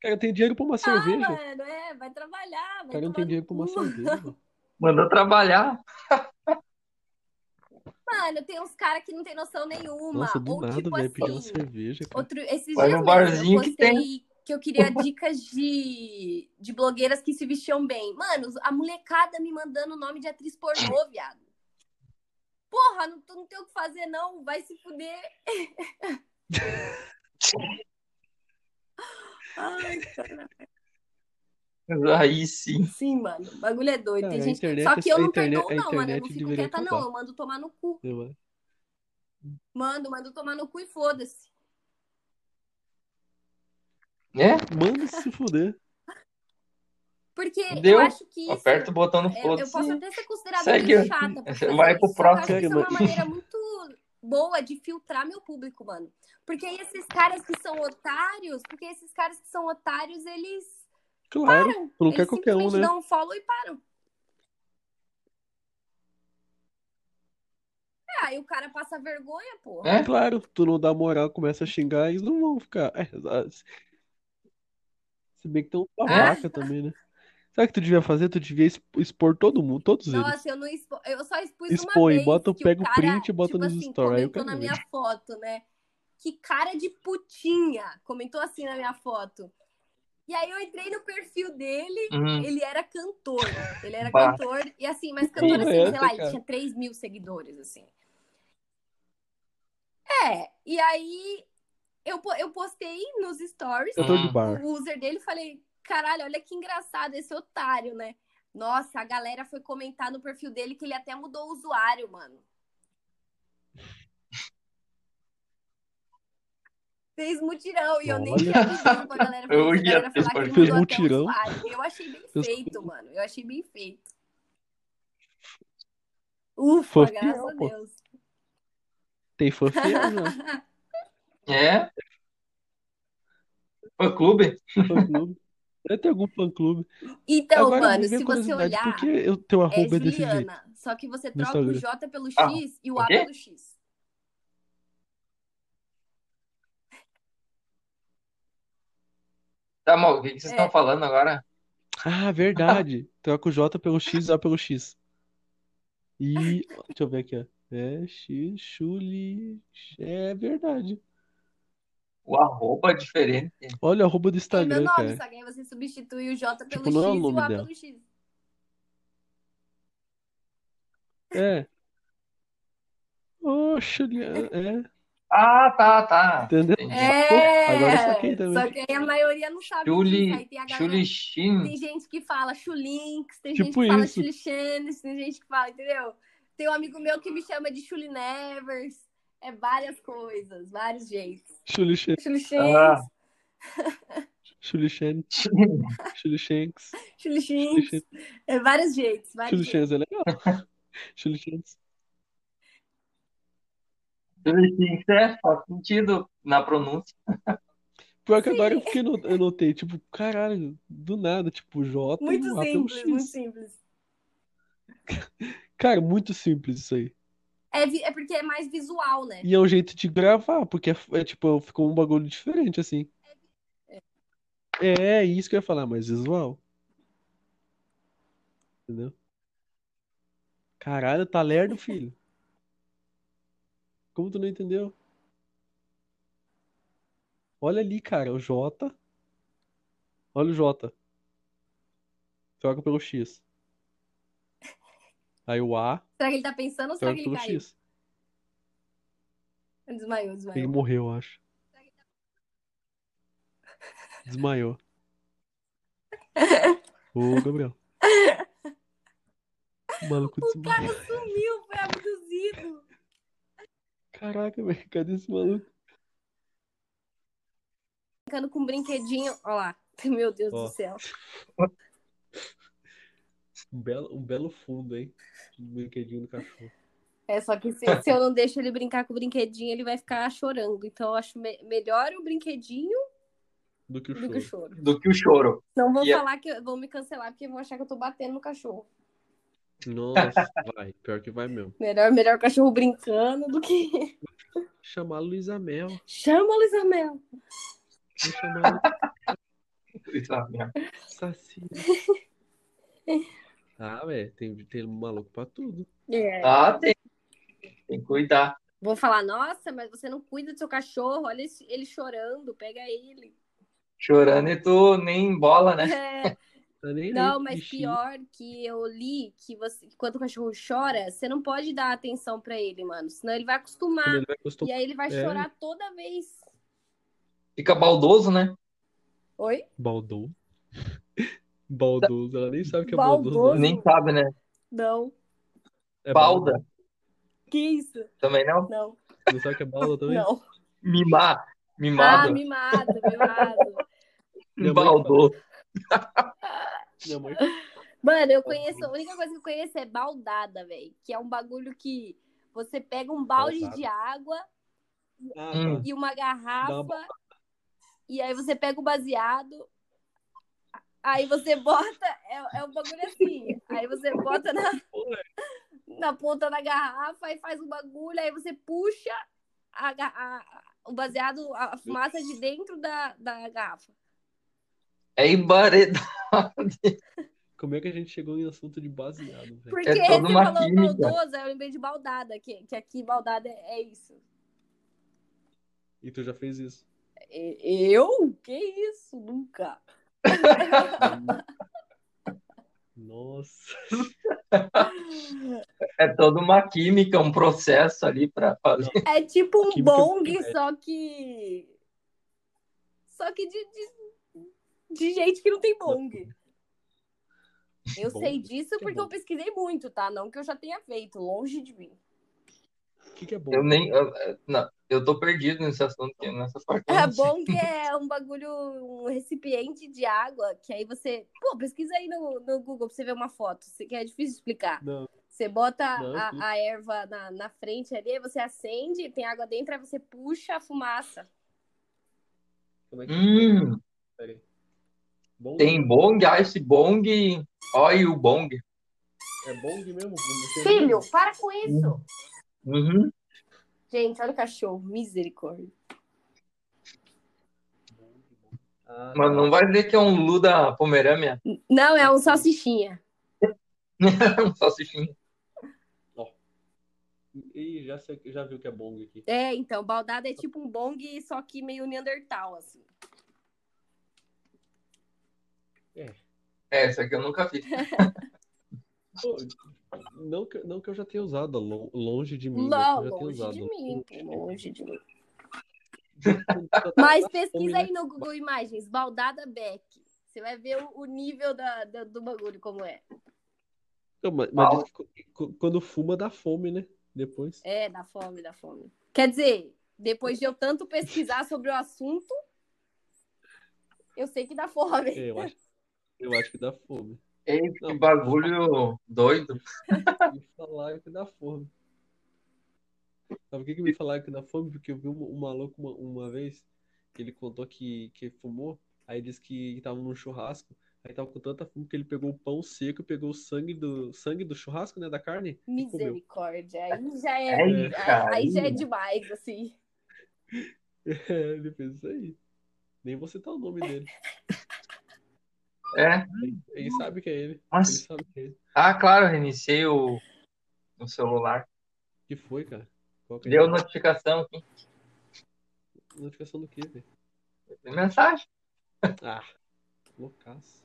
Cara, tem dinheiro pra uma
Ah,
cerveja?
mano, é, vai trabalhar, vai
Cara, não
tomar
tem
no
dinheiro pra uma
cu.
cerveja, velho.
Mandou trabalhar.
Mano, tem uns caras que não tem noção
Nossa,
nenhuma.
do
Ou
nada,
tipo
velho, pedir uma
assim,
cerveja, cara.
outro, esses
Vai
dias
no
mesmo, eu
barzinho que tem.
postei que eu queria dicas de, de blogueiras que se vestiam bem. Mano, a molecada me mandando o nome de atriz pornô, viado. Porra, não, tu não tem o que fazer, não. Vai se fuder. Ai, cara.
Aí sim.
Sim, mano. O bagulho é doido. Tem
Cara, a
gente. Só
internet,
que eu
a
não
internet,
perdoo,
a
não, mano. Eu não
internet
fico
deveria
quieta, não.
acabar,
Eu mando tomar no cu.
eu acho.
Mando, mando tomar no cu e foda-se.
Né?
Manda se fuder.
Porque eu
Deu.
acho
Tá
que isso.
Aperta o botão do
é, Eu
foda-se.
posso até ser considerada
Segue.
muito chata por fazer
Vai pro
isso. Só que eu acho que
próximo.
Cara,
isso é
mas
uma maneira muito boa de filtrar meu público, mano. Porque aí esses caras que são otários, porque esses caras que são otários, eles
claro,
param.
tu não quer
Eles
qualquer um,
simplesmente
né?
dão um follow e param. É, aí o cara passa vergonha, porra.
Né?
É Claro, tu não dá moral, começa a xingar, eles não vão ficar. É, ah, se se bem que tem um
Né?
Ah,
babaca também, né? Sabe o que tu devia fazer? Tu devia expo- expor todo mundo, todos eles.
nossa, eu não expo... eu só expus uma
Expõe,
vez
bota,
que o
pega o
cara,
print e bota
tipo
nos
assim,
stories. Aí eu
comentou
quero
na
ver.
minha foto, né? Que cara de putinha, comentou assim na minha foto. E aí eu entrei no perfil dele,
Hum.
Uhum.
ele era cantor. Ele era
Bah.
cantor, e assim, mas
Que
cantor
Sim.
porra
assim, sei
é essa,
lá, ele
cara?
tinha 3 mil seguidores, assim. É, e aí eu, po- eu postei nos stories
Cantor de
Uhum.
bar.
o user dele e falei, caralho, olha que engraçado esse otário, né? Nossa, a galera foi comentar no perfil dele que ele até mudou o usuário, mano. Fez mutirão e eu nem
Olha,
tinha pedido pra galera fazer
Eu
isso. A
ia
galera
ter
foi lá que
parte.
ele mudou
fez
até o
mutirão.
usuário. Eu achei bem
Fez...
feito, mano. Eu achei bem feito. Ufa,
Fã
graças
fiel,
a
pô.
Deus.
Tem fã fiel já.
É? Fã clube?
Fã clube. Deve ter algum fã clube.
Então,
Agora
mano,
me vem a
se você
curiosidade, por que
olhar,
o teu
é
arroba é desse jeito
Juliana, só que você
no
troca o
Instagram?
J pelo
Ah,
X e o
o
A
quê?
pelo X.
Tá, mal, o que que vocês estão
É,
falando agora?
Ah, verdade. Troca o J pelo X, A pelo X. E. ó, Deixa eu ver aqui, ó. É, X, Chuli. É verdade.
O arroba é diferente.
Olha a roupa
É
do
meu
Instagram,
nome,
cara.
só que aí você substitui o J pelo
Tipo,
X
não é o
e o
nome
A
dela.
pelo X.
É. Oxe, ele- é.
Ah, tá, tá.
Entendeu?
É,
Agora eu saquei também.
só que aí a maioria não sabe
Chuli-
disso. Aí tem a galera-
Chulichin.
Tem gente que fala Chulinks, tem gente
Tipo
que fala
isso.
Chulichanes, tem gente que fala, entendeu? Tem um amigo meu que me chama de Chulinevers. É várias coisas, vários jeitos.
Chulichen-
Ah.
Chulichanes,
Chulichen- Chulichenks.
Chulichins. É vários jeitos, vários jeitos.
Chulichens é legal. Chulichens.
Chulichin, é, faz sentido na pronúncia.
Pior que
Sim.
agora eu fiquei no, eu notei, tipo, caralho, do nada, tipo, J e
Muito
o A pelo
simples, muito
um X.
simples.
Cara, muito simples isso aí.
É, vi- é porque é mais visual, né?
E é um jeito de gravar, porque é, é, tipo, ficou um bagulho diferente, assim. É, é isso que eu ia falar, mais visual. Entendeu? Caralho, tá lerdo, filho. Como tu não entendeu? Olha ali, cara, o J. Olha o J. Troca pelo X. Aí o A,
Será que ele tá pensando ou será
troca
que ele
pelo
caiu?
X.
Desmaiou,
Ele
desmaiou.
morreu, eu acho. Desmaiou. Ô, Gabriel. O maluco
O cara
desmaiou.
sumiu, foi abduzido.
Caraca, velho, cadê esse maluco?
Brincando com um brinquedinho. Olha lá. Meu Deus
Ó.
do céu.
Um belo, um belo fundo, hein? Um brinquedinho do cachorro.
É, só que se, se eu não deixo ele brincar com o brinquedinho, ele vai ficar chorando. Então eu acho me- melhor o brinquedinho
Do que o
do que o
choro.
choro.
Do que o choro.
Não vou
E a-
falar que eu- vão me cancelar, porque vão achar que eu tô batendo no cachorro.
Nossa, vai. Pior que vai mesmo.
Melhor, melhor o cachorro brincando do que.
Chamar a Luísa Mel.
Chama a Luísa Mel.
Vou chamar o
Isso é mesmo.
Saci. Ah, velho, tem, tem maluco pra tudo.
É.
Ah, tem. Tem que cuidar.
Vou falar, nossa, mas você não cuida do seu cachorro, olha esse- ele chorando, pega ele.
Chorando e tu nem bola, né?
É,
Tá nem aí,
Não, mas
bichinho.
pior que eu li que você, que quando o cachorro chora, você não pode dar atenção pra ele, mano, senão ele vai acostumar.
Ele vai acostumar.
E aí ele vai
É.
chorar toda vez.
Fica baldoso, né?
Oi?
Baldoso. Baldoso, ela nem sabe o que é
Baldoso.
baldoso.
Nem sabe, né?
Não.
É
Balda.
Que isso?
Também né? não?
Não.
Não sabe o que é balda também?
Não.
Mimar.
Ah,
Mimado.
mimado, mimado.
minha mãe
baldoso.
Minha mãe
Mano, eu conheço, a única coisa que eu conheço é baldada, velho. Que é um bagulho que você pega um balde
Baldada.
de água
Ah,
Hum.
e uma garrafa.
Dá uma
E aí você pega o baseado. Aí você bota. É, é um bagulho assim. Aí você bota na,
porra.
na ponta da garrafa e faz um bagulho. Aí você puxa a, ga- a- a- o baseado, a a fumaça de dentro da, da garrafa.
É embaredado.
Como é que a gente chegou em assunto de baseado, velho?
Porque
É
você
toda uma
falou
química.
baldosa, eu lembrei de baldada, que, que aqui baldada é, é isso.
E tu já fez isso.
E- Eu? Que isso? Nunca.
Nossa.
É toda uma química, um processo ali pra fazer.
É tipo um
Química
bong, só que. Só que de, de, de gente que não tem bong. Eu
Bong?
sei disso
Que
porque
bom.
eu pesquisei muito, tá? Não que eu já tenha feito, longe de mim.
O que, que é bom?
Eu nem. Eu, eu- não, eu tô perdido nesse assunto, aqui, nessa parte. eu
É,
não sei.
bong é um bagulho, um recipiente de água, que aí você. Pô, pesquisa aí no, no Google pra você ver uma foto, se- que é difícil de explicar.
Não,
Você bota
Não,
a,
tudo.
a erva na, na frente ali, aí você acende, tem água dentro, aí você puxa a fumaça.
como é que
Hum,
Pera aí. Bong?
tem bong, ice bong, óleo bong.
É bong mesmo? Você
Filho,
lembra?
para com isso!
Uhum.
Gente, olha o cachorro, misericórdia.
Bong, bong. Ah,
Mas não vai dizer que é um Luda Pomerânia,
Não, é um salsichinha.
um salsichinho.
Ih, já, sei- já viu que é bong aqui.
É, então, baldada é tipo um bong, só que meio Neandertal, assim.
É, isso aqui eu nunca fiz.
Pô, não, que, não que eu já tenha usado, lo- longe de mim.
Não,
eu já tenho
longe
usado.
de mim, pô, longe de mim.
Tá-
Mas
tá-
pesquisa
tá-
aí no Google Imagens, baldada Beck. Você vai ver o, o nível da, da- do bagulho como é.
Não, Mas, mas diz que qu- qu- quando fuma dá fome, né? Depois.
É, da fome, da fome. Quer dizer, depois de eu tanto pesquisar sobre o assunto, eu sei que dá fome.
É, eu acho, eu acho que dá fome.
Eita, que
Não.
bagulho doido.
Me falaram que dá fome. Sabe por que, que me falaram que dá fome? Porque eu vi um, um maluco uma, uma vez, que ele contou que, que fumou, aí disse que tava num churrasco, aí tava com tanta fome que ele pegou o pão seco e pegou o sangue do, sangue do churrasco, né, da carne, e comeu.
Misericórdia. Aí já é,
Aí, cara,
aí já é
aí.
demais, assim.
É, ele fez isso aí. Nem vou citar o nome dele.
É.
Ele sabe que é ele. Ele
Nossa.
sabe que é ele.
Ah, claro, reiniciei o, o celular.
que foi, cara? Qual que é?
Deu notificação aqui.
Notificação do quê, velho?
Mensagem.
Ah, loucaço.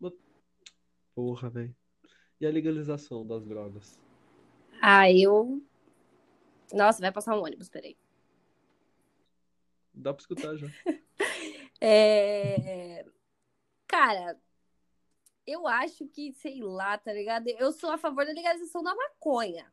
Mas- Porra, velho. E a legalização das drogas?
Ah, eu. Nossa, vai passar um ônibus, peraí.
Dá pra escutar já.
É... Cara, eu acho que, sei lá, tá ligado? Eu sou a favor da legalização da maconha.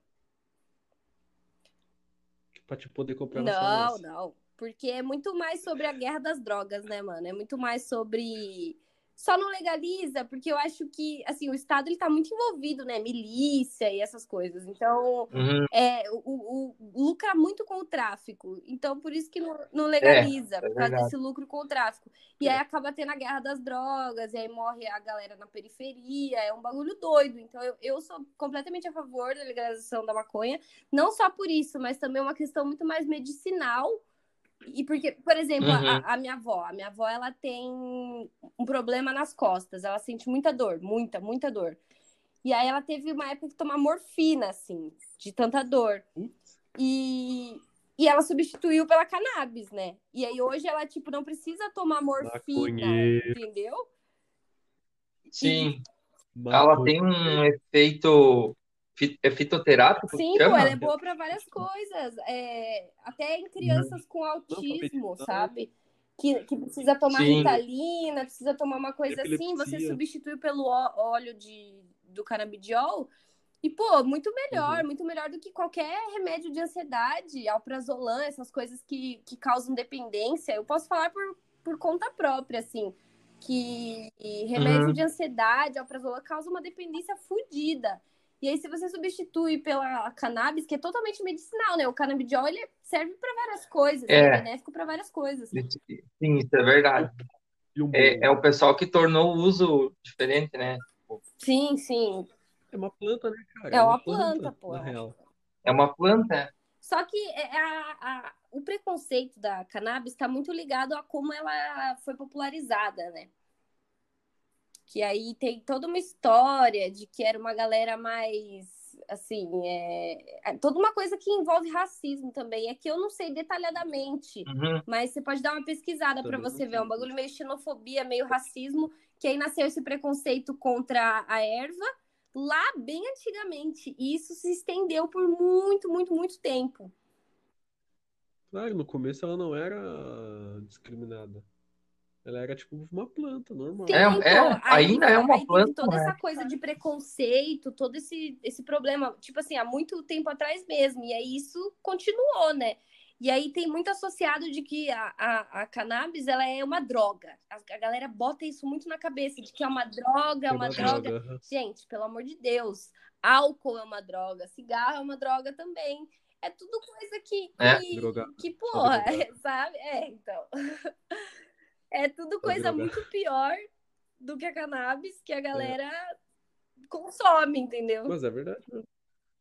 Pra te poder comprar na
Não,
farmácia.
não. Porque é muito mais sobre a guerra das drogas, né, mano? É muito mais sobre. Só não legaliza, porque eu acho que, assim, o Estado ele tá muito envolvido, né? Milícia e essas coisas. Então,
Uhum.
é, o, o- o- lucra muito com o tráfico. Então, por isso que não, não legaliza,
É,
por causa
verdade. É.
desse lucro com o tráfico. E aí acaba tendo a guerra das drogas, e aí morre a galera na periferia, é um bagulho doido. Então, eu, eu sou completamente a favor da legalização da maconha, não só por isso, mas também é uma questão muito mais medicinal. E porque, por exemplo, a,
Uhum.
a minha avó, a minha avó, ela tem um problema nas costas, ela sente muita dor, muita, muita dor. E aí ela teve uma época que tomar morfina, assim, de tanta dor. E, e ela substituiu pela cannabis, né? E aí hoje ela, tipo, não precisa tomar morfina,
Maconheiro.
entendeu?
Sim, ela
Maconha.
tem um efeito fi- é fitoterápico,
Sim,
que
pô,
chama?
ela é boa para várias coisas. É, até em crianças com autismo,
medicina.
sabe? Que, que precisa tomar
Sim.
ritalina, precisa tomar uma coisa assim, você
Epilepsia.
substitui pelo ó- óleo de, do canabidiol. E, pô, muito melhor, muito melhor do que qualquer remédio de ansiedade, alprazolam, essas coisas que, que causam dependência. Eu posso falar por, por conta própria, assim, que remédio
Uhum.
de ansiedade, alprazolam, causa uma dependência fodida. E aí, se você substitui pela cannabis, que é totalmente medicinal, né? O canabidiol, ele serve para várias coisas,
É.
ele é benéfico para várias coisas.
Sim, isso é verdade.
E um bom.
É, é o pessoal que tornou o uso diferente, né?
Sim, sim.
É uma planta, né, cara?
É uma planta, pô.
Na real.
É uma planta.
Só que é, a- a- o preconceito da cannabis está muito ligado a como ela foi popularizada, né? Que aí tem toda uma história de que era uma galera mais, assim, é, é toda uma coisa que envolve racismo também. É que eu não sei detalhadamente.
Uhum.
Mas você pode dar uma pesquisada pra
Também
você
não
ver. É um
sei.
bagulho meio xenofobia, meio racismo, que aí nasceu esse preconceito contra a erva lá bem antigamente. E isso se estendeu por muito, muito, muito tempo.
Claro, no começo ela não era discriminada. Ela era tipo uma planta, normal.
Sim,
É,
então,
é,
aí-
ainda é uma
aí
planta,
Teve toda
né?
essa coisa de preconceito, todo esse, esse problema, tipo assim, há muito tempo atrás mesmo. E aí isso continuou, né? E aí tem muito associado de que a, a, a cannabis ela é uma droga. A, a galera bota isso muito na cabeça, de que é uma droga, é uma droga.
aham.
Gente, pelo amor de Deus, álcool é uma droga, cigarro é uma droga também. É tudo coisa que.
É,
que,
drogado,
que porra,
drogado.
é, sabe? É, então. É tudo
Tá
coisa
drogado.
muito pior do que a cannabis que a galera consome, entendeu?
Mas é verdade, né?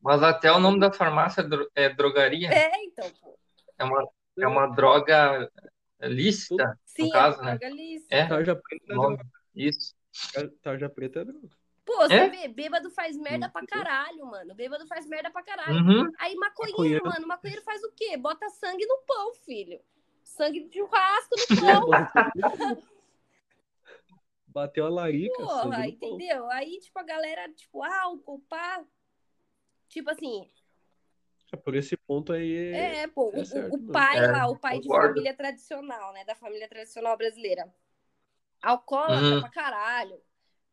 Mas até o nome da farmácia é dro- é drogaria.
É, então, pô.
É uma, é uma droga é, lícita.
Sim,
caso,
é uma droga lícita.
É,
Tarja preta é
nome. Isso.
droga. Tarja preta é droga.
Pô, você
É?
vê, bêbado faz merda pra caralho, mano. Bêbado faz merda pra caralho.
Uhum.
Aí maconheiro,
Maconheiro.
mano, maconheiro faz o quê? Bota sangue no pão, filho. Sangue de churrasco no pão,
Bateu a larica. sangue
porra,
no pão.
entendeu? Aí, tipo, a galera, tipo, álcool, pá. Tipo assim,
É, Por esse ponto aí. É...
é, pô, o,
certo,
o
mano.
pai
É,
lá, o pai de
concordo.
família tradicional, né? Da família tradicional brasileira. Alcoólatra
Uhum.
pra caralho.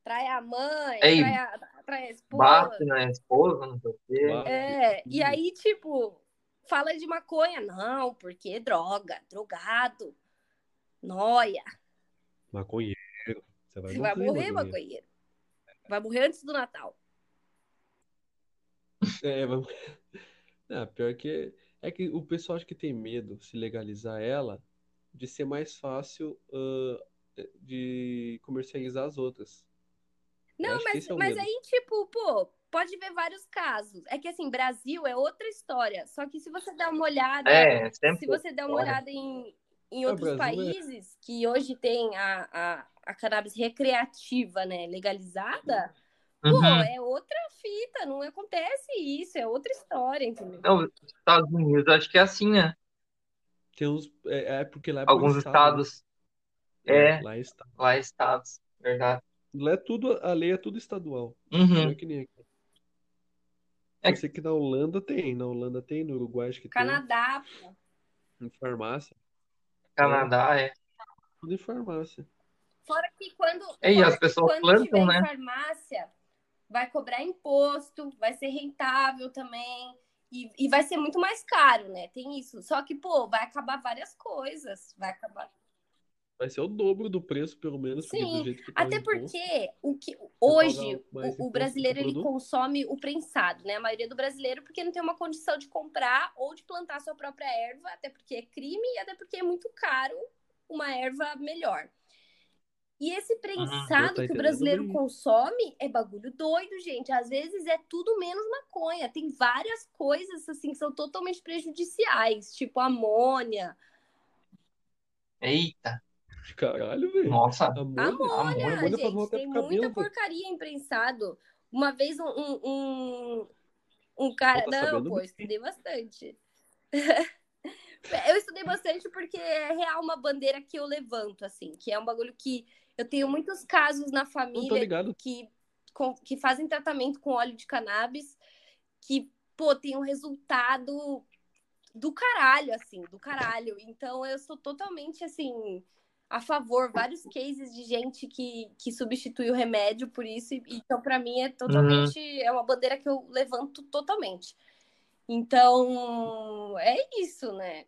Trai a mãe,
Ei,
trai a, trai a esposa.
Bate na né? esposa, não sei o quê.
Bate.
É, e
Uhum.
aí, tipo, fala de maconha. Não, porque droga, drogado, noia.
Maconheiro. Você vai
Você vai morrer,
maconheiro.
maconheiro. Vai morrer antes do Natal.
É, vamos... Não, pior que é que o pessoal acha que tem medo se legalizar ela de ser mais fácil ãh, de comercializar as outras. Eu
Não,
acho que
mas,
esse é o
mas
medo.
aí, tipo, pô, pode ver vários casos. É que, assim, Brasil é outra história. Só que se você der uma olhada.
É,
se
sempre.
você der uma
fora.
olhada em, em
Ah,
outros
Brasil é-
países que hoje tem a, a, a cannabis recreativa, né, legalizada, pô,
Uhum.
é outra fita, não acontece isso, é outra história, entendeu?
Não, os Estados Unidos, acho que é assim, né?
Tem uns. É, é porque lá é por
Alguns
estado, né?
estados, é.
Lá é estado.
lá é estados, verdade.
Lá é tudo, a lei é tudo estadual. Não
Uhum.
é que nem aqui.
É
Eu sei que na Holanda tem, na Holanda tem, no Uruguai acho que tem,
Canadá, pô.
em farmácia,
Canadá, é.
tudo em farmácia.
fora que quando,
É, e
fora
as
que
pessoas
quando
plantam,
tiver em
né?
farmácia, vai cobrar imposto, vai ser rentável também, e, e vai ser muito mais caro, né, tem isso. Só que, pô, vai acabar várias coisas, vai acabar
Vai ser o dobro do preço, pelo menos, porque do
Sim,
jeito que tá o
Até
imposto.
porque o que hoje
paga mais
o- o,
imposto
brasileiro
do
ele
produto?
consome o prensado, né? A maioria do brasileiro porque não tem uma condição de comprar ou de plantar sua própria erva, até porque é crime e até porque é muito caro uma erva melhor. E esse
Ah, eu tô
prensado que o
entendendo
brasileiro
bem.
consome é bagulho doido, gente. Às vezes é tudo menos maconha. Tem várias coisas assim que são totalmente prejudiciais, tipo amônia,
Eita,
Caralho, velho.
nossa.
Amônia.
Amônia,
Amônia pra
gente,
voltar
tem
pro
muita
cabelo, velho.
porcaria em prensado. Uma vez um, um, um, um cara.
Tá
Não,
sabendo
pô, eu
bem.
estudei bastante. eu estudei bastante porque é real uma bandeira que eu levanto, assim, que é um bagulho que eu tenho muitos casos na
Não tô
família
ligado.
que, com- que fazem tratamento com óleo de cannabis que, pô, tem um resultado do caralho, assim, do caralho. Então eu sou totalmente, assim, a favor. Vários cases de gente que, que substitui o remédio por isso. e- Então, pra mim, é totalmente. É uma bandeira que eu levanto totalmente. Então, é isso, né?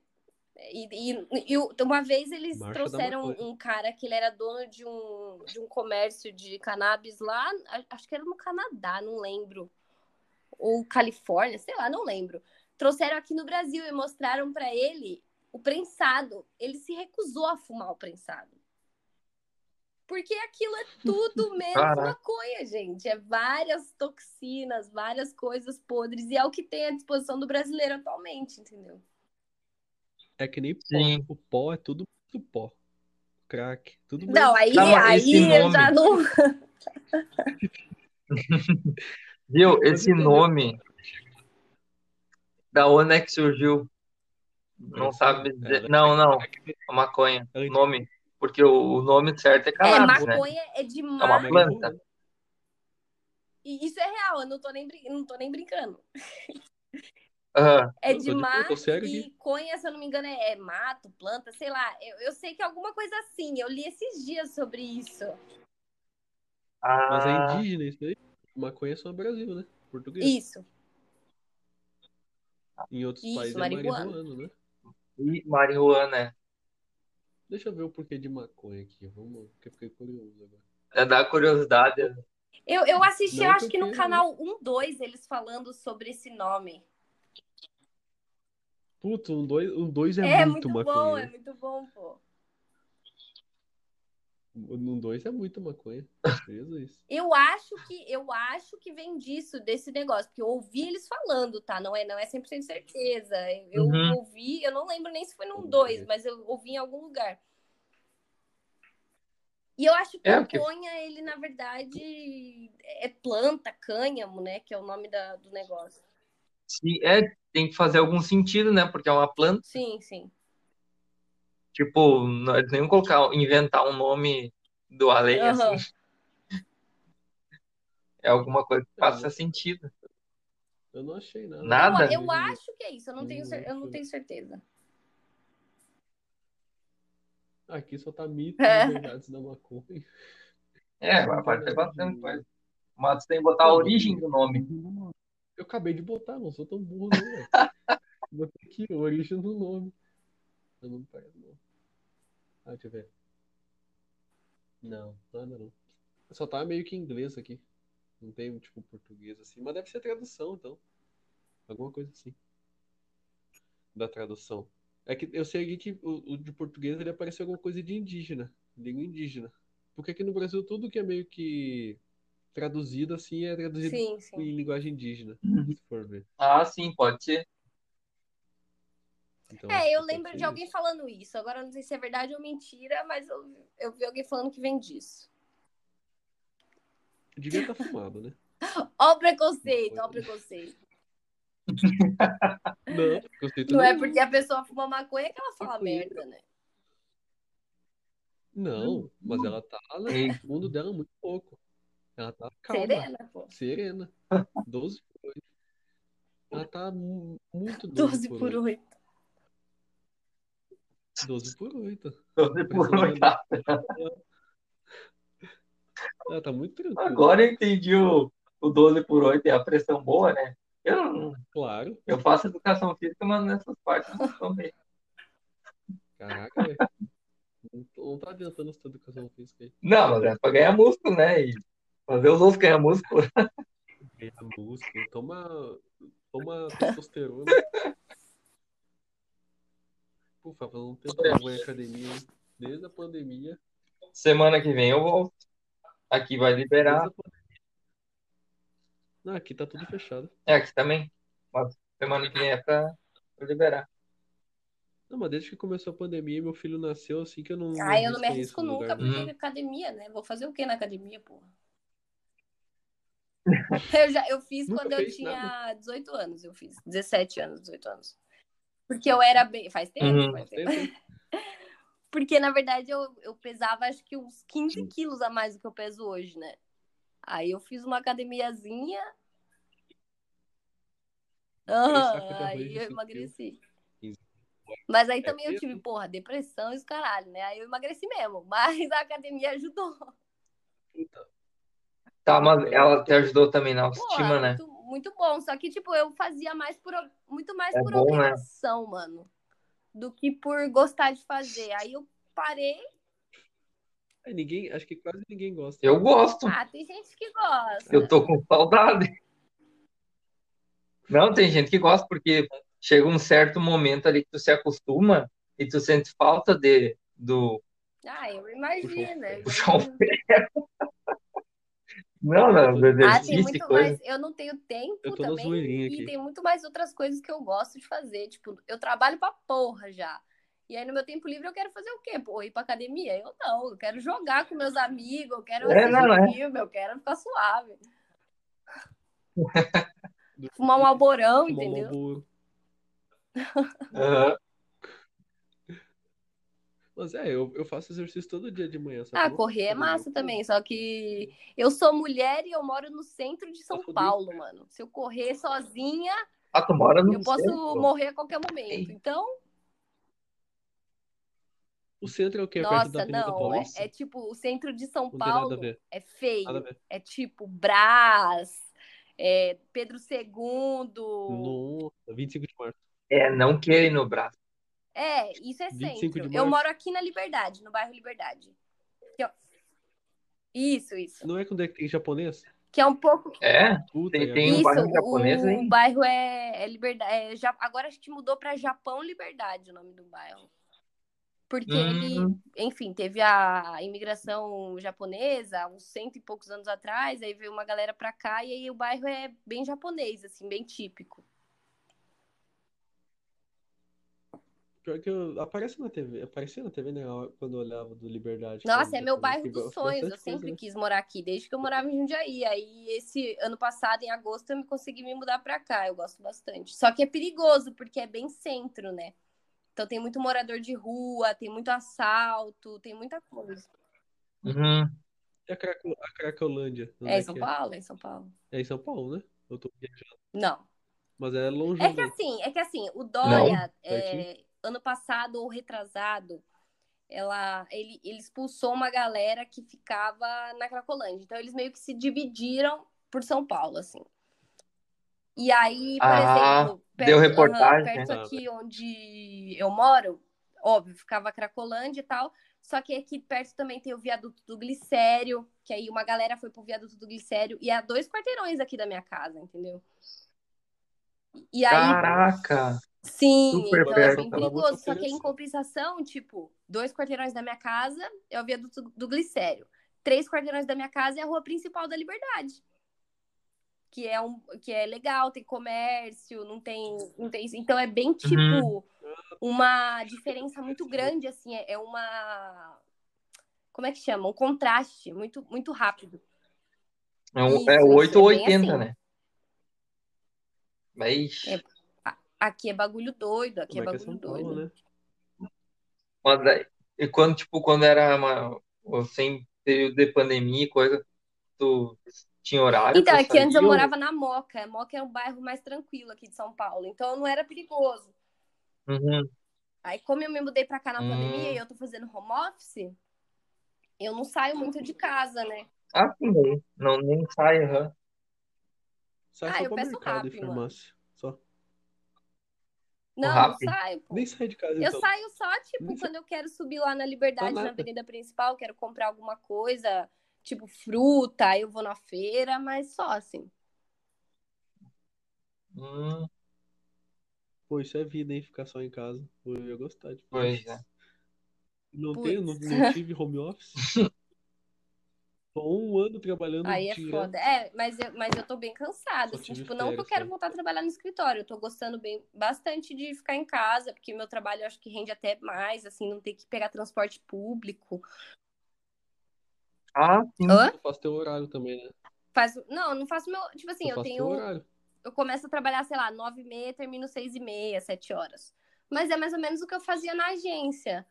E, e- e o- uma vez eles
Marcha da
trouxeram
maconha.
um cara que ele era dono de um, de um comércio de cannabis lá, a- acho que era no Canadá, não lembro. Ou Califórnia, sei lá, não lembro. Trouxeram aqui no Brasil e mostraram pra ele o prensado. Ele se recusou a fumar o prensado. Porque aquilo é tudo menos
Caraca.
maconha, gente. É várias toxinas, várias coisas podres. E é o que tem à disposição do brasileiro atualmente, entendeu?
É que nem pó.
Sim.
O pó é tudo muito pó. Crack. Tudo
Não, aí,
Não, é mas
aí
esse
eu
nome-
já não.
Viu? Esse
entendeu.
nome, da onde é que surgiu? Não
Ela-
sabe dizer.
ela-
Não, não, a maconha.
ela-
O nome. Porque o, o nome certo é
É,
cannabis, né?
maconha é de
É uma
mar.
planta.
E isso é real, eu não tô nem, brin- não tô nem brincando.
Aham.
É
Eu tô
de
de boa,
mar
tô sério
e
aqui.
conha, se eu não me engano, é, é mato, planta, sei lá. Eu, eu sei que é alguma coisa assim. Eu li esses dias sobre isso.
Mas
Ah,
é indígena isso aí. Maconha é só no Brasil, né? Português.
Isso.
Em outros
Isso,
países é
marihuana.
marihuana, né?
e marihuana, é.
Deixa eu ver o porquê de maconha aqui. Vamos, porque eu fiquei curioso agora.
É da curiosidade.
Eu, eu assisti,
Não
eu
que
acho
eu
que no
queira,
canal 1, 2, eles falando sobre esse nome.
Puta, um dois, um dois é,
É,
muito,
muito, bom, é
maconha.
muito bom, pô.
Um dois é muito maconha. Jesus.
Eu acho que eu acho que vem disso, desse negócio, porque eu ouvi eles falando, tá? Não é, não é 100% certeza. Eu
Uhum.
ouvi, eu não lembro nem se foi num
Vamos
2,
ver.
mas eu ouvi em algum lugar. E eu acho que
É,
o
porque-
conha, ele, na verdade, é planta, cânhamo, né? Que é o nome da- do negócio.
Se é, tem que fazer algum sentido, né? Porque é uma planta.
Sim, sim.
Tipo, não é nem colocar, inventar um nome do além,
Aham.
assim. É alguma coisa que faça sentido.
Eu não achei nada.
Nada?
Eu, eu acho que é isso, eu não tenho, cer- eu
Uhum.
não tenho certeza.
Aqui só tá mito
É.
e verdades da maconha.
É, vai aparecer bastante coisa. Mas tem que botar a origem do nome.
Eu acabei de botar, não sou tão burro, não. velho. Botei aqui, a origem do nome. Eu não pego, não. Ah, deixa eu ver. Não, é nada não. Só tá meio que em inglês aqui. Não tem, tipo, português assim. Mas deve ser tradução, então. Alguma coisa assim. Da tradução. É que eu sei aqui que o, o de português ele apareceu alguma coisa de indígena. Língua indígena. Porque aqui no Brasil tudo que é meio que traduzido assim é traduzido
Sim, sim.
em linguagem indígena,
Uhum.
se for ver.
Ah, sim, pode ser.
Então, acho
É, eu
que pode
lembro
ser
de alguém falando isso. Agora eu não sei se é verdade ou mentira, mas eu, eu vi alguém falando que vem disso.
isso. Devia estar fumado, né?
Ó o preconceito, ó o preconceito.
Não, porque eu sei
Não é
tudo.
porque a pessoa fuma maconha que ela fala
Maconha.
merda, né?
Não, mas ela tá lá,
Ei.
o mundo dela é muito pouco. Ela tá calma, serena.
Serena, pô.
12 por 8. Ela tá mu- muito 12,
12 por
oito.
8.
12 por 8.
Depois eu vou botar.
Ela tá muito tranquila.
Agora eu entendi o, o 12 por 8 é a pressão boa, né? Eu, não-
Claro.
eu faço educação física, mas nessas partes eu não sou bem.
Caraca, velho. Não, tô- não tá adiantando essa educação física aí.
Não, mas é pra ganhar músculo, né? E fazer os outros ganhar músculo.
Ganhar músculo, tá toma, toma testosterona. Por favor, não tem vergonha em academia. hein? Desde a pandemia.
Semana que vem eu volto. Aqui vai liberar.
Desde a pandemia. Não, aqui tá tudo fechado.
É, aqui também. Mas semana que vem é pra pra liberar.
Não, mas desde que começou a pandemia, meu filho nasceu assim que eu não.
Ah, eu não me
conheço
arrisco
um
nunca,
lugar
Hum.
porque é academia, né? Vou fazer o que na academia, porra? Eu, já, eu fiz
Nunca
quando eu
fez
tinha
nada?
18 anos, eu fiz. 17 anos, 18 anos. Porque eu era bem. Faz tempo,
Uhum.
faz tempo.
Tem, tem.
Porque, na verdade, eu, eu pesava acho que uns 15 quilos a mais do que eu peso hoje, né? Aí eu fiz uma academiazinha.
sacos de
Aham,
arroz de
aí eu
cinco
emagreci.
quilos.
Mas
É
aí também eu
peso?
tive, porra, depressão e os caralho, né? Aí eu emagreci mesmo. Mas a academia ajudou.
Tá, mas ela te ajudou também na
Pô,
autoestima, né?
muito, muito bom. Só que, tipo, eu fazia mais por, muito mais
É
por
bom, né?
obrigação, mano. Do que por gostar de fazer. Aí eu parei.
Ah, ninguém, acho que quase ninguém gosta.
Eu gosto.
Ah, tem gente que gosta.
Eu tô com saudade. Não, tem gente que gosta, porque chega um certo momento ali que tu se acostuma e tu sente falta de, do.
Ah, eu imagino. né?
Puxar um Não, não, do
Ah, tem
exercício e
muito
coisa.
mais. Eu não tenho tempo
Eu tô na
também.
zoeirinha
E
aqui.
tem muito mais outras coisas que eu gosto de fazer. Tipo, eu trabalho pra porra já. E aí, no meu tempo livre, eu quero fazer o quê? Pô, ir pra academia? Eu não. Eu quero jogar com meus amigos. Eu quero
É, não,
assistir
é.
filme. Eu quero ficar suave. Fumar um alborão,
Fumar um
entendeu?
Marlboro.
Aham.
Mas é, eu, eu faço exercício todo dia de manhã. Só que
Ah,
eu não
correr é
faço
massa
academia.
também, só que eu sou mulher e eu moro no centro de São
fudeu.
Paulo, mano. Se eu correr sozinha,
Ah, tu mora no
eu posso
centro?
morrer a qualquer momento.
Ei.
Então,
O centro é o quê? Perto da
nossa,
Avenida
não. É,
Paulista?
é tipo, o centro de São
Não tem nada a
Paulo
ver.
é
Nada a
feio.
ver.
É tipo Brás, é Pedro II. Tipo-
Nossa, 25 de março.
É, não quer ir no braço.
É, isso é
25 de
centro. Eu
março.
moro aqui na Liberdade, no bairro Liberdade. Que é- Isso, isso.
Não é quando é que tem japonês?
Que é um pouco
É?
Puta,
Tem-
e
tem- um
agora?
Isso,
bairro
o-
japonês,
o
hein?
bairro é, é Liberdade. é Ja- agora acho que mudou para Japão Liberdade o nome do bairro. Porque ele,
Hum,
enfim, teve a imigração japonesa uns cento e poucos anos atrás, aí veio uma galera pra cá e aí o bairro é bem
um
japonês, assim, bem típico.
Pior que eu, aparece na TV, aparecia na TV, né? Quando eu olhava do Liberdade.
Nossa,
que
é
eu-
meu
Tipo, que
bairro
eu-
dos
bastante
sonhos. Eu
coisa,
sempre
né?
quis morar aqui, desde que eu morava em Jundiaí. Aí, esse ano passado, em agosto, eu me consegui me mudar pra cá. Eu gosto bastante. Só que é perigoso, porque é bem centro, né? Então, tem muito morador de rua, tem muito assalto, tem muita coisa.
Uhum.
E a, Craco, a Cracolândia? onde
É em São
que
Paulo? É em São Paulo.
É em São Paulo, né? Eu tô viajando.
Não.
Mas é longe.
É que
né?
assim, é que assim, o
tá
Dória,
Certinho.
é, ano passado ou retrasado, ela, ele, ele expulsou uma galera que ficava na Cracolândia. Então eles meio que se dividiram por São Paulo, assim. E aí, por
Ah,
exemplo,
deu
aham,
reportagem,
perto
né?
aqui onde eu moro, óbvio, ficava a Cracolândia e tal. Só que aqui perto também tem o viaduto do Glicério, que aí uma galera foi pro viaduto do Glicério e há dois quarteirões aqui da minha casa, entendeu? E aí,
Ah, Caraca!
Sim,
Super
então
perto.
é bem
Ela é muito
perigoso. Só que em
oferecida.
compensação, tipo, dois quarteirões da minha casa é o viaduto do Glicério. Três quarteirões da minha casa é a rua principal da Liberdade. Que é, um, que é legal, tem comércio, não tem, não tem. Então é
Uhum.
bem tipo uma diferença muito grande, assim, é, é uma. Como é que chama? Um contraste muito, muito rápido.
É, um-
Isso,
é
isso, é
8 ou 80,
bem
né? Mas, ixi,
É. Aqui é bagulho doido, aqui
Como é que é
bagulho
São
doido.
Paulo, né?
mas aí- e quando, tipo, quando era uma, sem período de pandemia, e coisa, tu tinha horário
Então,
pra
é que antes eu
sair, ou-
morava na Moca. Moca é um bairro mais tranquilo aqui de São Paulo, então não era perigoso.
Uhum.
Aí, como eu me mudei pra cá na
Hum.
pandemia e eu tô fazendo home office, eu não saio muito de casa, né?
Ah, sim, não, não nem sai, aham.
Sai
Ah,
só
eu
pra
peço
mercado
rap,
e farmácia. Só.
Não, não
Rappi.
saio, pô.
Nem sai de casa,
Eu
então.
saio só, tipo,
Nem
quando eu quero subir lá na Liberdade,
Dá
na
nada.
Avenida Principal, quero comprar alguma coisa, tipo fruta, aí eu vou na feira, mas só assim.
Hum,
Pô, isso é vida, hein? Ficar só em casa. Pô, eu ia gostar de fazer
pois
isso.
é.
Não
Putz.
tenho, não, não tive home office. Só um ano trabalhando
Aí é
direto.
foda. É, mas eu, mas eu tô bem cansada,
Só
assim,
tive
tipo, não que eu
férias,
quero
né?
voltar a trabalhar no escritório, eu tô gostando bem, bastante de ficar em casa, porque meu trabalho eu acho que rende até mais, assim, não ter que pegar transporte público.
Ah, sim.
Hã?
Tu faz teu horário também, né?
Faz, não, não faço meu, tipo assim,
Tu
eu
faz teu
tenho,
horário.
eu começo a trabalhar, sei lá, nove e meia, termino seis e meia, sete horas. Mas é mais ou menos o que eu fazia na agência.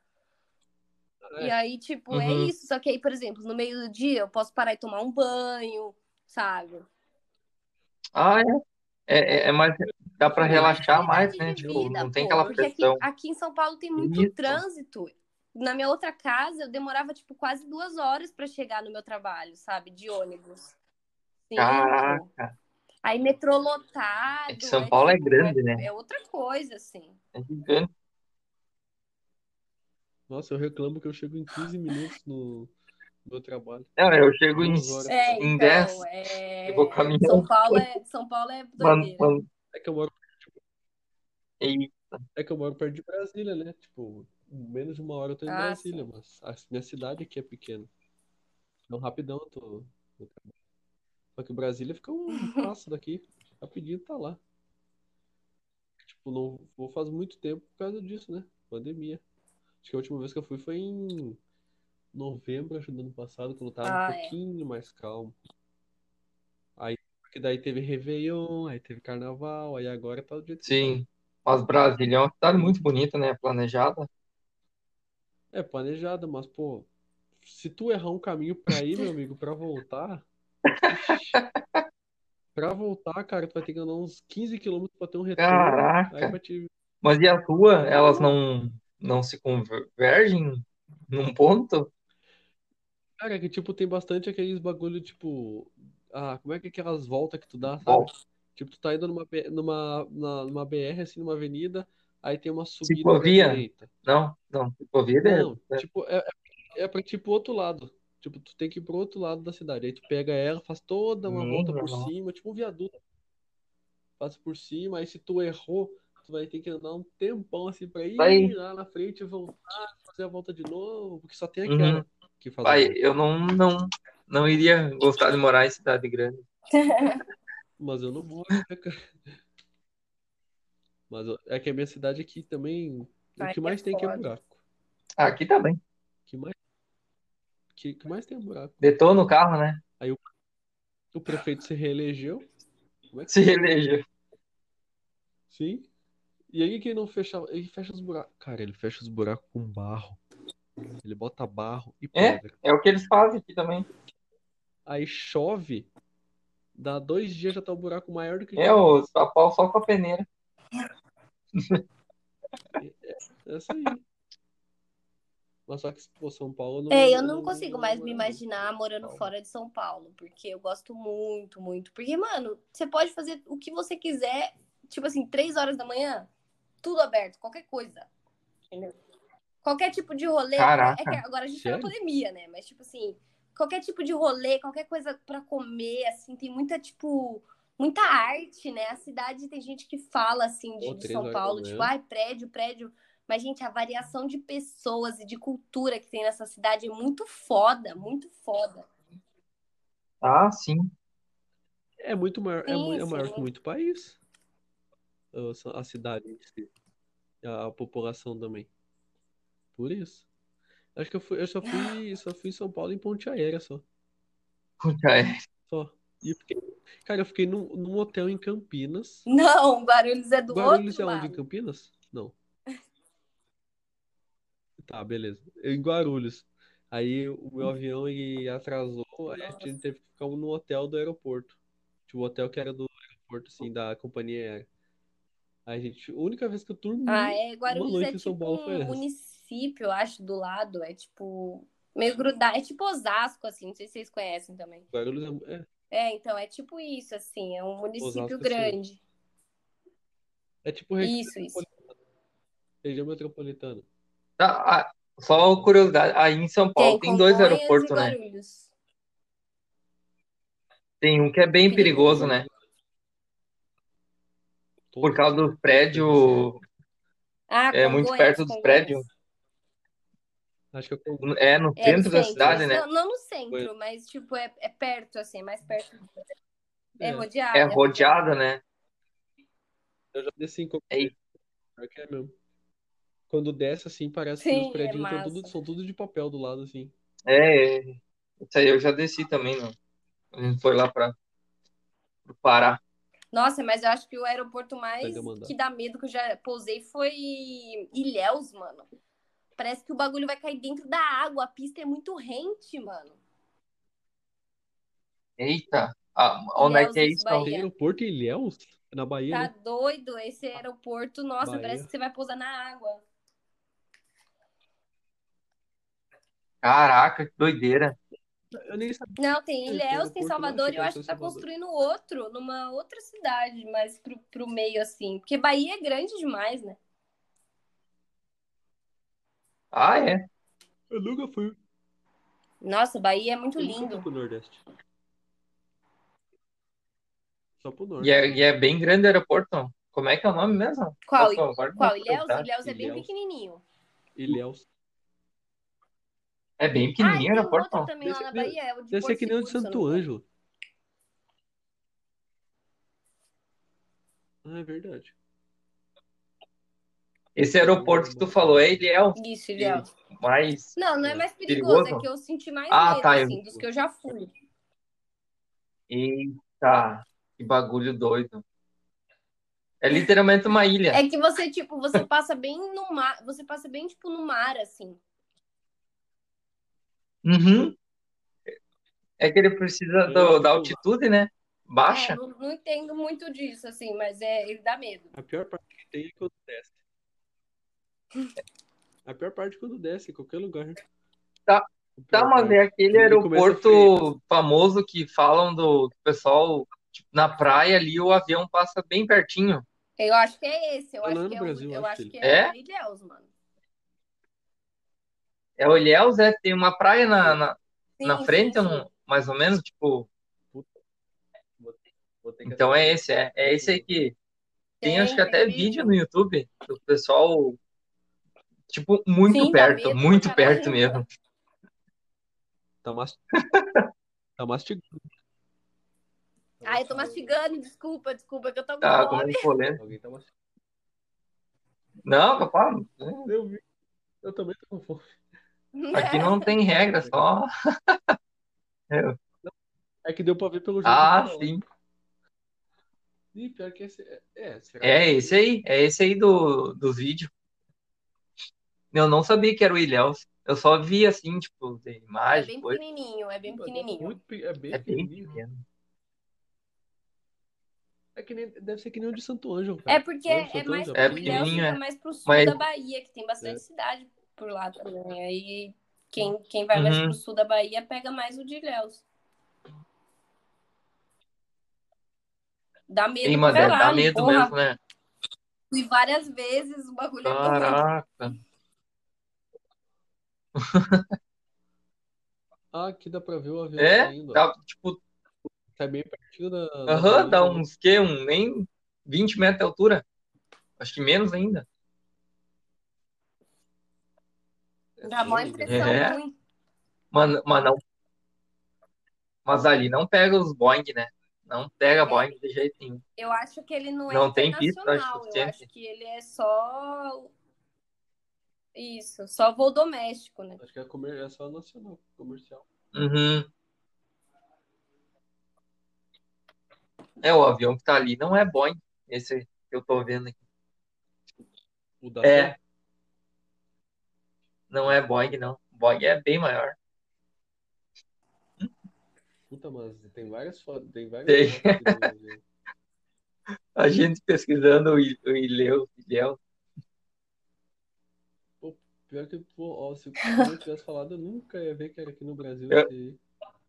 É.
E aí, tipo, é
Uhum.
isso. Só que aí, por exemplo, no meio do dia eu posso parar e tomar um banho, sabe?
Ah, é. É, é- é mais, dá pra
Tem mais
relaxar mais,
qualidade
né?
de
Tipo,
é vida,
não tem
pô,
aquela
porque aqui,
pressão.
aqui em São Paulo tem muito
Isso.
trânsito. Na minha outra casa, eu demorava, tipo, quase duas horas pra chegar no meu trabalho, sabe? De ônibus. Sim, pô.
Caraca.
Aí metrô lotado.
É que São Paulo é grande, né?
É outra coisa, assim.
É gigante.
Nossa, eu reclamo que eu chego em 15 minutos no no meu trabalho.
Não, eu chego em,
Duas horas.
É,
em
então,
10.
é...
eu vou caminhando.
São Paulo é, São Paulo é
Mano,
doideira.
mano,
É que eu moro,
e-
é que eu moro perto de Brasília, né? Tipo, menos de uma hora eu tô em
Ah,
Brasília,
sim.
mas a minha cidade aqui é pequena. Então, rapidão eu tô. no trabalho. Só que Brasília fica um passo daqui. Rapidinho tá lá. Tipo, não vou faz muito tempo por causa disso, né? Pandemia. Acho que a última vez que eu fui foi em novembro, acho, do ano passado, quando tava
Ah,
um
é.
pouquinho mais calmo. Aí, porque daí teve Réveillon, aí teve Carnaval, aí agora tá do jeito que tá.
sim. Mas Brasília é uma cidade muito bonita, né? Planejada.
É planejado, mas, pô, se tu errar um caminho pra ir, meu amigo, pra voltar. ixi, Pra voltar, cara, tu vai ter que andar uns 15 quilômetros pra ter um retorno.
Caraca.
Aí vai te.
Mas e a rua, elas não, não se convergem num ponto?
Cara, que tipo, tem bastante aqueles bagulho, tipo. Ah, como é que é aquelas voltas que tu dá, sabe?
Bom,
Tipo, tu tá indo numa, B- numa, na- numa BR, assim, numa avenida, aí tem uma subida
Ciclovia?
pra direita.
não, não. Ciclovia
Não,
é, é
tipo, é, é pra tipo outro lado. Tipo, tu tem que ir pro outro lado da cidade. Aí tu pega ela, faz toda uma volta
Minha
por
nossa.
cima, tipo um viaduto. Passa por cima, aí se tu errou, tu vai ter que andar um tempão assim pra ir
Vai.
lá na frente e voltar, fazer a volta de novo, porque só tem
Uhum.
aquela que faz a
Pai,
volta.
eu não, não, não iria gostar de morar em cidade grande.
Mas eu não moro, né, cara? Mas eu- é que a minha cidade aqui também O
Ai,
que
é
mais tem aqui é
foda.
buraco.
Ah, aqui tá bem.
O que mais, que, que mais tem é buraco.
Detona o carro, né?
O prefeito se reelegeu. Como é que
Se reelegeu.
Sim. E aí que ele não fechava. Ele fecha os buracos. Cara, ele fecha os buracos com barro. Ele bota barro e
É?
pedra.
É o que eles fazem aqui também.
Aí chove. Dá dois dias já tá o buraco maior do que.
É o papau só com a peneira.
É isso aí. Mas só que pô, São Paulo não.
É, eu não consigo mais me
não-
imaginar morando
Paulo.
fora de São Paulo, porque eu gosto muito, muito. Porque, mano, você pode fazer o que você quiser, tipo assim, três horas da manhã, tudo aberto, qualquer coisa. Entendeu? Qualquer tipo de rolê.
Caraca.
É que agora a gente tá
Sério?
na pandemia, né? Mas, tipo assim, qualquer tipo de rolê, qualquer coisa pra comer, assim, tem muita, tipo, muita arte, né? A cidade tem gente que fala, assim, de,
Pô,
de
três
São
horas
Paulo,
da
tipo,
manhã.
ai, prédio, prédio. Mas, gente, a variação de pessoas e de cultura que tem nessa cidade é muito foda, muito foda.
Ah, sim.
É muito maior, é,
Sim,
mu- é
sim.
maior que muito país. A ci- A cidade em si. A população também. Por isso. Acho que eu fui, eu só fui, só fui em São Paulo em Ponte Aérea só.
Puta, é.
Só. E eu fiquei, cara, eu fiquei num, num hotel em Campinas.
Não, Guarulhos é do
Guarulhos é
outro
onde? Em
lado.
Campinas? Não. Tá, beleza. Eu Em Guarulhos. Aí o
Hum.
meu avião ele atrasou, aí a gente teve que ficar no hotel do aeroporto. Tipo, o hotel que era do aeroporto, assim, da companhia aérea. Aí, gente, a única vez que eu dormi.
Ah, é, Guarulhos
Uhum. noite
é
em
tipo
São Paulo foi
um
essa.
município, eu acho, do lado. É tipo meio grudado, é tipo Osasco, assim, não sei se vocês conhecem também.
Guarulhos é, é,
É, então, é tipo isso, assim, é um município
Osasco, tipo sim.
grande.
é tipo região,
Isso, isso.
região metropolitana.
Ah, ah, só uma curiosidade. Aí em São Paulo tem, dois
Congonhas
aeroportos,
e
né?
Guarulhos.
Tem um que é bem perigoso,
Perigoso.
né?
Todo-
Por causa do prédio.
Ah,
É muito
Congonhas,
perto dos
Congonhas.
prédios.
Acho que eu concordo.
É no
É, no
centro da
centro.
cidade, né?
Não, não no centro, mas tipo, é, é perto, assim, mais perto. É,
É.
rodeado. assim.
É rodeado, né?
Eu já desci em
É
Copenhague. Pior que é mesmo. Quando desce, assim, parece que
Sim,
os prédios
é
tão
massa.
tudo- são tudo de papel do lado, assim.
É, é. isso aí eu já desci também, né? A gente foi lá para o Pará.
Nossa, mas eu acho que o aeroporto mais
Perdeu o mandato.
que dá medo que eu já pousei foi Ilhéus, mano. Parece que o bagulho vai cair dentro da água. A pista é muito rente, mano.
Eita! Ah, onde é que é
Ilhéus,
isso?
Bahia.
Tem aeroporto em Ilhéus? Na Bahia,
Tá
né?
doido esse aeroporto. Nossa,
Bahia.
parece que você vai pousar na água.
Caraca, que doideira.
Tá.
Eu nem sabia.
Não, tem Ilhéus,
É, aeroporto
tem
não,
Salvador
achei
e
que
eu
era
acho
só
que tá
Salvador.
construindo outro numa outra cidade, mais pro, pro meio, assim. Porque Bahia é grande demais, né?
Ah, é?
Eu nunca fui.
Nossa, Bahia é muito
Eu nunca fui
lindo.
pro Nordeste. Só pro Norte.
E é, e é bem grande o aeroporto. Como é que é o nome mesmo?
Qual,
Nossa, agora não
qual
vou
Ilhéus?
lembrar.
Ilhéus é bem
Ilhéus.
pequenininho.
Ilhéus.
É bem
Ah, e
pequenininho
tem
o
um
aeroporto.
outro também lá
Deve
na
ser que nem-
Bahia. É o de
Deve ser
Porto
que nem o
Seguro,
de
se eu não
Santo
me engano.
Ângelo. Ah, é verdade.
Esse aeroporto que tu falou, ele é o
Isso, Ilhéus.
mais.
Não, não é mais perigoso,
Perigoso?
é que eu senti mais
Ah,
medo,
tá, eu-
assim, dos que eu já fui.
Eita! Que bagulho doido. É literalmente uma ilha.
É que você, tipo, você passa bem no mar, você passa bem, tipo, no mar, assim.
Uhum. É que ele precisa do- da altitude, né?
É,
Baixa.
não, não entendo muito disso, assim, mas é, ele dá medo.
A pior parte que tem é quando desce. A pior parte é quando desce, em qualquer lugar.
Tá-
A pior
Tá, mas é
parte.
aquele
Ele começa a
aeroporto famoso que falam do pessoal tipo, na praia ali, o avião passa bem pertinho.
Eu acho que é esse, eu
Não, não
acho
é
que
no
é, o-
Brasil,
eu
acho
acho
que
que
é.
é Ilhéus, mano.
É o Ilhéus, é? Tem uma praia na, na, na
Sim,
frente,
sim,
ou não? mais ou menos, tipo.
Vou ter que
Então é esse,
assistir.
é, é esse aí que tem,
Tem,
acho que
tem é
até
vídeo.
vídeo no YouTube do pessoal, tipo, muito
Sim, dá
perto,
medo pra
muito
caralho.
perto mesmo.
Tá, mas... tá mastigando.
Ah, eu tô mastigando, desculpa, desculpa, que eu tô com
Tá, como
fome.
eu falei.
Alguém tá mastigando.
Não, papai,
Eu vi. Eu também tô com fome.
É
aqui não tem regra, só.
É que deu pra ver pelo jeito.
Ah,
que eu tô
sim.
falando. Ih, pior que esse. É, é, será que-
É esse aí, é esse aí do, do vídeo. Eu não sabia que era o Ilhéus. Eu só vi assim, tipo, de
É
imagem,
bem
coisa.
pequenininho, é bem pequenininho.
Muito pe- é bem
É bem
pequenininho.
pequeno.
É que nem, deve ser que nem o de Santo Ângelo, cara.
É porque
Olha, Santo
é mais,
Ângelo.
É
o Ilhéus
pequenininho,
fica
é.
mais pro sul
Mas-
da Bahia, que tem bastante
É.
cidade por lá também. Aí quem, quem vai mais
Uhum.
pro sul da Bahia pega mais o de Ilhéus. Dá medo
Sim,
pra
mas é,
lá,
dá medo
porra,
mesmo, né?
Fui várias vezes, o bagulho é doido.
Caraca.
Ah, aqui dá pra ver o avião
É?
saindo. ó.
Dá, tipo,
Tá bem pertinho da. da
aham, dá
Bahia, né?
uns que, um, nem 20 metros de altura. Acho que menos ainda.
É
Dá mó
doido, né?
impressão
É.
ruim.
Mano, mas não. Mas ali não pega os Boeing, né? Não
É.
pega Boeing de jeito nenhum.
Eu acho que ele não é
Não tem pista,
internacional.
acho
eu
suficiente.
acho que ele é só. Isso, só voo doméstico,
um
né?
Acho que é, comer... é só nacional, comercial.
Uhum. É, o avião que tá ali não é Boeing. Esse que eu tô vendo aqui.
O da
É. Não é Boeing, não. Boeing é bem maior.
Puta, mas tem várias fotos. Tem várias
Tem.
fotos do avião.
A gente pesquisando o I- o Ilhéus, Ilhéus.
Pior que, pô, ó, se o eu tivesse falado, eu nunca ia ver que era aqui no Brasil.
Eu-
esse-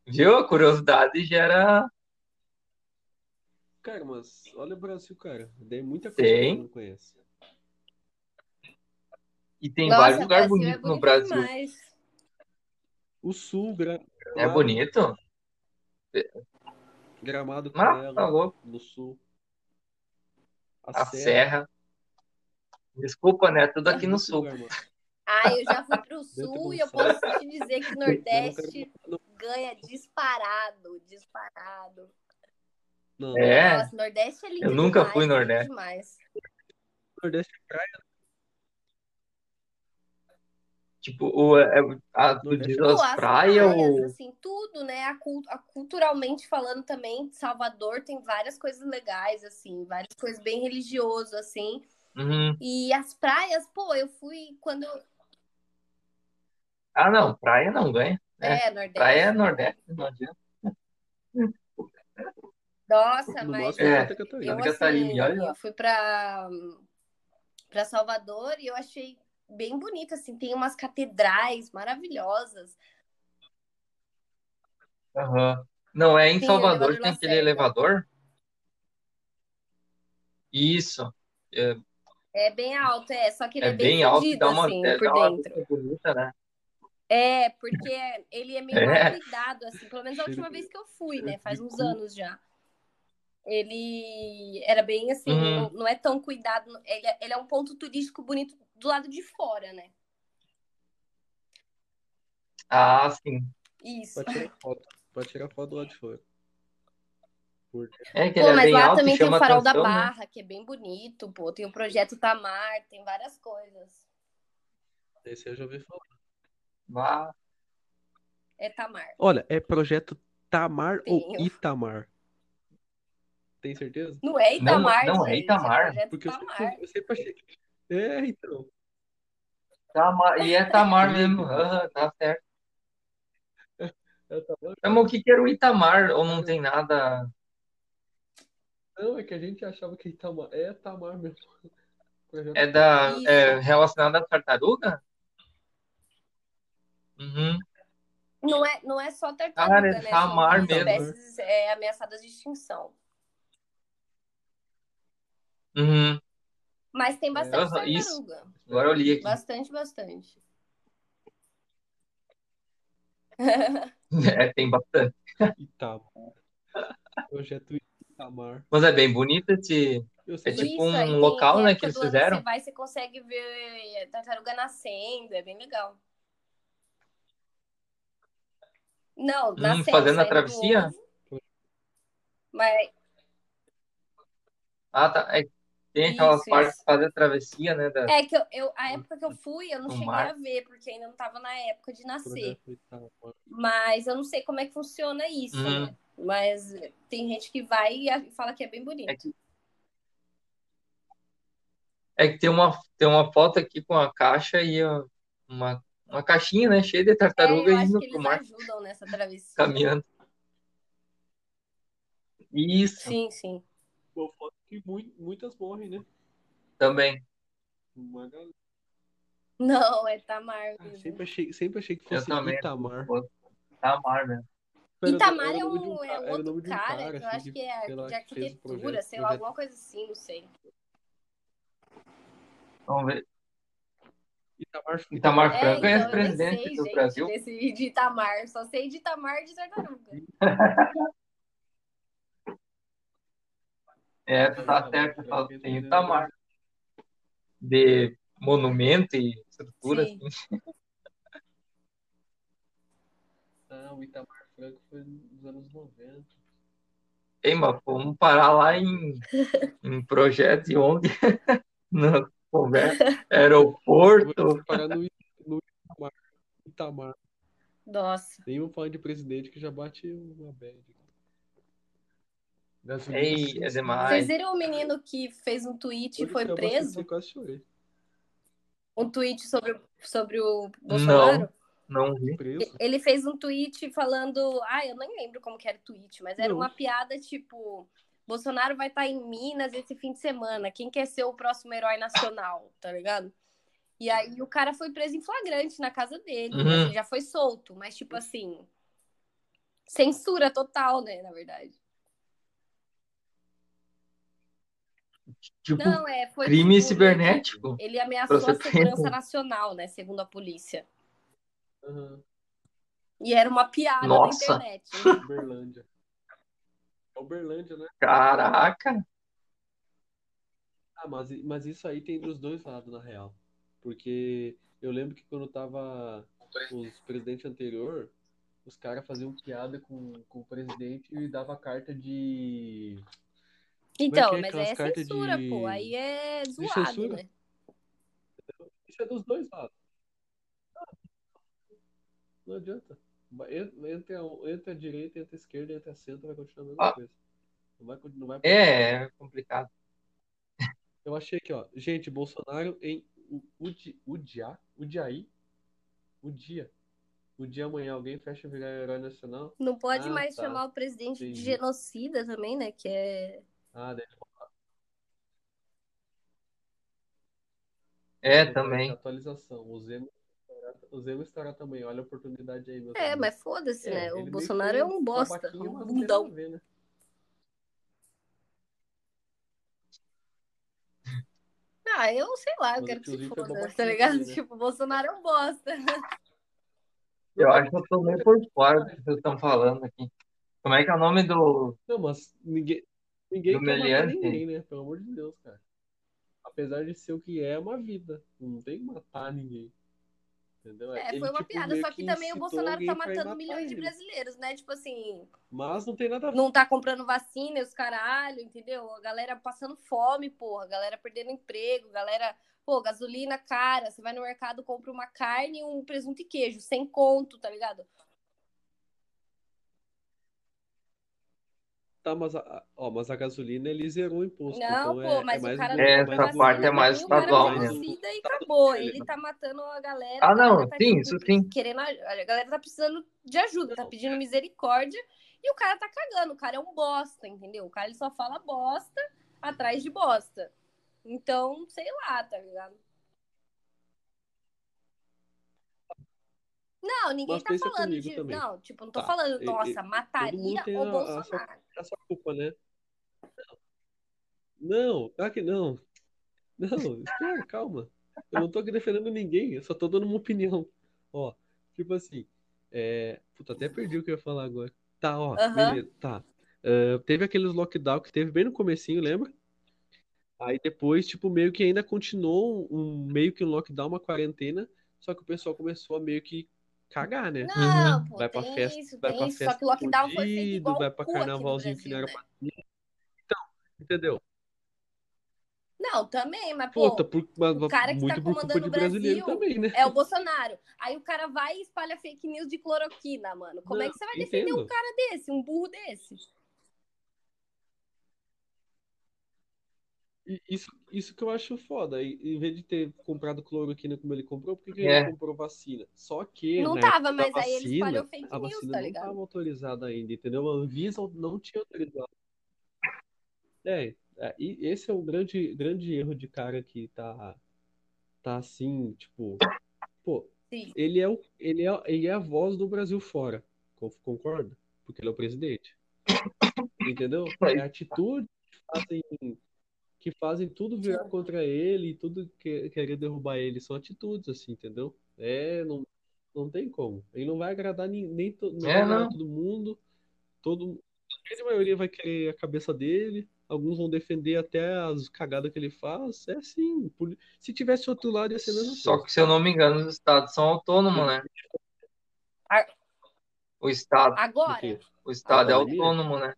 Viu? A curiosidade gera
Cara, mas olha o Brasil, cara. Tem muita coisa
Tem.
que eu não conheço.
E tem
Nossa,
vários lugares
Brasil é
bonitos no
bonito
Brasil.
demais.
O Sul, Gra-
É
Gramado,
bonito?
Gramado
Mas tá
Canela,
louco.
no Sul.
A Serra. Desculpa, né? Tudo aqui no
é Muito
Sul.
lugar, mano.
Ah, eu já fui pro sul
Dentro um
e eu
do
posso te dizer que o Nordeste
Eu não
ganha disparado, disparado.
Não,
É.
Nossa, Nordeste é lindo
Eu nunca
demais,
fui no
lindo
Nordeste.
demais.
Nordeste é praia.
Tipo, o, é, a, tu
Nordeste.
diz
Pô,
as praias ou.
assim, tudo, né? A cul- a culturalmente falando também, Salvador tem várias coisas legais, assim, várias coisas bem religiosas, assim.
Uhum.
E as praias, pô, eu fui quando. eu-
Ah, não, praia não ganha. É,
É, Nordeste.
Praia é Nordeste, não adianta.
Nossa,
No
mas
máximo
É.
Santa
eu,
Catarina.
Santa Catarina,
assim,
olha lá.
eu fui pra, pra Salvador e eu achei bem bonito, assim, tem umas catedrais maravilhosas.
Aham. Não, é em
Sim, o
Salvador que
elevador
tem aquele
Lacerda.
elevador. Isso. É,
É bem alto, é, só que ele é,
é bem alto e
fedido,
dá uma,
assim,
é,
por
dá uma
dentro.
vista bonita, né?
É, porque ele é meio
É. Uhum.
mal cuidado, assim, pelo menos a
Cheiro
última
de-
vez que eu fui,
cheiro
né?
de
Faz uns
cu.
anos já. Ele era bem assim,
Uhum.
não, não é tão cuidado. Ele é, ele é um ponto turístico bonito do lado de fora, né?
Ah, sim.
Isso.
Pode tirar foto. Pode tirar foto do lado de fora. Porque
É que
Pô,
ele é
mas
bem
lá
alto e
também tem o
chama
Farol da
atenção, né?
Barra, que é bem bonito, pô. Tem o Projeto Tamar, tem várias coisas.
esse eu já ouvi falar.
Ah,
É Tamar.
Olha, é projeto Tamar ou
Tenho.
Itamar? Tem certeza?
Não é
Não,
Itamar,
não é
gente,
Itamar,
Projeto
Porque eu
Tamar.
sempre, eu sempre achei. É, então.
Tamar, e é Tamar mesmo. Aham, tá certo.
É o Tamar.
Mas o que que era o Itamar? Ou não tem nada.
Não, é que a gente achava que Itamar é Tamar mesmo. Projeto
É da
Isso.
é relacionado à tartaruga? Uhum.
Não é, não é só tartaruga,
Cara, é
né? São
Tamar né?
algumas
mesmo.
espécies é, ameaçadas de extinção.
Uhum.
Mas tem bastante
Aham, isso.
tartaruga.
Agora eu li aqui.
Bastante, bastante.
É, tem bastante.
Itamar. Projeto Itamar.
Mas é bem bonito esse.
Eu
É
sempre
tipo
Isso,
um
aí tem-
local,
tem
né,
época
que eles
do ano
fizeram.
Você vai, você consegue ver é, tartaruga nascendo, é bem legal. Não, nascendo,
Hum, fazendo a
saindo do
travessia?
ovo. Mas
Ah, tá. É, Tem aquelas
Isso,
partes
isso.
que fazem a travessia, né? da-
É que eu, eu- a época que eu fui, eu não
No
cheguei
mar.
a ver, porque ainda não tava na época de nascer.
projeto e tal.
Mas eu não sei como é que funciona isso,
Hum.
né?
Uhum.
Mas tem gente que vai e a- fala que é bem bonito.
É que- É que tem uma, tem uma foto aqui com a caixa e a- uma, uma caixinha, né? Cheia de
É,
tartaruga
eu
e
acho
indo
que
pro
eles
mar
ajudam nessa travessia.
caminhando. Isso,
Sim, sim.
Pô, foto que mui- muitas morrem, né?
também.
Uma galera.
Não, é Tamar
Ah,
mesmo.
sempre, achei, sempre achei que
Eu
fosse
também.
Itamar.
Tá mar, né?
Era-
Itamar
era
é
o nome de
um,
ca-
é
era o
outro
nome de um
cara, que eu
assim,
acho que é
sei lá,
de
que fez o
arquitetura,
projeto-
sei lá,
projeto.
alguma coisa assim, não sei.
Vamos ver.
Itamar,
Itamar
É,
Franco é
então, eu nem
presidente
sei,
do
gente,
Brasil.
desse de Itamar. Só sei de Itamar e de tartaruga.
É, tu tá certo. Só tem o Tamar de monumento e estrutura.
Sim.
assim.
Ah, o Itamar Franco foi nos anos 90.
Ei, mas vamos parar lá em, em projeto e onde? Na conversa.
Eu
Aeroporto.
vou parar no, I- no Itamar. Itamar.
Nossa.
Nem vou falar de presidente que já bate uma bad. Gasolina
Ei, é
cinco,
demais.
Vocês viram o menino que fez um tweet e
olha,
foi
eu bastante,
preso?
Eu quase chorei.
Um tweet sobre, sobre o Bolsonaro?
Não vi.
Preso.
Ele fez um tweet falando. Ah, eu nem lembro como que era o tweet, mas era
Não.
uma piada tipo. Bolsonaro vai estar em Minas esse fim de semana. Quem quer ser o próximo herói nacional? Tá ligado? E aí o cara foi preso em flagrante na casa dele.
Uhum.
mas ele já foi solto, mas tipo assim. Censura total, né? Na verdade.
Tipo,
Não, é. Foi
crime
tipo,
cibernético.
Ele, ele ameaçou a
Você tem-
segurança nacional, né? Segundo a polícia.
Aham.
E era uma piada
Nossa.
na internet. né?
Uberlândia. É Uberlândia, né?
Caraca.
Ah, mas, mas isso aí tem dos dois lados, na real. Porque eu lembro que quando tava os presidentes anterior, os caras faziam piada com, com o presidente e dava carta de.
Então,
Como é que é
mas
aquelas
aí é
cartas
censura,
de-
pô. Aí é zoado,
censura?
né?
Isso é dos dois lados. Ah, Não adianta. Ba- en- Entre a, entre a direita, entre a esquerda, entre a centro, vai continuar a mesma
Ah.
coisa. Não vai, con- não vai
É, é complicado.
Eu achei aqui, ó. Gente, Bolsonaro em U- Udi- Udia, Udiaí? Udia. O dia amanhã alguém fecha e virar herói nacional?
Não pode
Ah,
mais
tá.
chamar o presidente de
Entendi.
genocida também, né? Que é.
Ah, deve
É,
ter
também.
atualização. O Zema, estará- o Zema estará também. Olha a oportunidade aí, meu
É, mas foda-se,
É,
né?
ele
O
meio que
Bolsonaro
foi
é
um
um bosta,
babaquinho,
um
mas não tem
bundão.
nada a ver, né?
Ah, eu sei lá, eu
Mas
quero
o
que se
tiozinho foi
foda,
babaquinho
tá ligado?
também, né?
Tipo, o Bolsonaro é um bosta.
Eu acho que eu tô meio por fora do que vocês estão falando aqui. Como é que é o nome do.
Não, mas ninguém, ninguém
Do
quer matar
Meliante.
ninguém, né? Pelo amor de Deus, cara. Apesar de ser o que é, é uma vida. Não tem que matar ninguém. Entendeu?
É,
Ele,
foi uma
tipo,
piada.
meio
Só que também o
incitou
Bolsonaro tá
alguém pra ir
matando
matar
milhões de
ele.
brasileiros, né? Tipo assim,
Mas não tem nada a ver.
não tá comprando vacina e os caralho, entendeu? A galera passando fome, porra, a galera perdendo emprego, galera, pô, gasolina cara, você vai no mercado, compra uma carne, um presunto e queijo, sem conto, tá ligado?
Tá, mas a, ó, mas a gasolina ele zerou o imposto.
Não,
então
pô,
é,
mas
é mais
o cara
um-
não
É,
compra
essa
vacina,
parte é mais
pra mim, o cara
estadual
é
mesmo.
genocida e acabou. Ele tá
um
matando a galera.
Ah,
a galera
não,
tá,
sim,
tipo,
isso sim.
Querendo, a a galera tá precisando de ajuda, tá pedindo
é.
misericórdia e o cara tá cagando. O cara é um bosta, entendeu? O cara ele só fala bosta atrás de bosta. Então, sei lá, tá ligado? Não, ninguém
Mas
tá
pensa
falando
comigo
de.
também.
Não, tipo, não tô
Tá,
falando,
e-
nossa,
e- todo
mataria
mundo tem
o
a- a
Bolsonaro.
Essa culpa, né? Não, claro que não. Não, espera, calma. Eu não tô aqui defendendo ninguém, eu só tô dando uma opinião. Ó, tipo assim, é... Puta, até perdi o que eu ia falar agora. Tá, ó,
Aham.
beleza, tá. Ah, teve aqueles lockdown que teve bem no comecinho, lembra? Aí depois, tipo, meio que ainda continuou um meio que um lockdown, uma quarentena, só que o pessoal começou a meio que cagar, né?
Não, pô,
Vai pra
tem
festa,
isso,
vai
tem
pra
isso. Só
festa
que o lockdown foi feito
fudido,
igual
vai
um
pra
cu aqui no
carnavalzinho que não
Brasil,
era
né?
pra Então, entendeu?
Não, também, mas pô,
Puta, por, mas,
o cara que tá
muito por culpa
comandando
de
o
brasileiro
Brasil
também, né?
é o Bolsonaro. Aí o cara vai e espalha fake news de cloroquina, mano. Como é
Não,
que você vai
eu
defender um
entendo.
cara desse, um burro desse?
E Isso, isso que eu acho foda. E- Em vez de ter comprado cloroquina como ele comprou, por que, que
É.
ele não comprou vacina? Só que.
não tá
né,
tava,
da
mas aí ele
vacina,
espalhou fake
A
news,
vacina
tá
não
ligado?
estava autorizada ainda, entendeu? A Anvisa não tinha autorizado. É, é, e esse é um grande, grande erro de cara que tá, tá assim, tipo, pô,
Sim.
ele é, o, ele é, ele é a voz do Brasil fora, con- concorda? Porque ele é o presidente. Entendeu? É a atitude que fazem, que fazem tudo virar contra ele, tudo que, querer derrubar ele, são atitudes, assim, entendeu? É, não, não tem como. Ele não vai agradar nem, nem to- não vai
É,
agradar
não.
todo mundo, todo, a grande maioria vai querer a cabeça dele, alguns vão defender até as cagadas que ele faz, é assim, poli- se tivesse outro lado ia ser a mesma
Só
coisa.
que, se eu não me engano, os estados são autônomos, né?
A-
O estado,
Agora,
Porque-
o estado é
Autonomia?
autônomo, né?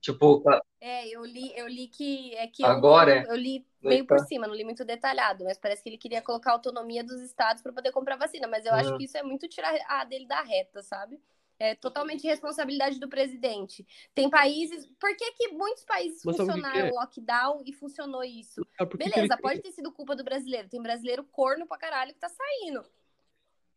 Tipo, ca-
é, eu li, eu li que é que
Agora
eu, eu li
Né,
meio
é,
então.
por cima, não li muito detalhado, mas parece que ele queria colocar a autonomia dos estados para poder comprar vacina, mas eu acho
Hum.
que isso é muito tirar a dele da reta, sabe? É totalmente responsabilidade do presidente. Tem países, por que que muitos países
Mas sabe o que que
funcionaram o lockdown e funcionou isso?
Ah, por que que ele
Beleza,
queria?
pode ter sido culpa do brasileiro. Tem brasileiro corno pra caralho que tá saindo.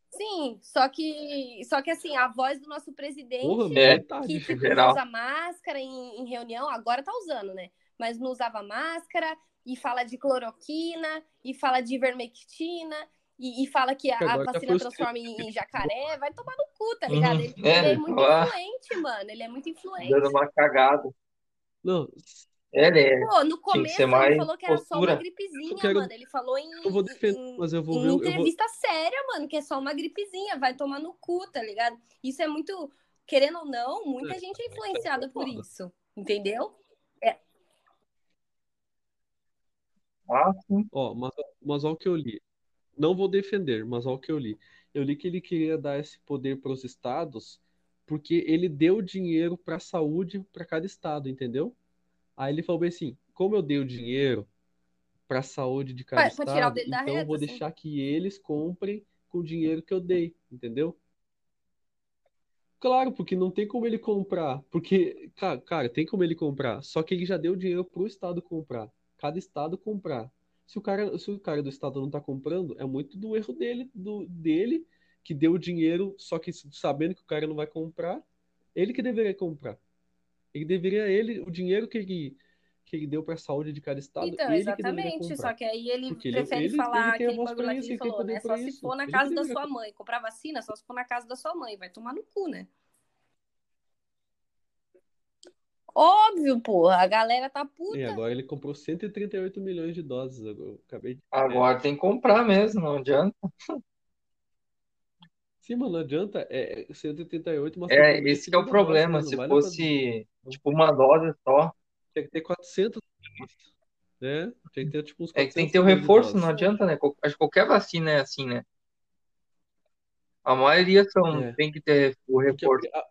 Sim, só que, só que assim, a voz do nosso presidente
Porra,
É.
metade.
que tipo,
geral.
não usa máscara em, em reunião, agora tá usando, né? Mas não usava máscara e fala de cloroquina e fala de ivermectina e, e fala que a, a
Agora tá
vacina
frustrado.
transforma em, em jacaré. Vai tomar no cu, tá ligado?
Uhum,
Ele,
é,
ele é muito
lá.
influente, mano. Ele é muito
dando
influente.
uma cagada.
Não,
Ele é.
Pô, no
que
começo
ser
ele
mais
falou que era só uma
postura.
gripezinha,
Eu quero-
mano. Ele falou em,
eu vou defender,
em-
mas eu vou ver,
em
eu vou-
entrevista séria, mano, que é só uma gripezinha, vai tomar no cu, tá ligado? Isso é muito, querendo ou não, muita gente é influenciada por isso, entendeu?
Ah, sim.
Ó, mas, mas olha o que eu li. Não vou defender, mas olha o que eu li. Eu li que ele queria dar esse poder para os estados porque ele deu dinheiro para a saúde para cada estado, entendeu? Aí ele falou bem assim: como eu dei o dinheiro para a saúde de cada
Pra- pra
estado,
tirar o dedo da
então eu
reta,
vou
assim.
deixar que eles comprem com o dinheiro que eu dei, entendeu? Claro, porque não tem como ele comprar. Porque, cara, cara, tem como ele comprar. Só que ele já deu dinheiro pro estado comprar. Cada estado comprar. Se o cara, se o cara do estado não tá comprando, é muito do erro dele, do dele que deu o dinheiro, só que sabendo que o cara não vai comprar, ele que deveria comprar. Ele deveria ele o dinheiro que ele que ele deu para saúde de cada estado,
Então,
Tá, ele que deveria
exatamente, só
comprar.
que aí ele
Porque ele- é
prefere
ele-
falar
ele tem a
aquele
voz
bagulho
pra
lá que
isso,
ele
ele tem
falou,
poder
né? Só
pra
se
isso.
for na
Ele
casa
que
da
deveria
sua mãe, comprar vacina, só se for na casa da sua mãe, vai tomar no cu, né? Óbvio, porra, a galera tá puta.
E É, agora ele comprou 138 milhões de doses, eu acabei de
Agora tem que comprar mesmo, não adianta.
Sim, mano, não adianta. É é 138, mas
É,
tem que
esse
ter
que é o
30 doses,
problema.
mano.
Se
Vale a pena-
fosse, tipo, uma dose só,
Tinha que ter 400 doses, né? Tinha que ter tipo uns
é que tem que ter o
400
reforço, não
doses.
adianta, né? Qual- Acho que qualquer vacina é assim, né? A maioria são,
É.
tem que ter o
Porque a,
reforço.
a-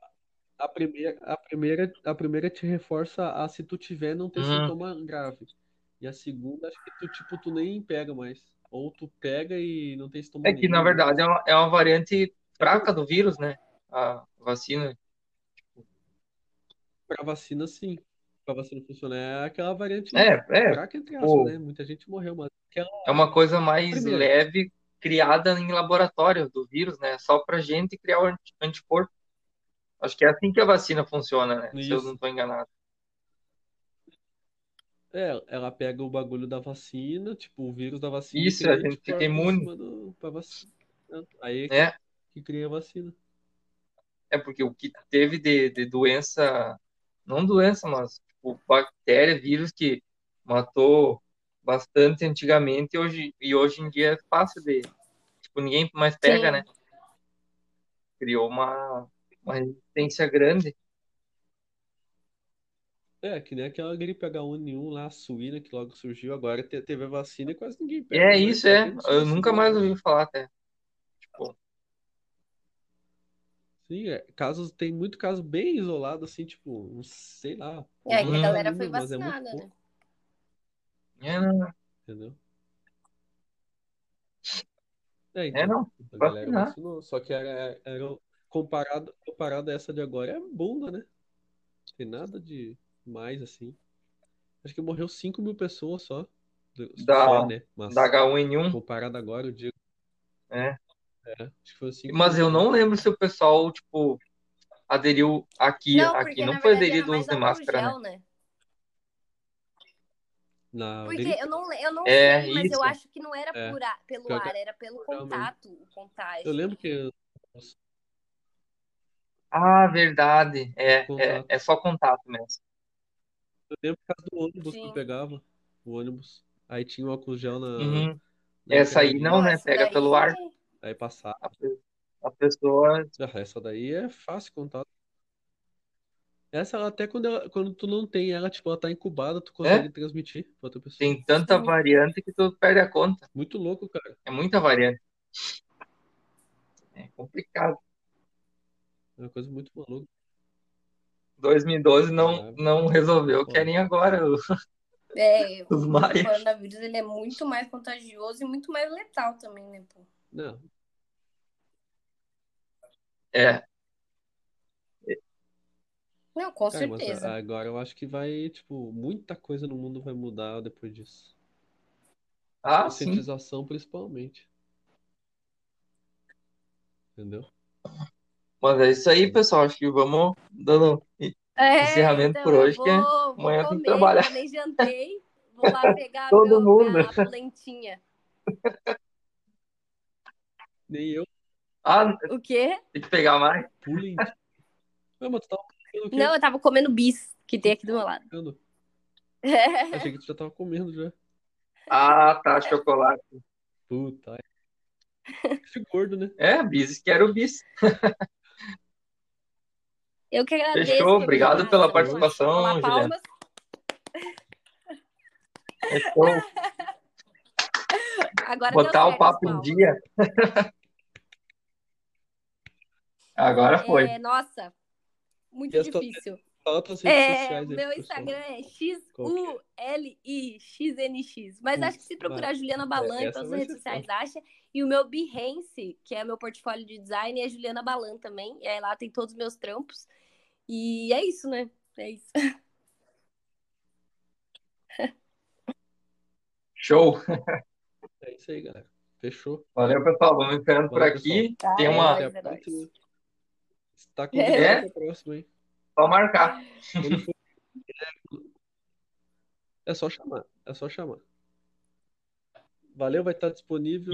a primeira, a, primeira, a primeira te reforça a se tu tiver não ter
Hum.
sintoma grave. E a segunda, acho que tu, tipo, tu nem pega mais. Ou tu pega e não tem sintoma
É que, na
nenhum.
verdade, é uma, é uma variante fraca do vírus, né? A vacina.
Pra vacina, sim. Pra vacina funcionar. É aquela variante
É, é.
fraca, entre
Pô.
aspas, né? Muita gente morreu, mas aquela
É uma coisa mais
Primeiro.
leve, criada em laboratório do vírus, né? Só pra gente criar o anti- anticorpo. Acho que é assim que a vacina funciona, né? Se eu
Isso.
não tô enganado.
É, ela pega o bagulho da vacina, tipo, o vírus da vacina
Isso,
e
a
cria
gente fica
anticorpos em
imune.
cima do, pra vacina. É. Aí
né?
que cria a vacina.
É porque o que teve de, de doença, não doença, mas tipo, bactéria, vírus que matou bastante antigamente e hoje, e hoje em dia é fácil de. Tipo, ninguém mais pega,
Sim.
né? Criou uma, uma resistência grande.
É, que nem aquela gripe H1N1 lá, a suína, que logo surgiu, agora te- teve a vacina e quase ninguém
E
pega.
é
né?
isso,
Tá
é.
tendo
Eu
suicídio,
nunca mais ouvi falar até. Tipo,
Sim, é, casos, tem muito caso bem isolado, assim, tipo, uns, sei lá.
É, que a
Uhum.
galera foi
Mas é muito
vacinada, né?
pouco.
é, não,
Entendeu? É,
É,
então,
não.
a
pode
galera
assinar.
vacinou. Só que era, era- um, comparado, comparado a essa de agora, é bunda, né? Tem nada de mais assim. Acho que morreu 5 mil pessoas só. Do-
Da-
só, né? Mas
Da H1N1.
comparado agora, eu digo.
Hum. É.
É, acho que foi 5
Mas eu não lembro se o pessoal, tipo, aderiu aqui.
Não, porque
aqui
na
não foi
verdade era
aderido o
mais
uso de
álcool
máscara, né?
gel, né?
Na
Porque
dele-
é, eu não, le- eu não
É,
sei, mas
isso.
eu acho que não era
É.
por a- pelo
Pior que-
ar, era pelo
Realmente.
contato, o contágio.
eu lembro que
Ah, verdade. É, é,
Contato.
é só contato mesmo.
Eu lembro por causa do ônibus que
Sim.
eu pegava. O ônibus. Aí tinha o álcool gel na.
Uhum.
na
Essa aí
entradinha.
não, né?
Nossa,
Pega
daí-
pelo ar.
Aí passava.
A, pe- a pessoa.
Ah, essa daí é fácil contar. Essa ela até quando, ela- quando tu não tem ela, tipo, ela tá incubada,
É?
tu consegue transmitir pra outra pessoa.
Tem tanta
Sim.
variante que tu perde a conta.
Muito louco, cara.
É muita variante. É complicado.
É uma coisa muito maluca.
2012 não,
Caralho.
não resolveu. Querem agora o-
É, o
os maias.
coronavírus ele é muito mais contagioso e muito mais letal também, né, pô?
Não,
É,
Não, com
cara, mas ah,
certeza.
a- agora eu acho que vai, tipo, muita coisa no mundo vai mudar depois disso.
ah, sim.
Conscientização, principalmente. Entendeu?
Mas é isso aí, pessoal. Acho que vamos dando.
É,
Encerramento por hoje,
eu
que é-
vou, vou
amanhã tem que
comer,
trabalhar.
eu nem jantei. Vou lá pegar
Todo
meu,
mundo.
minha polentinha.
Nem eu
Ah,
O quê?
tem que pegar mais.
pulei. Não, mas tu tava comendo o quê?
Não, eu tava comendo bis que tem aqui do meu lado.
Comendo? Achei que tu já tava comendo já.
Ah,
É.
tá, chocolate.
Puta. Esse gordo, né?
É, bis, quero bis.
Eu que agradeço.
Fechou,
Fernanda.
obrigado pela
Vamos lá,
participação,
vamos lá,
Juliana.
palmas.
É show.
Agora
botar
deu
o
certo,
papo em
palmas.
dia. Agora foi.
É, nossa, muito
E as tuas
difícil.
Fala tuas redes
É,
sociais aí,
meu
pessoal.
Instagram é
Qual que
XULIXNX. Mas
Putz,
acho que se procurar Juliana
É,
Balan em
essa
todas as
vai
redes
ser
sociais, acha. E o meu Behance, que é meu portfólio de design, é Juliana Balan também. E aí lá tem todos os meus trampos. E é isso, né? É isso.
Show.
É isso aí, galera. Fechou.
Valeu, pessoal. Vamos ficando por
Valeu,
aqui.
Tá,
Tem
é
uma-
nóis,
Até
é
a tá
nóis.
próxima. Está
É?
convidado para a próxima, hein?
Só marcar.
Quando for- É só chamar. É só chamar. Valeu, vai estar disponível.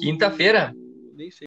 Quinta-feira.
Nem sei.